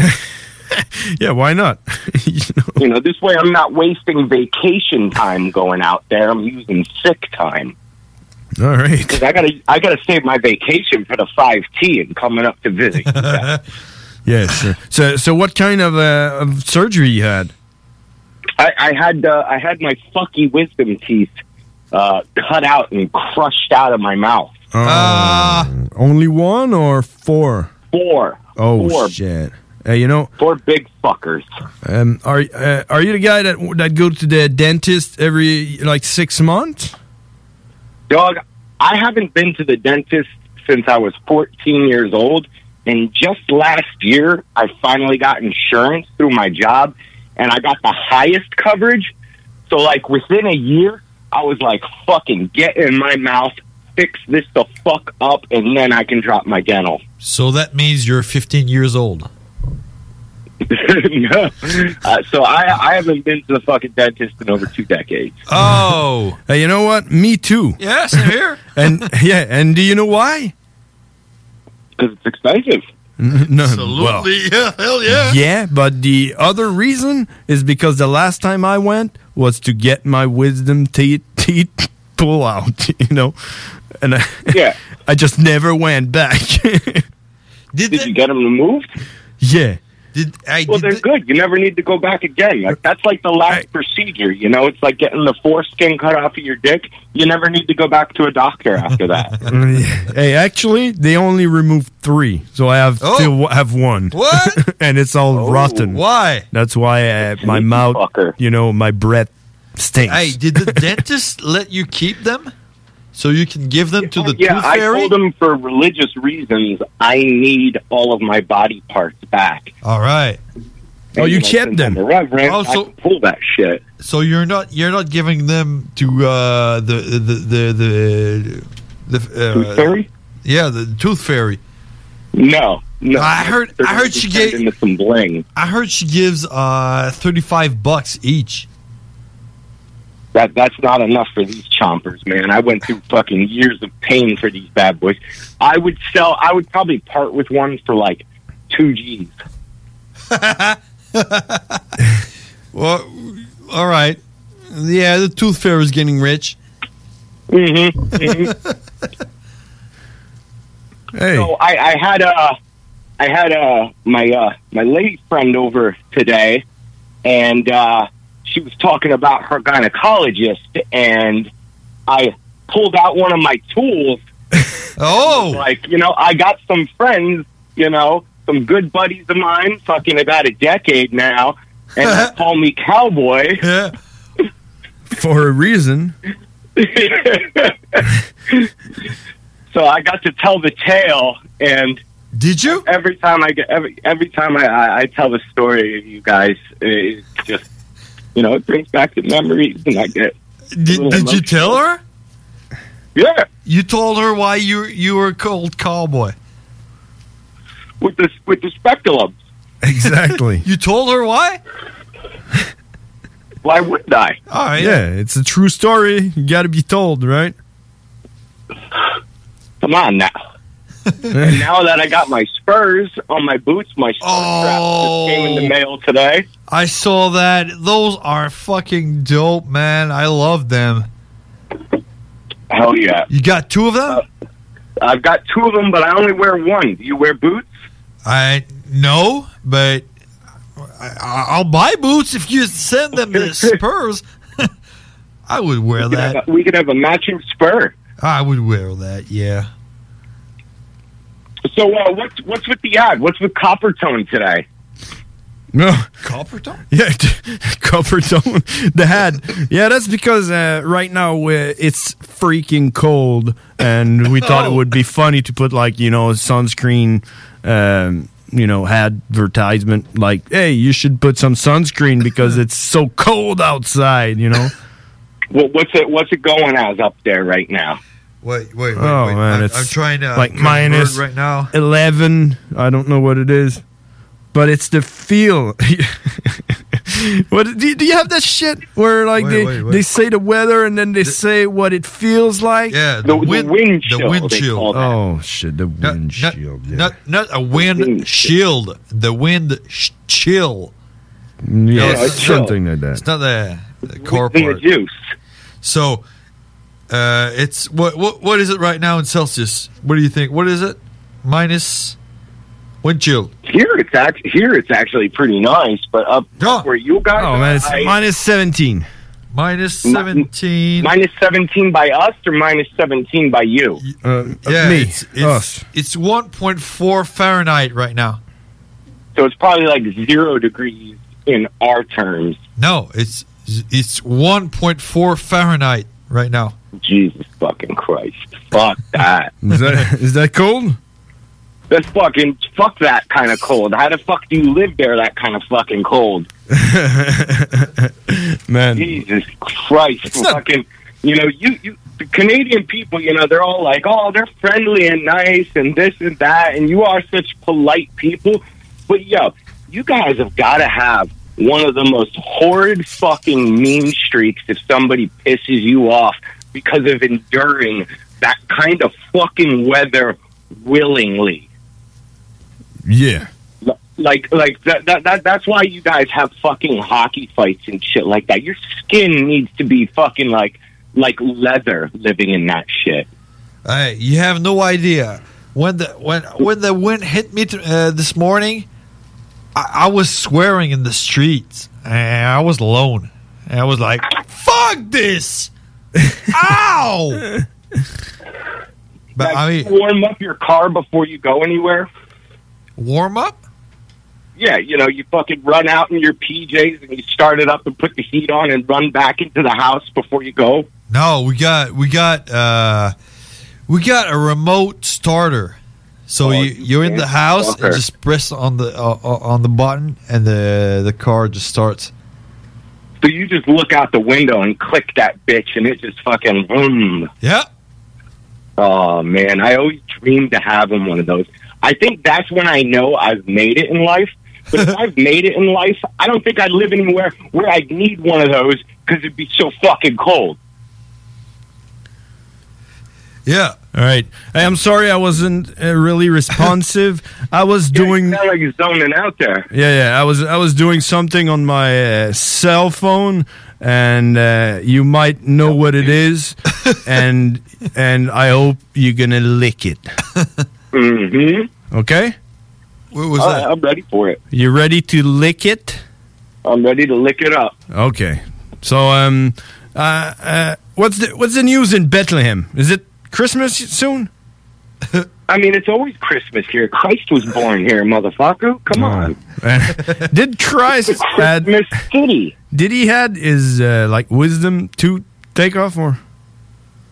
Speaker 11: yeah, why not?
Speaker 3: you know, this way I'm not wasting vacation time going out there. I'm using sick time
Speaker 11: All right.
Speaker 3: because I gotta I gotta save my vacation for the five T and coming up to visit. you guys.
Speaker 11: Yeah, sure. So, so what kind of, uh, of surgery you had?
Speaker 3: I, I had uh, I had my fucky wisdom teeth uh, cut out and crushed out of my mouth.
Speaker 11: Uh, Oh, only one or four?
Speaker 3: Four.
Speaker 11: Oh
Speaker 3: Four.
Speaker 11: shit! Hey, you know,
Speaker 3: four big fuckers.
Speaker 11: Um, are uh, are you the guy that that go to the dentist every like six months?
Speaker 3: Dog, I haven't been to the dentist since I was 14 years old. And just last year, I finally got insurance through my job and I got the highest coverage. So, like, within a year, I was like, fucking get in my mouth, fix this the fuck up, and then I can drop my dental.
Speaker 12: So that means you're 15 years old.
Speaker 3: no. Uh, so, I, I haven't been to the fucking dentist in over two decades.
Speaker 11: Oh, hey, you know what? Me too.
Speaker 12: Yes, I'm here.
Speaker 11: and yeah, and do you know why?
Speaker 3: Because it's expensive.
Speaker 11: No, well,
Speaker 12: Absolutely. yeah, hell yeah.
Speaker 11: Yeah, but the other reason is because the last time I went was to get my wisdom teeth teeth pull out, you know, and I,
Speaker 3: yeah,
Speaker 11: I just never went back.
Speaker 12: Did,
Speaker 3: you get them removed?
Speaker 11: yeah,
Speaker 12: Did,
Speaker 3: well, they're good. You never need to go back again. Like that's like the last procedure. You know, it's like getting the foreskin cut off of your dick. You never need to go back to a doctor after that.
Speaker 11: hey, actually, they only removed three, so I have
Speaker 3: Oh.
Speaker 11: still have one.
Speaker 12: What? Oh,
Speaker 11: and it's all rotten.
Speaker 12: Why?
Speaker 11: That's why uh, my mouth, you know, my breath stinks.
Speaker 12: Hey, did the dentist let you keep them so you can give them to the
Speaker 3: yeah,
Speaker 12: tooth
Speaker 3: I
Speaker 12: fairy?
Speaker 3: told them for religious reasons I need all of my body parts back.
Speaker 12: All right.
Speaker 11: Oh,
Speaker 3: And, know, since I'm a reverend,
Speaker 12: Oh,
Speaker 3: I
Speaker 12: so-
Speaker 3: can pull that shit.
Speaker 12: So you're not you're not giving them to uh, the the the the, the uh,
Speaker 3: Tooth fairy?
Speaker 12: Yeah, the tooth fairy.
Speaker 3: No, no.
Speaker 12: I heard I heard she gave
Speaker 3: into some bling.
Speaker 12: I heard she gives uh, thirty five bucks each.
Speaker 3: That that's not enough for these chompers, man. I went through fucking years of pain for these bad boys. I would sell. I would probably part with one for like two G's.
Speaker 12: Well, all right. Yeah, the tooth fairy is getting rich.
Speaker 3: Mm-hmm. So I, I had a, I had a my uh, my lady friend over today, and uh, she was talking about her gynecologist, and I pulled out one of my tools.
Speaker 12: Oh,
Speaker 3: like you know, I got some friends, you know, some good buddies of mine, fucking about a decade now, and they call me cowboy.
Speaker 11: For a reason.
Speaker 3: so I got to tell the tale, and
Speaker 12: did you?
Speaker 3: Every time I get every every time I, I, I tell the story of you guys, it's just you know it brings back the memories, and I get.
Speaker 12: Did,
Speaker 3: did you
Speaker 12: tell her?
Speaker 3: Yeah.
Speaker 12: You told her why you you were called cowboy.
Speaker 3: With the with the speculum.
Speaker 11: Exactly.
Speaker 12: You told her why?
Speaker 3: Why wouldn't I?
Speaker 12: All
Speaker 11: right. Yeah, it's a true story. You got to be told, right?
Speaker 3: Come on now. and now that I got my spurs on my boots, my spur oh. came in the mail today.
Speaker 12: I saw that. Those are fucking dope, man. I love them.
Speaker 3: Hell yeah. Uh,
Speaker 12: You got two of them?
Speaker 3: I've got two of them, but I only wear one. Do you wear boots?
Speaker 12: I no, but I, I'll buy boots if you send them the spurs. I would wear
Speaker 3: We could
Speaker 12: that.
Speaker 3: have a- we could have a matching spur.
Speaker 12: I would wear that. Yeah.
Speaker 3: So uh, what's what's with the ad? What's with copper tone today?
Speaker 11: No.
Speaker 12: Copper tone?
Speaker 11: Yeah, copper tone. The hat. Yeah, that's because uh, right now uh, it's freaking cold, and we
Speaker 12: Oh.
Speaker 11: thought it would be funny to put like you know a sunscreen, um, you know advertisement like, hey, you should put some sunscreen because it's so cold outside. You know.
Speaker 3: What, what's it what's it going as up there right now?
Speaker 12: Wait, wait, wait.
Speaker 11: oh
Speaker 12: wait.
Speaker 11: man,
Speaker 12: I'm,
Speaker 11: it's
Speaker 12: I'm trying to
Speaker 11: like
Speaker 12: convert
Speaker 11: minus
Speaker 12: right now.
Speaker 11: eleven. I don't know what it is, but it's the feel. what do you, do you have that shit where like
Speaker 12: Wait,
Speaker 11: they
Speaker 12: wait, wait.
Speaker 11: they say the weather and then they say what it feels like?
Speaker 12: Yeah, the The- the wind- wind the shield, wind they shield. call that.
Speaker 11: Oh shit, the wind
Speaker 12: not,
Speaker 11: shield.
Speaker 12: Not not a wind shield. The wind sh- chill.
Speaker 11: Yeah,
Speaker 12: No, it's-
Speaker 11: something like
Speaker 12: It's
Speaker 11: that.
Speaker 12: not the, the core part.
Speaker 3: juice.
Speaker 12: So, uh, it's what what what is it right now in Celsius? What do you think? What is it? Minus wind chill.
Speaker 3: Here it's act- here it's actually pretty nice, but up where you guys
Speaker 11: Oh man, it's
Speaker 3: are, I-
Speaker 11: minus seventeen.
Speaker 12: Minus
Speaker 3: Mi-
Speaker 12: seventeen.
Speaker 3: minus seventeen by us or minus seventeen by you?
Speaker 11: Uh,
Speaker 12: yeah,
Speaker 3: me,
Speaker 12: it's it's, it's one point four Fahrenheit right now.
Speaker 3: So it's probably like zero degrees in our terms.
Speaker 12: No, it's it's one point four Fahrenheit right now.
Speaker 3: Jesus fucking Christ! Fuck that.
Speaker 11: Is that is that cold?
Speaker 3: That's fucking fuck that kind of cold. How the fuck do you live there? That kind of fucking cold.
Speaker 11: Man,
Speaker 3: Jesus Christ! fucking, you know, you you the Canadian people, you know, they're all like, oh, they're friendly and nice and this and that, and you are such polite people. But yo, you guys have got to have one of the most horrid fucking mean streaks if somebody pisses you off because of enduring that kind of fucking weather willingly
Speaker 11: Yeah.
Speaker 3: like like that, that that that's why you guys have fucking hockey fights and shit like that. Your skin needs to be fucking like like leather living in that shit.
Speaker 12: Hey, you have no idea when the when when the wind hit me t- uh, this morning. I, I was swearing in the streets. And I was alone. And I was like, "Fuck this! Ow!"
Speaker 3: But I mean, warm up your car before you go anywhere.
Speaker 12: Warm up?
Speaker 3: Yeah, you know, you fucking run out in your PJs and you start it up and put the heat on and run back into the house before you go.
Speaker 12: No, we got we got uh we got a remote starter. So
Speaker 3: Oh,
Speaker 12: you you're in the house and
Speaker 3: fucker.
Speaker 12: just press on the uh, uh, on the button and the the car just starts.
Speaker 3: So you just look out the window and click that bitch, and it just fucking boom.
Speaker 12: Yeah.
Speaker 3: Oh man, I always dreamed to have one of those. I think that's when I know I've made it in life. But if I've made it in life, I don't think I'd live anywhere where I'd need one of those because it'd be so fucking cold.
Speaker 12: Yeah.
Speaker 11: All right. Hey, I'm sorry I wasn't uh, really responsive. I was doing.
Speaker 3: Sound like you're zoning out there.
Speaker 11: Yeah, yeah. I was I was doing something on my uh, cell phone, and uh, you might know what it is, and and I hope you're gonna lick it.
Speaker 3: Mm-hmm.
Speaker 11: Okay.
Speaker 12: What
Speaker 11: was
Speaker 3: All
Speaker 11: that?
Speaker 3: right, I'm ready for it.
Speaker 11: You ready to lick it?
Speaker 3: I'm ready to lick it up.
Speaker 11: Okay. So um, uh, uh, what's the what's the news in Bethlehem? Is it Christmas soon?
Speaker 3: I mean, it's always Christmas here. Christ was born here, motherfucker. Come on.
Speaker 11: did Christ had
Speaker 3: City?
Speaker 11: Did he had his uh, like wisdom to take off or?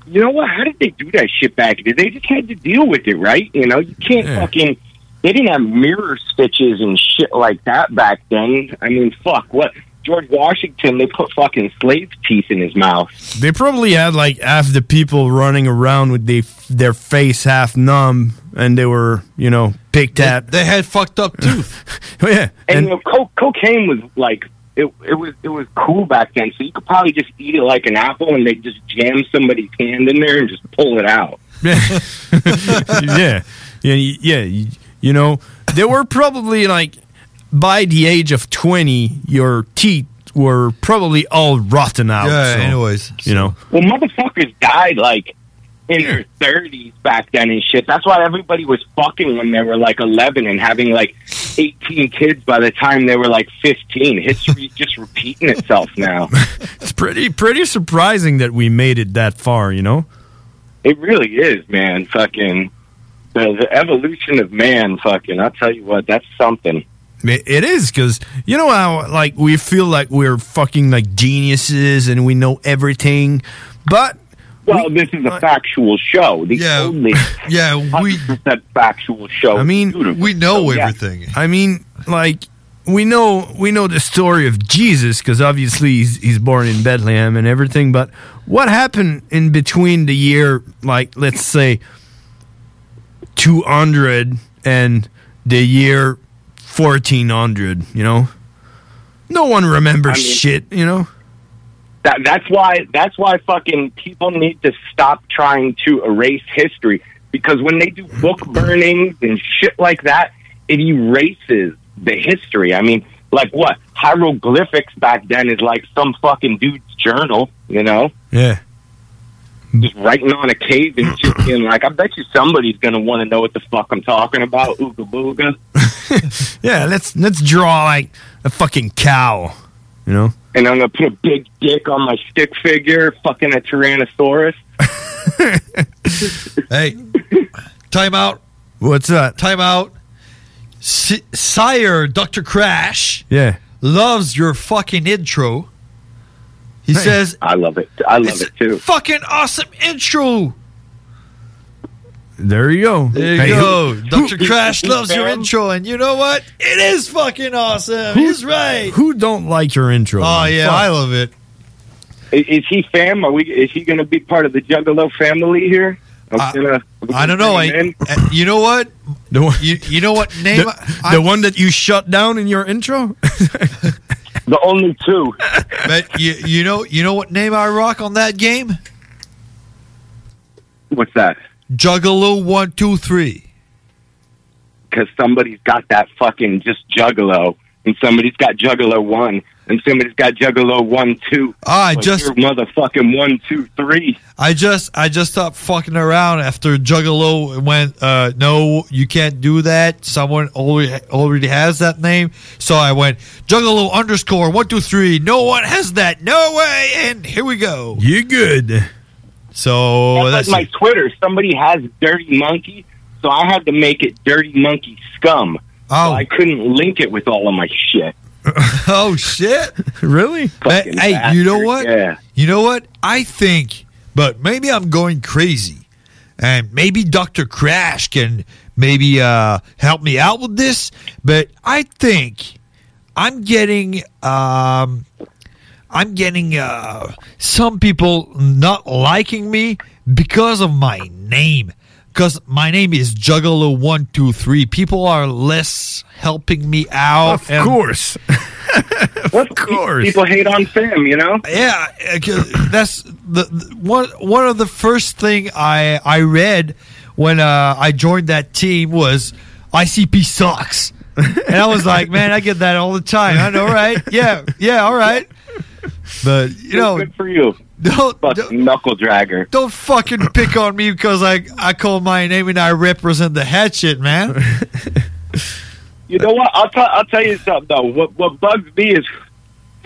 Speaker 3: you know what? How did they do that shit back then? They just had to deal with it, right? You know, you can't fucking. They didn't have mirror stitches and shit like that back then. I mean, fuck. What George Washington, they put fucking slave teeth in his mouth.
Speaker 11: They probably had like half the people running around with they, their face half numb, and they were, you know, picked at.
Speaker 3: They had fucked up tooth.
Speaker 11: yeah,
Speaker 3: and, you know, co- cocaine was like it, it was it was cool back then, so you could probably just eat it like an apple, and they just jam somebody's hand in there and just pull it out.
Speaker 11: yeah, yeah, y- yeah. y- You know, they were probably like by the age of twenty, your teeth were probably all rotten out.
Speaker 3: Yeah,
Speaker 11: so,
Speaker 3: anyways,
Speaker 11: you know,
Speaker 3: Well, motherfuckers died like in their thirties back then and shit. That's why everybody was fucking when they were like eleven and having like eighteen kids by the time they were like fifteen. History's just repeating itself now.
Speaker 11: it's pretty pretty surprising that we made it that far. You know,
Speaker 3: It really is, man. Fucking the, the evolution of man. Fucking, I'll tell you what, that's something.
Speaker 11: I- it is because you know how like we feel like we're fucking like geniuses and we know everything, but
Speaker 3: well, this is a factual show. The only
Speaker 11: yeah,
Speaker 3: we percent factual show.
Speaker 11: I mean,
Speaker 3: we know So, yeah.
Speaker 11: everything. I mean, like we know we know the story of Jesus because obviously he's, he's born in Bethlehem and everything. But what happened in between the year, like let's say, two hundred and the year fourteen hundred? You know, no one remembers
Speaker 3: I mean-
Speaker 11: shit. You know.
Speaker 3: That, that's why. That's why fucking people need to stop trying to erase history because when they do book burnings and shit like that, it erases the history. I mean, like what hieroglyphics back then is like some fucking dude's journal, you know,
Speaker 11: Yeah.
Speaker 3: just writing on a cave and shit. And like, I bet you somebody's gonna want to know what the fuck I'm talking about. Ooga booga.
Speaker 11: Yeah, let's let's draw like a fucking cow. You know?
Speaker 3: And I'm gonna put a big dick on my stick figure, fucking a tyrannosaurus.
Speaker 12: Hey, time out.
Speaker 11: What's that?
Speaker 12: Time out. Si- Sire Dr. Crash
Speaker 11: Yeah.
Speaker 12: loves your fucking intro. He
Speaker 3: Hey.
Speaker 12: says,
Speaker 3: I love it. I love
Speaker 12: It's-
Speaker 3: it too.
Speaker 12: fucking awesome intro.
Speaker 11: There you go.
Speaker 12: There you
Speaker 11: Hey,
Speaker 12: go.
Speaker 11: who-
Speaker 12: Dr.
Speaker 11: who-
Speaker 12: Crash loves your intro, and you know what? It is fucking awesome. He's right.
Speaker 11: Who don't like your intro?
Speaker 12: Oh, yeah, I love it.
Speaker 3: Is, is he fam? Are we? Is he going to be part of the Juggalo family here? I'm gonna,
Speaker 12: I don't know. I, uh, you know what? you, you know what name?
Speaker 11: The, the one that you shut down in your intro?
Speaker 3: the only two.
Speaker 12: But you, you know you know what name I rock on that game?
Speaker 3: What's that?
Speaker 12: Juggalo one two three.
Speaker 3: Because somebody's got that fucking just Juggalo, and somebody's got Juggalo one, and somebody's got Juggalo one two.
Speaker 12: Ah, I
Speaker 3: But
Speaker 12: just-
Speaker 3: you're motherfucking one two three.
Speaker 12: I just I just stopped fucking around after Juggalo went. Uh, no, you can't do that. Someone already already has that name. So I went Juggalo underscore one two three. No one has that. No way. And here we go.
Speaker 11: You good?
Speaker 12: So
Speaker 3: that's
Speaker 12: that's,
Speaker 3: like my Twitter. Somebody has Dirty Monkey, so I had to make it Dirty Monkey Scum.
Speaker 12: Oh,
Speaker 3: I couldn't link it with all of my shit.
Speaker 12: oh shit.
Speaker 11: really?
Speaker 12: But, hey, you know what?
Speaker 3: Yeah.
Speaker 12: You know what? I think, but maybe I'm going crazy, and maybe Doctor Crash can maybe uh, help me out with this. But I think I'm getting, um, I'm getting uh, some people not liking me because of my name. Because my name is Juggalo One Two Three. People are less helping me out.
Speaker 11: Of course.
Speaker 3: of
Speaker 11: course.
Speaker 3: People hate on Sam, you know?
Speaker 12: Yeah, uh, 'cause that's the, the- one one of the first thing I I read when uh, I joined that team was ICP sucks, and I was like, man, I get that all the time. I know, right? Yeah, yeah, all right. But you know,
Speaker 3: good for you.
Speaker 12: Don't,
Speaker 3: fucking knuckle dragger.
Speaker 12: Don't fucking pick on me because I I call my name and I represent the hatchet, man.
Speaker 3: You know what? I'll tell I'll tell you something though. What what bugs me is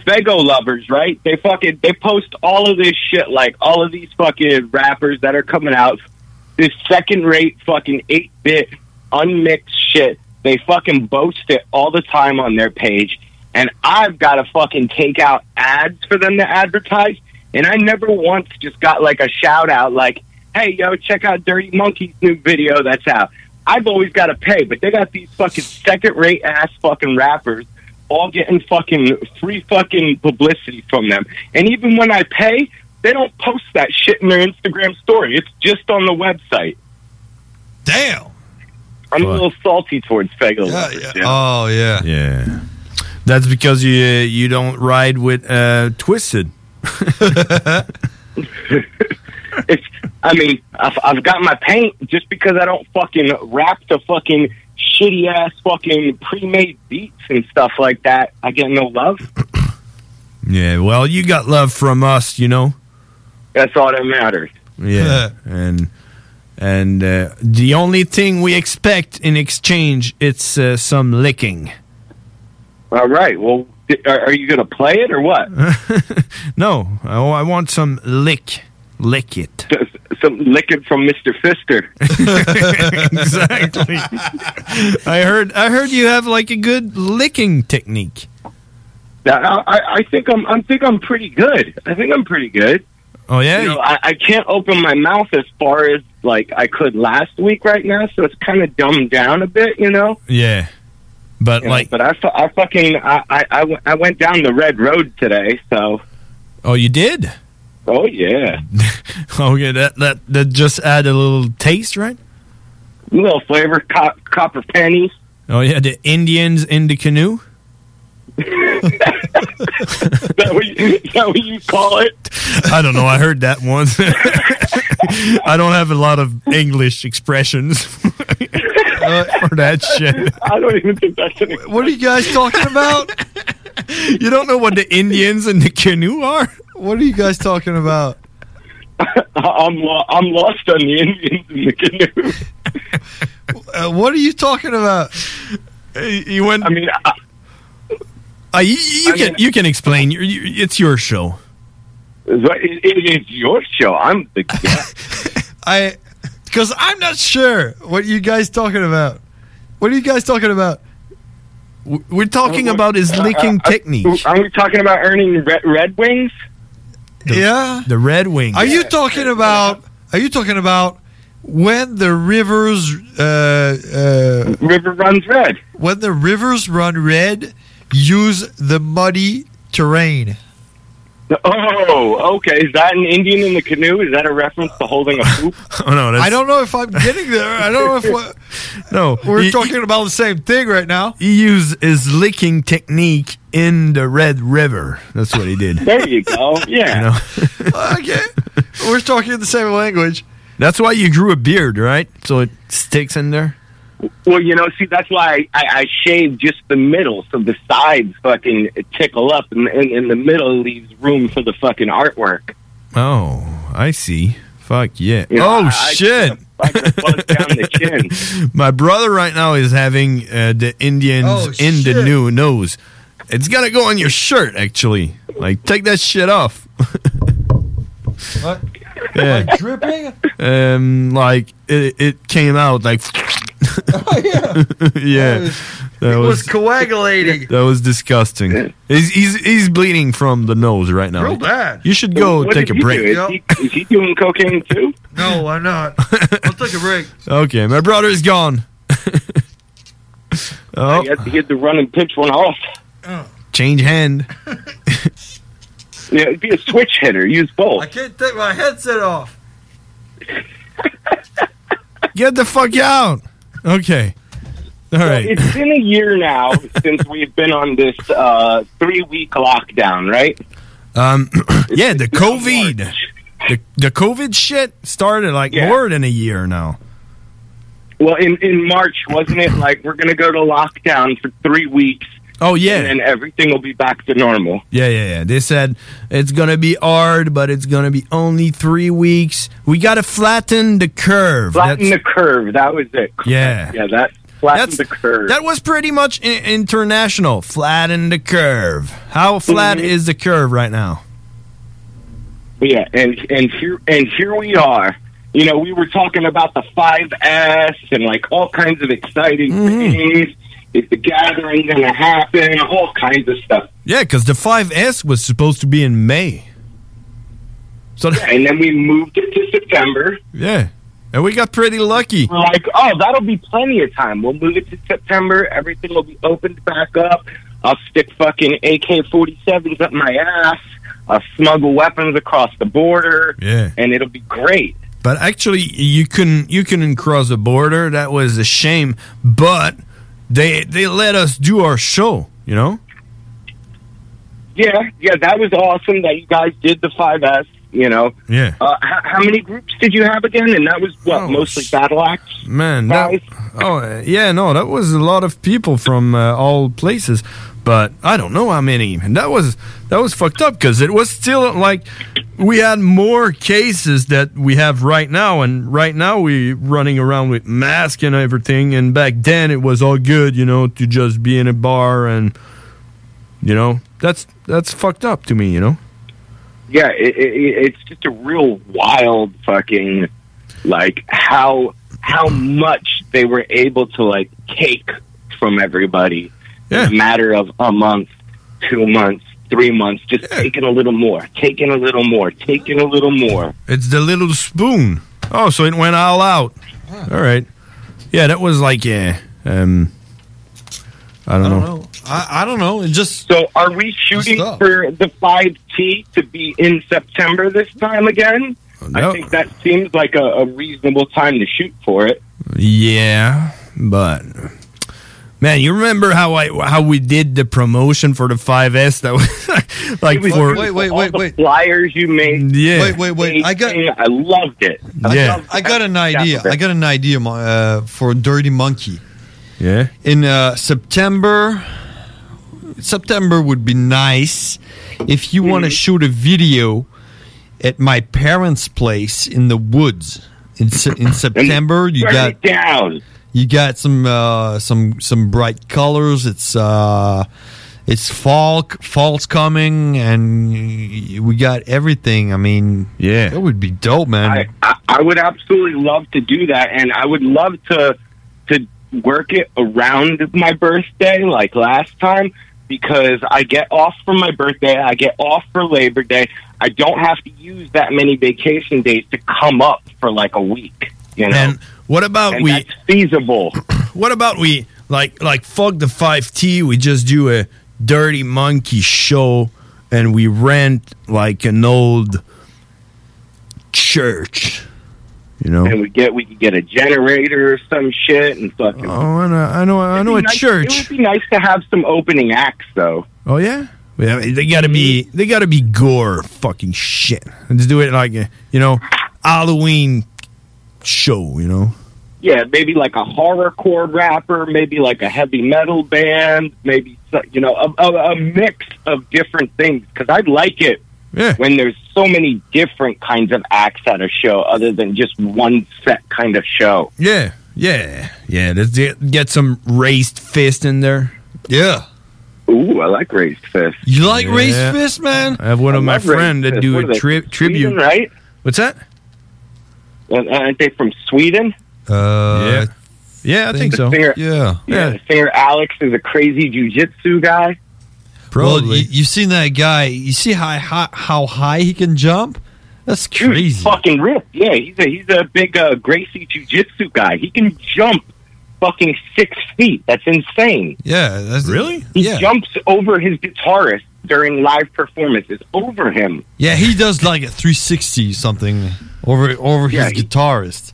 Speaker 3: Fego lovers, right? They fucking they post all of this shit, like all of these fucking rappers that are coming out, this second rate fucking eight bit unmixed shit. They fucking boast it all the time on their page, and I've got to fucking take out ads for them to advertise, and I never once just got like a shout out, like, "Hey yo, check out Dirty Monkey's new video that's out." I've always got to pay, but they got these fucking second rate ass fucking rappers all getting fucking free fucking publicity from them. And even when I pay, they don't post that shit in their Instagram story. It's just on the website.
Speaker 12: Damn.
Speaker 3: I'm a little salty towards Fego. Lovers, yeah.
Speaker 12: Oh yeah,
Speaker 11: yeah. That's because you you don't ride with uh, Twisted.
Speaker 3: I mean, I've, I've got my paint just because I don't fucking rap to fucking shitty ass fucking pre made beats and stuff like that. I get no love.
Speaker 11: Yeah, well, you got love from us, you know.
Speaker 3: That's all that matters.
Speaker 11: Yeah, and and uh, the only thing we expect in exchange it's uh, some licking.
Speaker 3: All right. Well, are, are you going to play it or what?
Speaker 11: No, oh, I want some lick, lick it.
Speaker 3: Some licking from Mr. Fister.
Speaker 11: exactly. I heard I heard you have like a good licking technique.
Speaker 3: Now, I, I- I think I'm, I think I'm pretty good. I think I'm pretty good.
Speaker 11: Oh yeah.
Speaker 3: You know, I, I can't open my mouth as far as like I could last week right now, so it's kind of dumbed down a bit, you know.
Speaker 11: Yeah, but
Speaker 3: You know,
Speaker 11: like,
Speaker 3: but I, fu- I fucking, I, I, I w- I went down the red road today, so.
Speaker 11: oh, you did.
Speaker 3: Oh yeah,
Speaker 11: Okay, that that that just add a little taste, right?
Speaker 3: little flavor, cop, copper pennies.
Speaker 11: Oh yeah, the Indians in the canoe.
Speaker 3: Is that what you, is that what you call it?
Speaker 11: I don't know. I heard that once. I don't have a lot of English expressions for that shit.
Speaker 3: I don't even think that's an
Speaker 11: What are you guys talking about? you don't know what the Indians in the canoe are?
Speaker 12: What are you guys talking about?
Speaker 3: I'm lo- I'm lost on the Indians in the canoe.
Speaker 12: Uh, what are you talking about?
Speaker 11: You went.
Speaker 3: I mean, I,
Speaker 11: Uh, you, you can you can explain. You- you- it's your show.
Speaker 3: it, it is your show. I'm the guest.
Speaker 12: I, because I'm not sure what you guys talking about. What are you guys talking about?
Speaker 11: We're talking about his licking technique.
Speaker 3: Are we talking about earning red, red wings?
Speaker 12: yeah,
Speaker 11: the Red Wings.
Speaker 12: Are you talking about? Are you talking about when the rivers uh,
Speaker 3: uh, river runs red?
Speaker 12: When the rivers run red, use the muddy terrain.
Speaker 3: Oh, okay. Is that an Indian in the canoe? Is that a reference to holding a poop?
Speaker 11: oh no,
Speaker 12: I don't know if I'm getting there. I don't know if we're,
Speaker 11: No, E-
Speaker 12: we're
Speaker 11: he-
Speaker 12: talking about the same thing right now.
Speaker 11: He used his licking technique in the Red River. That's what he did.
Speaker 3: There you go. Yeah.
Speaker 12: okay, we're talking the same language.
Speaker 11: That's why you grew a beard, right? So it sticks in there.
Speaker 3: Well, you know, see, that's why I, I, I shave just the middle, so the sides fucking tickle up, and, and, and the middle leaves room for the fucking artwork.
Speaker 11: Oh, I see. Fuck yeah.
Speaker 3: You know,
Speaker 11: oh
Speaker 3: I- I-
Speaker 11: shit.
Speaker 3: I could buzz down the chin.
Speaker 11: My brother right now is having uh, the Indians
Speaker 3: Oh,
Speaker 11: in the
Speaker 3: shit.
Speaker 11: new nose. It's gotta go on your shirt, actually. Like, take that shit off.
Speaker 12: What?
Speaker 11: Yeah.
Speaker 12: Like dripping?
Speaker 11: Um, like it, it came out like. yeah. That was,
Speaker 12: coagulating.
Speaker 11: that was disgusting. He's, he's he's bleeding from the nose right now.
Speaker 12: Real bad.
Speaker 11: You should go
Speaker 12: What
Speaker 11: take a
Speaker 12: did he
Speaker 11: break.
Speaker 12: do? Is he-
Speaker 3: Is he doing cocaine too?
Speaker 12: No, I'm not. I'll take a break.
Speaker 11: Okay, my brother is gone. oh,
Speaker 3: I guess he had to run and pitch one off.
Speaker 11: change hand.
Speaker 3: Yeah, it'd be a switch hitter. Use both.
Speaker 12: I can't take my headset off.
Speaker 11: Get the fuck out. Okay. All right.
Speaker 3: It's been a year now since we've been on this uh, three-week lockdown, right?
Speaker 11: Um, yeah, the COVID, the, the COVID shit started like more than a year now.
Speaker 3: Well, in, in March, wasn't it like we're going to go to lockdown for three weeks?
Speaker 11: Oh, yeah.
Speaker 3: And then everything will be back to normal.
Speaker 11: Yeah, yeah, yeah. They said it's gonna be hard, but it's gonna be only three weeks. We gotta flatten the curve.
Speaker 3: Flatten
Speaker 11: That's-
Speaker 3: the curve. That was it.
Speaker 11: Yeah.
Speaker 3: Yeah, that flattened the curve.
Speaker 11: That was pretty much I- international. Flatten the curve. How flat
Speaker 3: Mhm.
Speaker 11: is the curve right now?
Speaker 3: Yeah, and and here and here we are. You know, we were talking about the five S and like all kinds of exciting
Speaker 11: Mm-hmm.
Speaker 3: things. Is the gathering going to happen? All kinds of stuff.
Speaker 11: Yeah, because the 5S was supposed to be in May. So
Speaker 3: Yeah, and then we moved it to September.
Speaker 11: Yeah. And we got pretty lucky.
Speaker 3: We're like, oh, that'll be plenty of time. We'll move it to September. Everything will be opened back up. I'll stick fucking AK 47s up my ass. I'll smuggle weapons across the border.
Speaker 11: Yeah.
Speaker 3: And it'll be great.
Speaker 11: But actually, you couldn't you couldn't cross the border. That was a shame. But they they let us do our show. You know.
Speaker 3: Yeah, yeah, that was awesome that you guys did the 5S, you know.
Speaker 11: Yeah. Oh,
Speaker 3: Uh, how, how many groups did you have again? And that was, what, mostly battle acts?
Speaker 11: Man, that, oh uh, yeah, no, that was a lot of people from uh, all places, but I don't know how many. And that was that was fucked up because it was still like we had more cases that we have right now, and right now we running around with masks and everything. And back then it was all good, you know, to just be in a bar and you know that's that's fucked up to me, you know.
Speaker 3: yeah, it, it, it's just a real wild fucking like how how much they were able to like take from everybody in a matter of a month, two months, three months, just taking a little more, taking a little more, taking a little more.
Speaker 11: It's the little spoon. Oh, so it went all out. All right. Yeah, that was like yeah. Um, I don't, know.
Speaker 3: I, I don't know. It just so are we shooting for the five T to be in September this time again? I think that seems like a, a reasonable time to shoot for it.
Speaker 11: Yeah, but man, you remember how I how we did the promotion for the 5S? That was like
Speaker 3: It was
Speaker 11: for
Speaker 3: beautiful. All the flyers you made.
Speaker 11: Yeah.
Speaker 3: Wait, wait, wait. I got. I loved it.
Speaker 11: Yeah.
Speaker 3: loved
Speaker 12: I got
Speaker 3: every
Speaker 12: an
Speaker 3: step
Speaker 12: idea.
Speaker 3: of it.
Speaker 12: I got an idea mo- uh, for Dirty Monkey.
Speaker 11: Yeah.
Speaker 12: In uh, September, September would be nice if you
Speaker 3: Hmm.
Speaker 12: want to shoot a video at my parents' place in the woods. In, se- in September, you
Speaker 3: burn
Speaker 12: got
Speaker 3: it down.
Speaker 12: You got some uh, some some bright colors. It's uh, it's fall. Fall's coming, and we got everything. I mean,
Speaker 11: yeah,
Speaker 12: that would be dope, man.
Speaker 3: I, I would absolutely love to do that, and I would love to to work it around my birthday, like last time, because I get off for my birthday, I get off for Labor Day. I don't have to use that many vacation days to come up for like a week. You know,
Speaker 11: And what about
Speaker 3: And
Speaker 11: we?
Speaker 3: that's feasible.
Speaker 11: What about we like like fuck the 5T? We just do a dirty monkey show and we rent like an old church. You know.
Speaker 3: and we get we could get a generator or some shit and fucking.
Speaker 11: Oh, I know, I know, I
Speaker 3: It'd
Speaker 11: know
Speaker 3: be
Speaker 11: a
Speaker 3: nice-
Speaker 11: church.
Speaker 3: It would be nice to have some opening acts, though.
Speaker 11: Oh yeah, yeah. They gotta be. They gotta be gore. Fucking shit. Let's do it like a, you know, Halloween show. You know.
Speaker 3: Yeah, maybe like a horrorcore rapper, maybe like a heavy metal band, maybe so- you know a, a, a mix of different things. Because I like it when there's so many different kinds of acts at a show, other than just one set kind of show.
Speaker 11: Yeah, yeah, yeah. Let's get, get some raised fist in there.
Speaker 12: Yeah.
Speaker 3: Ooh, I like raised fist.
Speaker 12: You like
Speaker 11: raised
Speaker 12: raised fist, man?
Speaker 11: I have one
Speaker 3: I
Speaker 11: of my
Speaker 3: love raised
Speaker 11: friend that
Speaker 3: fist.
Speaker 11: do
Speaker 3: What are
Speaker 11: a
Speaker 3: they,
Speaker 11: tri- tribute.
Speaker 3: Sweden, right?
Speaker 11: What's that?
Speaker 3: Uh, aren't they from Sweden?
Speaker 12: Uh,
Speaker 11: yeah, yeah, I think
Speaker 3: The
Speaker 11: so.
Speaker 3: singer-
Speaker 12: yeah,
Speaker 3: yeah. The singer Alex is a crazy jujitsu guy.
Speaker 12: Probably. Well, you, you've seen that guy. You see how high, how high he can jump? That's crazy.
Speaker 3: fucking ripped. Yeah, he's a he's a big uh, Gracie jiu-jitsu guy. He can jump fucking six feet. That's insane.
Speaker 12: Yeah, that's really.
Speaker 3: He
Speaker 12: Yeah,
Speaker 3: jumps over his guitarist during live performances. Over him.
Speaker 12: yeah. He does like a 360 something over over
Speaker 3: Yeah,
Speaker 12: his guitarist.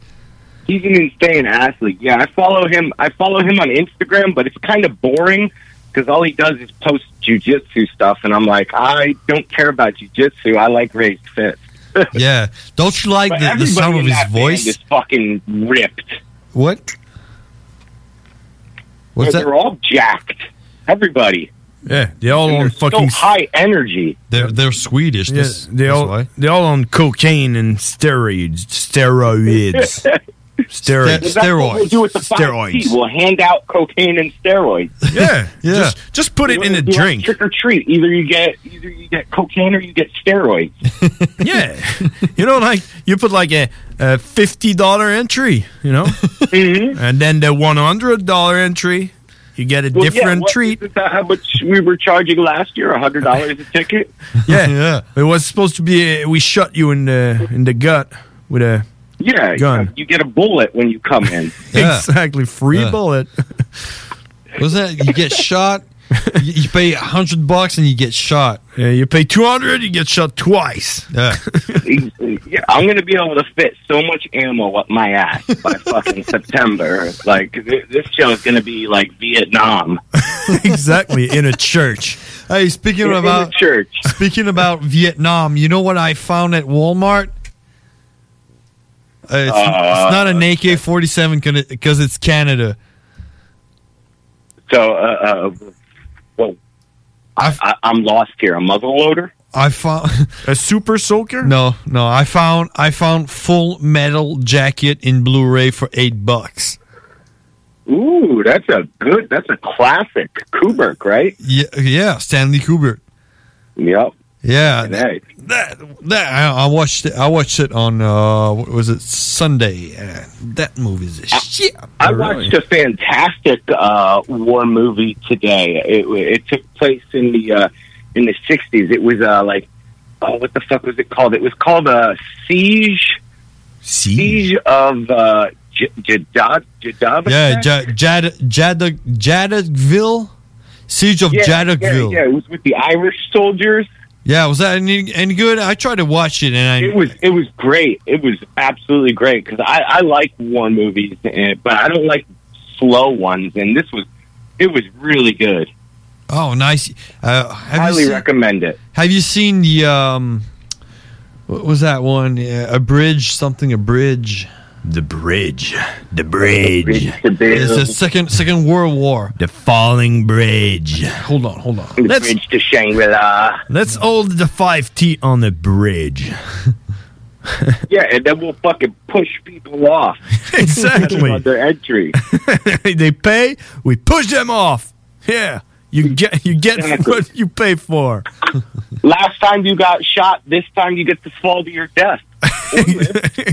Speaker 3: He's an insane athlete. Yeah, I follow him. I follow him on Instagram, but it's kind of boring because all he does is post jujitsu stuff, and I'm like, I don't care about jujitsu. I like raised fists.
Speaker 12: yeah, don't you like
Speaker 3: But
Speaker 12: the, the
Speaker 3: everybody
Speaker 12: sound
Speaker 3: in
Speaker 12: of his
Speaker 3: that band
Speaker 12: voice?
Speaker 3: Is fucking ripped.
Speaker 12: What? What's
Speaker 3: They're all jacked. Everybody.
Speaker 11: Yeah, they all
Speaker 3: And
Speaker 11: on
Speaker 3: they're
Speaker 11: fucking
Speaker 3: so high energy.
Speaker 12: They're they're Swedish.
Speaker 11: Yeah,
Speaker 12: this-
Speaker 11: they all they all on cocaine and steroids. Steroids. steroids.
Speaker 3: That's what we'll do with the 5T.
Speaker 11: Steroids.
Speaker 3: We'll hand out cocaine and steroids.
Speaker 11: Yeah, yeah. Just, just put it in a drink.
Speaker 3: Trick or treat. Either you get either you get cocaine or you get steroids.
Speaker 11: yeah, you know, like you put like a, a fifty dollar entry, you know,
Speaker 3: Mm-hmm.
Speaker 11: and then the one hundred dollar entry, you get a
Speaker 3: Well, yeah,
Speaker 11: different
Speaker 3: what-
Speaker 11: treat.
Speaker 3: Is that how much we were charging last year? A hundred dollars a ticket.
Speaker 11: Yeah, yeah. It was supposed to be uh, we shot you in the in the gut with a
Speaker 3: Yeah,
Speaker 11: gun.
Speaker 3: You get a bullet when you come in.
Speaker 11: Exactly, free
Speaker 12: Yeah.
Speaker 11: bullet.
Speaker 12: Was that you get shot? you, you pay 100 bucks and you get shot.
Speaker 11: you pay 200, you get shot twice.
Speaker 12: Yeah.
Speaker 3: yeah, I'm going to be able to fit so much ammo up my ass by fucking September. Like th- this show is going to be like Vietnam.
Speaker 11: exactly in a church.
Speaker 12: Hey, speaking
Speaker 3: In- in
Speaker 12: about
Speaker 3: the church.
Speaker 12: Speaking about Vietnam, you know what I found at Walmart? Uh, it's, it's not an AK-47 because it's Canada.
Speaker 3: So, uh, uh, well,
Speaker 12: I,
Speaker 3: I, I'm lost here. A muzzle loader.
Speaker 12: I found
Speaker 11: a super soaker.
Speaker 12: No, no, I found I found Full Metal Jacket in Blu-ray for eight bucks.
Speaker 3: Ooh, that's a good. That's a classic Kubrick, right?
Speaker 12: Yeah, yeah, Stanley Kubrick.
Speaker 3: Yep.
Speaker 12: Yeah,
Speaker 3: Nice.
Speaker 12: that I, I watched it. I watched it on uh, what was it Sunday? Uh, that movie's a shit.
Speaker 3: I watched a fantastic uh, war movie today. It, it took place in the uh, in the sixties. It was uh, like, oh, what the fuck was it called? It was called a siege. Siege, of uh, J- Jadad, Jadab.
Speaker 12: Yeah, Ja- Jad Jad Jadaville, Siege of
Speaker 3: yeah,
Speaker 12: Jadaville.
Speaker 3: Yeah, yeah, it was with the Irish soldiers.
Speaker 12: Yeah, was that any, any good? I tried to watch it and I
Speaker 3: It was it was great. It was absolutely great because I, I like war movies, eh, but I don't like slow ones. And this was it was really good.
Speaker 12: oh nice. Uh, have
Speaker 3: Highly
Speaker 12: you seen,
Speaker 3: recommend it.
Speaker 12: Have you seen the um? What was that one? Yeah, a bridge, something. A bridge.
Speaker 11: The bridge. The bridge.
Speaker 3: The
Speaker 12: It's the second second World War.
Speaker 11: The falling bridge.
Speaker 12: Hold on, hold on.
Speaker 3: The bridge to Shangri La.
Speaker 11: Let's hold the five T on the bridge.
Speaker 3: Yeah, and then we'll fucking push people off.
Speaker 11: Exactly.
Speaker 3: on their entry.
Speaker 11: they pay, we push them off. Yeah. You get you get what you pay for.
Speaker 3: Last time you got shot, this time you get to fall to your death.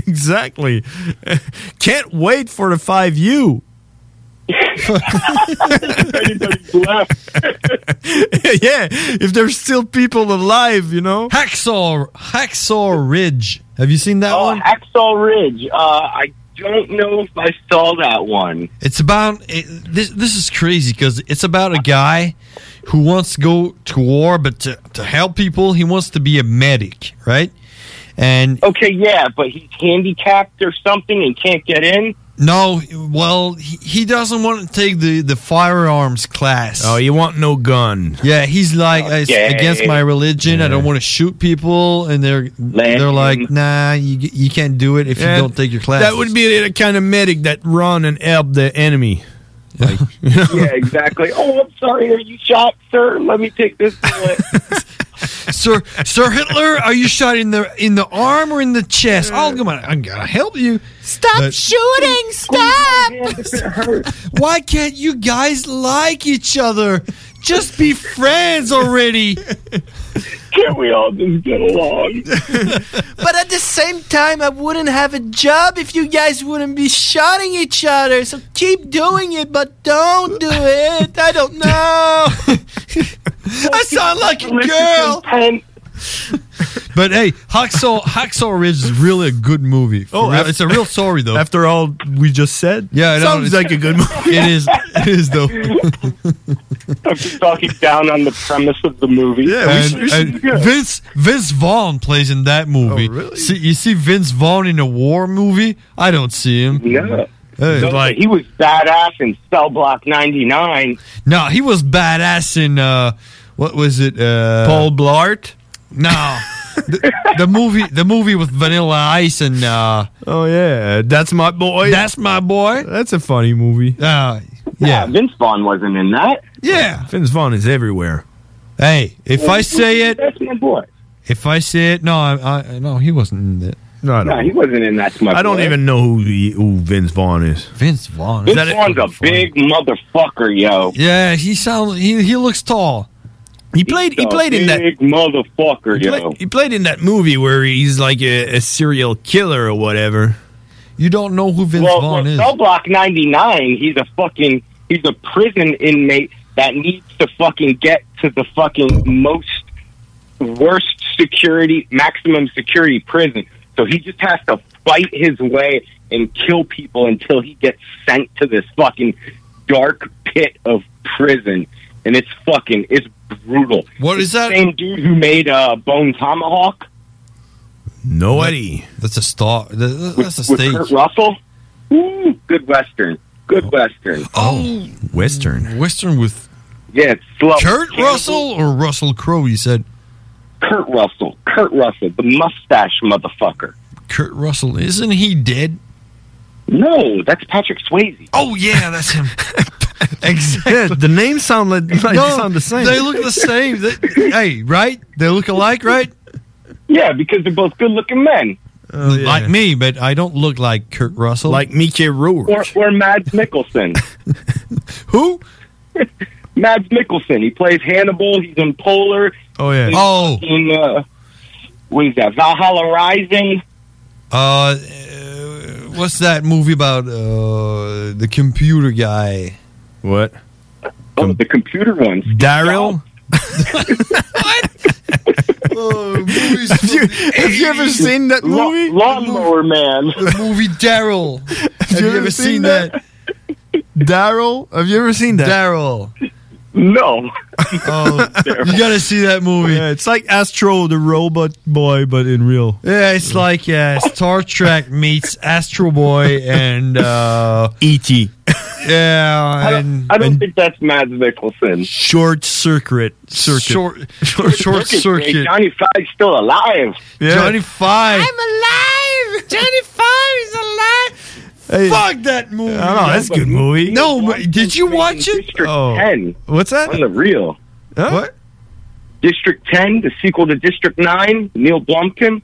Speaker 11: exactly. Can't wait for the five U. yeah, if there's still people alive, you know.
Speaker 12: Hacksaw Hacksaw Ridge. Have you seen that
Speaker 11: Oh,
Speaker 12: one?
Speaker 3: Hacksaw Ridge. Uh, I don't know if I saw that one.
Speaker 12: It's about it, this. This is crazy because it's about a guy who wants to go to war, but to, to help people, he wants to be a medic, right? And
Speaker 3: okay, yeah, but he's handicapped or something and can't get in.
Speaker 12: No, well, he, he doesn't want to take the the firearms class.
Speaker 11: Oh, you want no gun?
Speaker 12: Yeah, he's like it's
Speaker 11: Okay.
Speaker 12: against my religion. I don't want to shoot people, and they're they're like, nah, you you can't do it if
Speaker 11: Yeah,
Speaker 12: you don't take your class.
Speaker 11: That would be the kind of medic that run and help the enemy.
Speaker 3: yeah, exactly. Oh, I'm sorry. Are you shot, sir? Let me take this bullet.
Speaker 12: Sir Sir Hitler, are you shot in the in the arm or in the chest? Oh, come on, I'm gonna help you. Stop shooting! Stop! Why can't you guys like each other? Just be friends already.
Speaker 3: Can't we all just get along?
Speaker 4: But at the same time, I wouldn't have a job if you guys wouldn't be shooting each other. So keep doing it, but don't do it. I don't know.
Speaker 12: I sound like a girl. But hey, Hacksaw Hacksaw Ridge is really a good movie. For
Speaker 11: Oh,
Speaker 12: real-
Speaker 11: af-
Speaker 12: it's a real story though.
Speaker 11: After all we just said,
Speaker 12: yeah, I know,
Speaker 11: sounds
Speaker 12: it's-
Speaker 11: like a good movie.
Speaker 12: It is. It is though.
Speaker 3: I'm just talking down on the premise of the movie.
Speaker 12: And- and Vince Vince Vaughn plays in that
Speaker 11: Oh,
Speaker 12: movie. See, you see Vince Vaughn in a war movie? I don't see him.
Speaker 3: Yeah.
Speaker 12: Hey.
Speaker 3: No, but he was badass in Cell Block 99.
Speaker 12: No, he was badass in uh, what was it? Uh, Paul
Speaker 11: Blart.
Speaker 12: No, the, the movie, the movie with Vanilla Ice and uh,
Speaker 11: oh yeah, that's my boy.
Speaker 12: That's my boy.
Speaker 11: That's a funny movie.
Speaker 12: Uh,
Speaker 3: yeah. Vince Vaughn wasn't in that.
Speaker 12: Yeah,
Speaker 11: Vince Vaughn is everywhere.
Speaker 12: Hey, if I say it,
Speaker 3: That's my boy.
Speaker 12: if I say it, no, I, I no, he wasn't in it.
Speaker 11: No, I
Speaker 3: No, he wasn't in that. My
Speaker 11: I don't
Speaker 3: boy.
Speaker 11: even know who he, who Vince Vaughn is.
Speaker 12: Vince Vaughn.
Speaker 3: Vince Vaughn's a big motherfucker, yo.
Speaker 12: Yeah, he sounds. He he looks tall.
Speaker 11: He played. He
Speaker 3: a
Speaker 11: played in that.
Speaker 3: big motherfucker,
Speaker 11: He,
Speaker 3: yo.
Speaker 11: play- he played in that movie where he's like a, a serial killer or whatever.
Speaker 12: You don't know who Vince
Speaker 3: well, well, Cell Block 99, he's a fucking, he's a prison inmate that needs to fucking get to the fucking most worst security, maximum security prison. So he just has to fight his way and kill people until he gets sent to this fucking dark pit of prison. and it's fucking it's brutal. What is that? Same dude who made uh, Bone Tomahawk
Speaker 12: No idea. That's a star. that-
Speaker 3: with,
Speaker 12: That's a
Speaker 3: with
Speaker 12: steak.
Speaker 3: Kurt Russell. Ooh, good Western. Good Western.
Speaker 12: Oh, Western. Western with
Speaker 3: Yeah, it's slow.
Speaker 12: Kurt
Speaker 3: Campbell-
Speaker 12: Russell or Russell Crowe. You said
Speaker 3: Kurt Russell. Kurt Russell, the mustache motherfucker.
Speaker 12: Kurt Russell. Isn't he dead?
Speaker 3: No, that's Patrick Swayze.
Speaker 12: Oh yeah, that's him.
Speaker 11: Yeah, the names sound like, like they
Speaker 12: no,
Speaker 11: sound the same.
Speaker 12: They look the same. They- hey, right? They look alike, right?
Speaker 3: Yeah, because they're both good-looking men.
Speaker 11: Oh,
Speaker 12: Like me, but I don't look like Kurt Russell. Like
Speaker 11: Mickey Rourke.
Speaker 3: Or, or Mads Mikkelsen.
Speaker 12: Who?
Speaker 3: Mads Mikkelsen. He plays Hannibal. He's in Polar.
Speaker 12: Oh, yeah.
Speaker 3: He's
Speaker 12: Oh.
Speaker 3: In, uh, what is that? Valhalla Rising.
Speaker 12: Uh, uh, what's that movie about uh, the computer guy?
Speaker 11: What?
Speaker 3: Oh, the computer one.
Speaker 11: Daryl?
Speaker 29: have, you, have you ever seen that
Speaker 3: Lawn-
Speaker 29: movie?
Speaker 3: Lawnmower Man.
Speaker 12: The movie Daryl.
Speaker 29: have, you ever seen, that? Daryl? Have you ever seen that?
Speaker 12: Daryl.
Speaker 3: No.
Speaker 12: Oh, you gotta see that movie.
Speaker 29: Yeah, it's like Astro the Robot Boy, but in real.
Speaker 12: Yeah, it's like uh, Star Trek meets Astro Boy and uh,
Speaker 11: E.T.
Speaker 12: Yeah,
Speaker 3: I don't,
Speaker 12: and
Speaker 3: I don't think that's Mads Mikkelsen.
Speaker 11: Short circuit. circuit.
Speaker 12: Short- short circuit.
Speaker 3: Jay, Johnny Five's still alive.
Speaker 12: Johnny Five.
Speaker 30: alive! Johnny Five is alive!
Speaker 12: Fuck that movie.
Speaker 11: I don't know, Oh, that's a good movie.
Speaker 12: No, but did you watch it?
Speaker 11: Oh.
Speaker 3: Ten.
Speaker 11: What's that?
Speaker 3: On the real.
Speaker 12: What?
Speaker 3: District Ten, the sequel to District Nine. Neil Blomkin.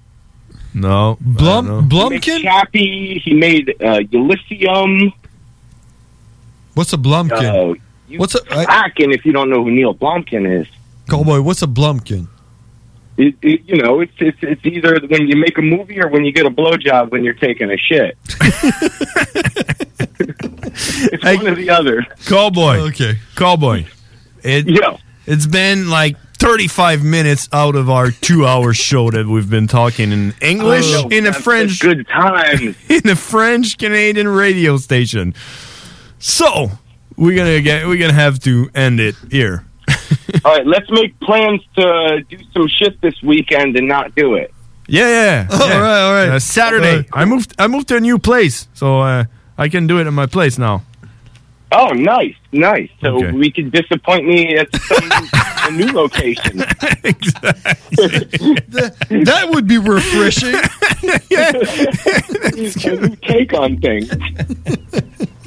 Speaker 11: No.
Speaker 12: Blum,
Speaker 3: Blumkin. Chappie. He made uh, Elysium.
Speaker 12: What's a Blumkin?
Speaker 3: Oh, you
Speaker 12: What's a
Speaker 3: hacking if you don't know who Neil Blomkin is?
Speaker 12: Cowboy, what's a Blumpkin?
Speaker 3: It, it, you know, it's, it's it's either when you make a movie or when you get a blowjob when you're taking a shit. it's one or the other.
Speaker 11: Cowboy.
Speaker 12: Okay.
Speaker 11: Cowboy. It,
Speaker 3: yeah.
Speaker 11: It's been like 35 minutes out of our two hour show that we've been talking in English,
Speaker 3: Oh,
Speaker 11: in a
Speaker 3: that's
Speaker 11: French.
Speaker 3: Good times.
Speaker 11: In a French Canadian radio station. So, we're going to get we're going to have to end it here.
Speaker 3: All right, let's make plans to do some shit this weekend and not do it.
Speaker 11: Yeah, yeah.
Speaker 3: Oh,
Speaker 11: yeah.
Speaker 3: all right, all right.
Speaker 11: Uh, Saturday. I moved I moved to a new place, so uh, I can do it at my place now.
Speaker 3: Oh, nice, nice. So we can disappoint me at some a new location.
Speaker 12: that would be refreshing.
Speaker 3: a new take on things.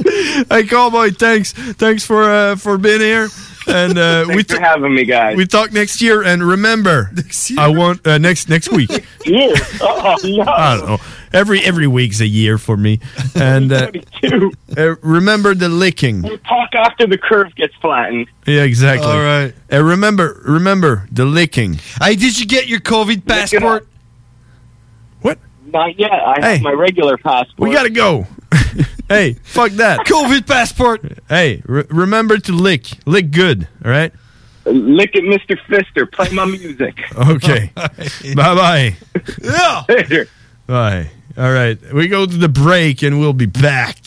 Speaker 11: hey cowboy thanks thanks for uh, for being here and uh, we
Speaker 3: Thanks for having me, guys.
Speaker 11: we talk next year and remember i want uh, next next week
Speaker 3: Yeah. Oh,
Speaker 11: i don't know every every week's a year for me and uh, uh, remember the licking
Speaker 3: Talk after the curve gets flattened.
Speaker 11: yeah exactly
Speaker 3: All
Speaker 11: right and remember remember the licking
Speaker 12: hey did you get your covid passport
Speaker 3: Not yet. I have my regular passport.
Speaker 11: we gotta go hey fuck that
Speaker 12: covid passport
Speaker 11: hey re- remember to lick lick good all right
Speaker 3: Lick it, Mr. Fister. Play my music.
Speaker 11: okay bye bye
Speaker 3: Yeah. Later.
Speaker 11: Bye. All right. We go to the break and we'll be back.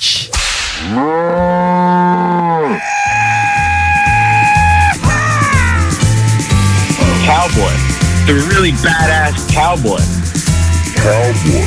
Speaker 31: Cowboy. The really badass cowboy. Cowboy.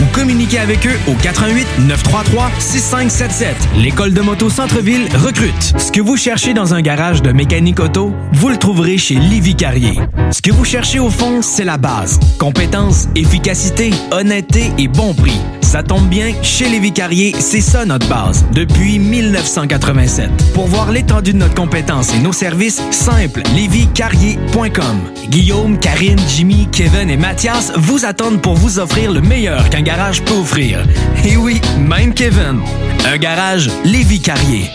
Speaker 18: ou communiquez avec eux au 88 933 6577. L'école de moto Centre-ville recrute. Ce que vous cherchez dans un garage de mécanique auto, vous le trouverez chez Livy Carrier. Ce que vous cherchez au fond, c'est la base. Compétence, efficacité, honnêteté et bon prix. Ça tombe bien, chez Lévi Carrier, c'est ça notre base, depuis 1987. Pour voir l'étendue de notre compétence et nos services, simple, lévicarrier.com. Guillaume, Karine, Jimmy, Kevin et Mathias vous attendent pour vous offrir le meilleur qu'un garage peut offrir. Et oui, même Kevin. Un garage Lévi Carrier.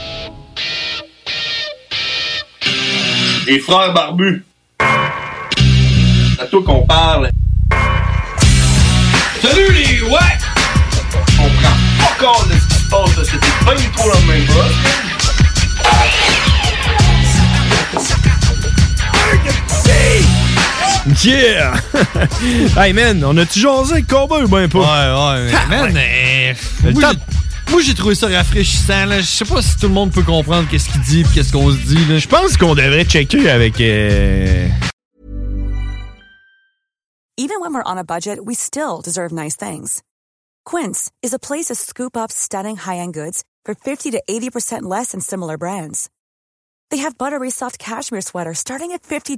Speaker 9: Les frères barbus. C'est à toi qu'on parle. Salut les ouais! On prend pas compte de ce qui se passe, là. c'était pas du tout la même chose.
Speaker 11: Yeah! hey man, on a-tu jasé le combat ou ben pas?
Speaker 12: Ouais, ouais, man, euh, moi, j'ai- moi, j'ai trouvé ça rafraîchissant. là. Je sais pas si tout le monde peut comprendre qu'est-ce qu'il dit et qu'est-ce qu'on se dit. là.
Speaker 11: Je pense qu'on devrait checker avec. euh,
Speaker 28: Even when we're on a budget, we still deserve nice things. Quince is a place to scoop up stunning high-end goods for 50 to 80% less than similar brands. They have buttery soft cashmere sweaters starting at $50,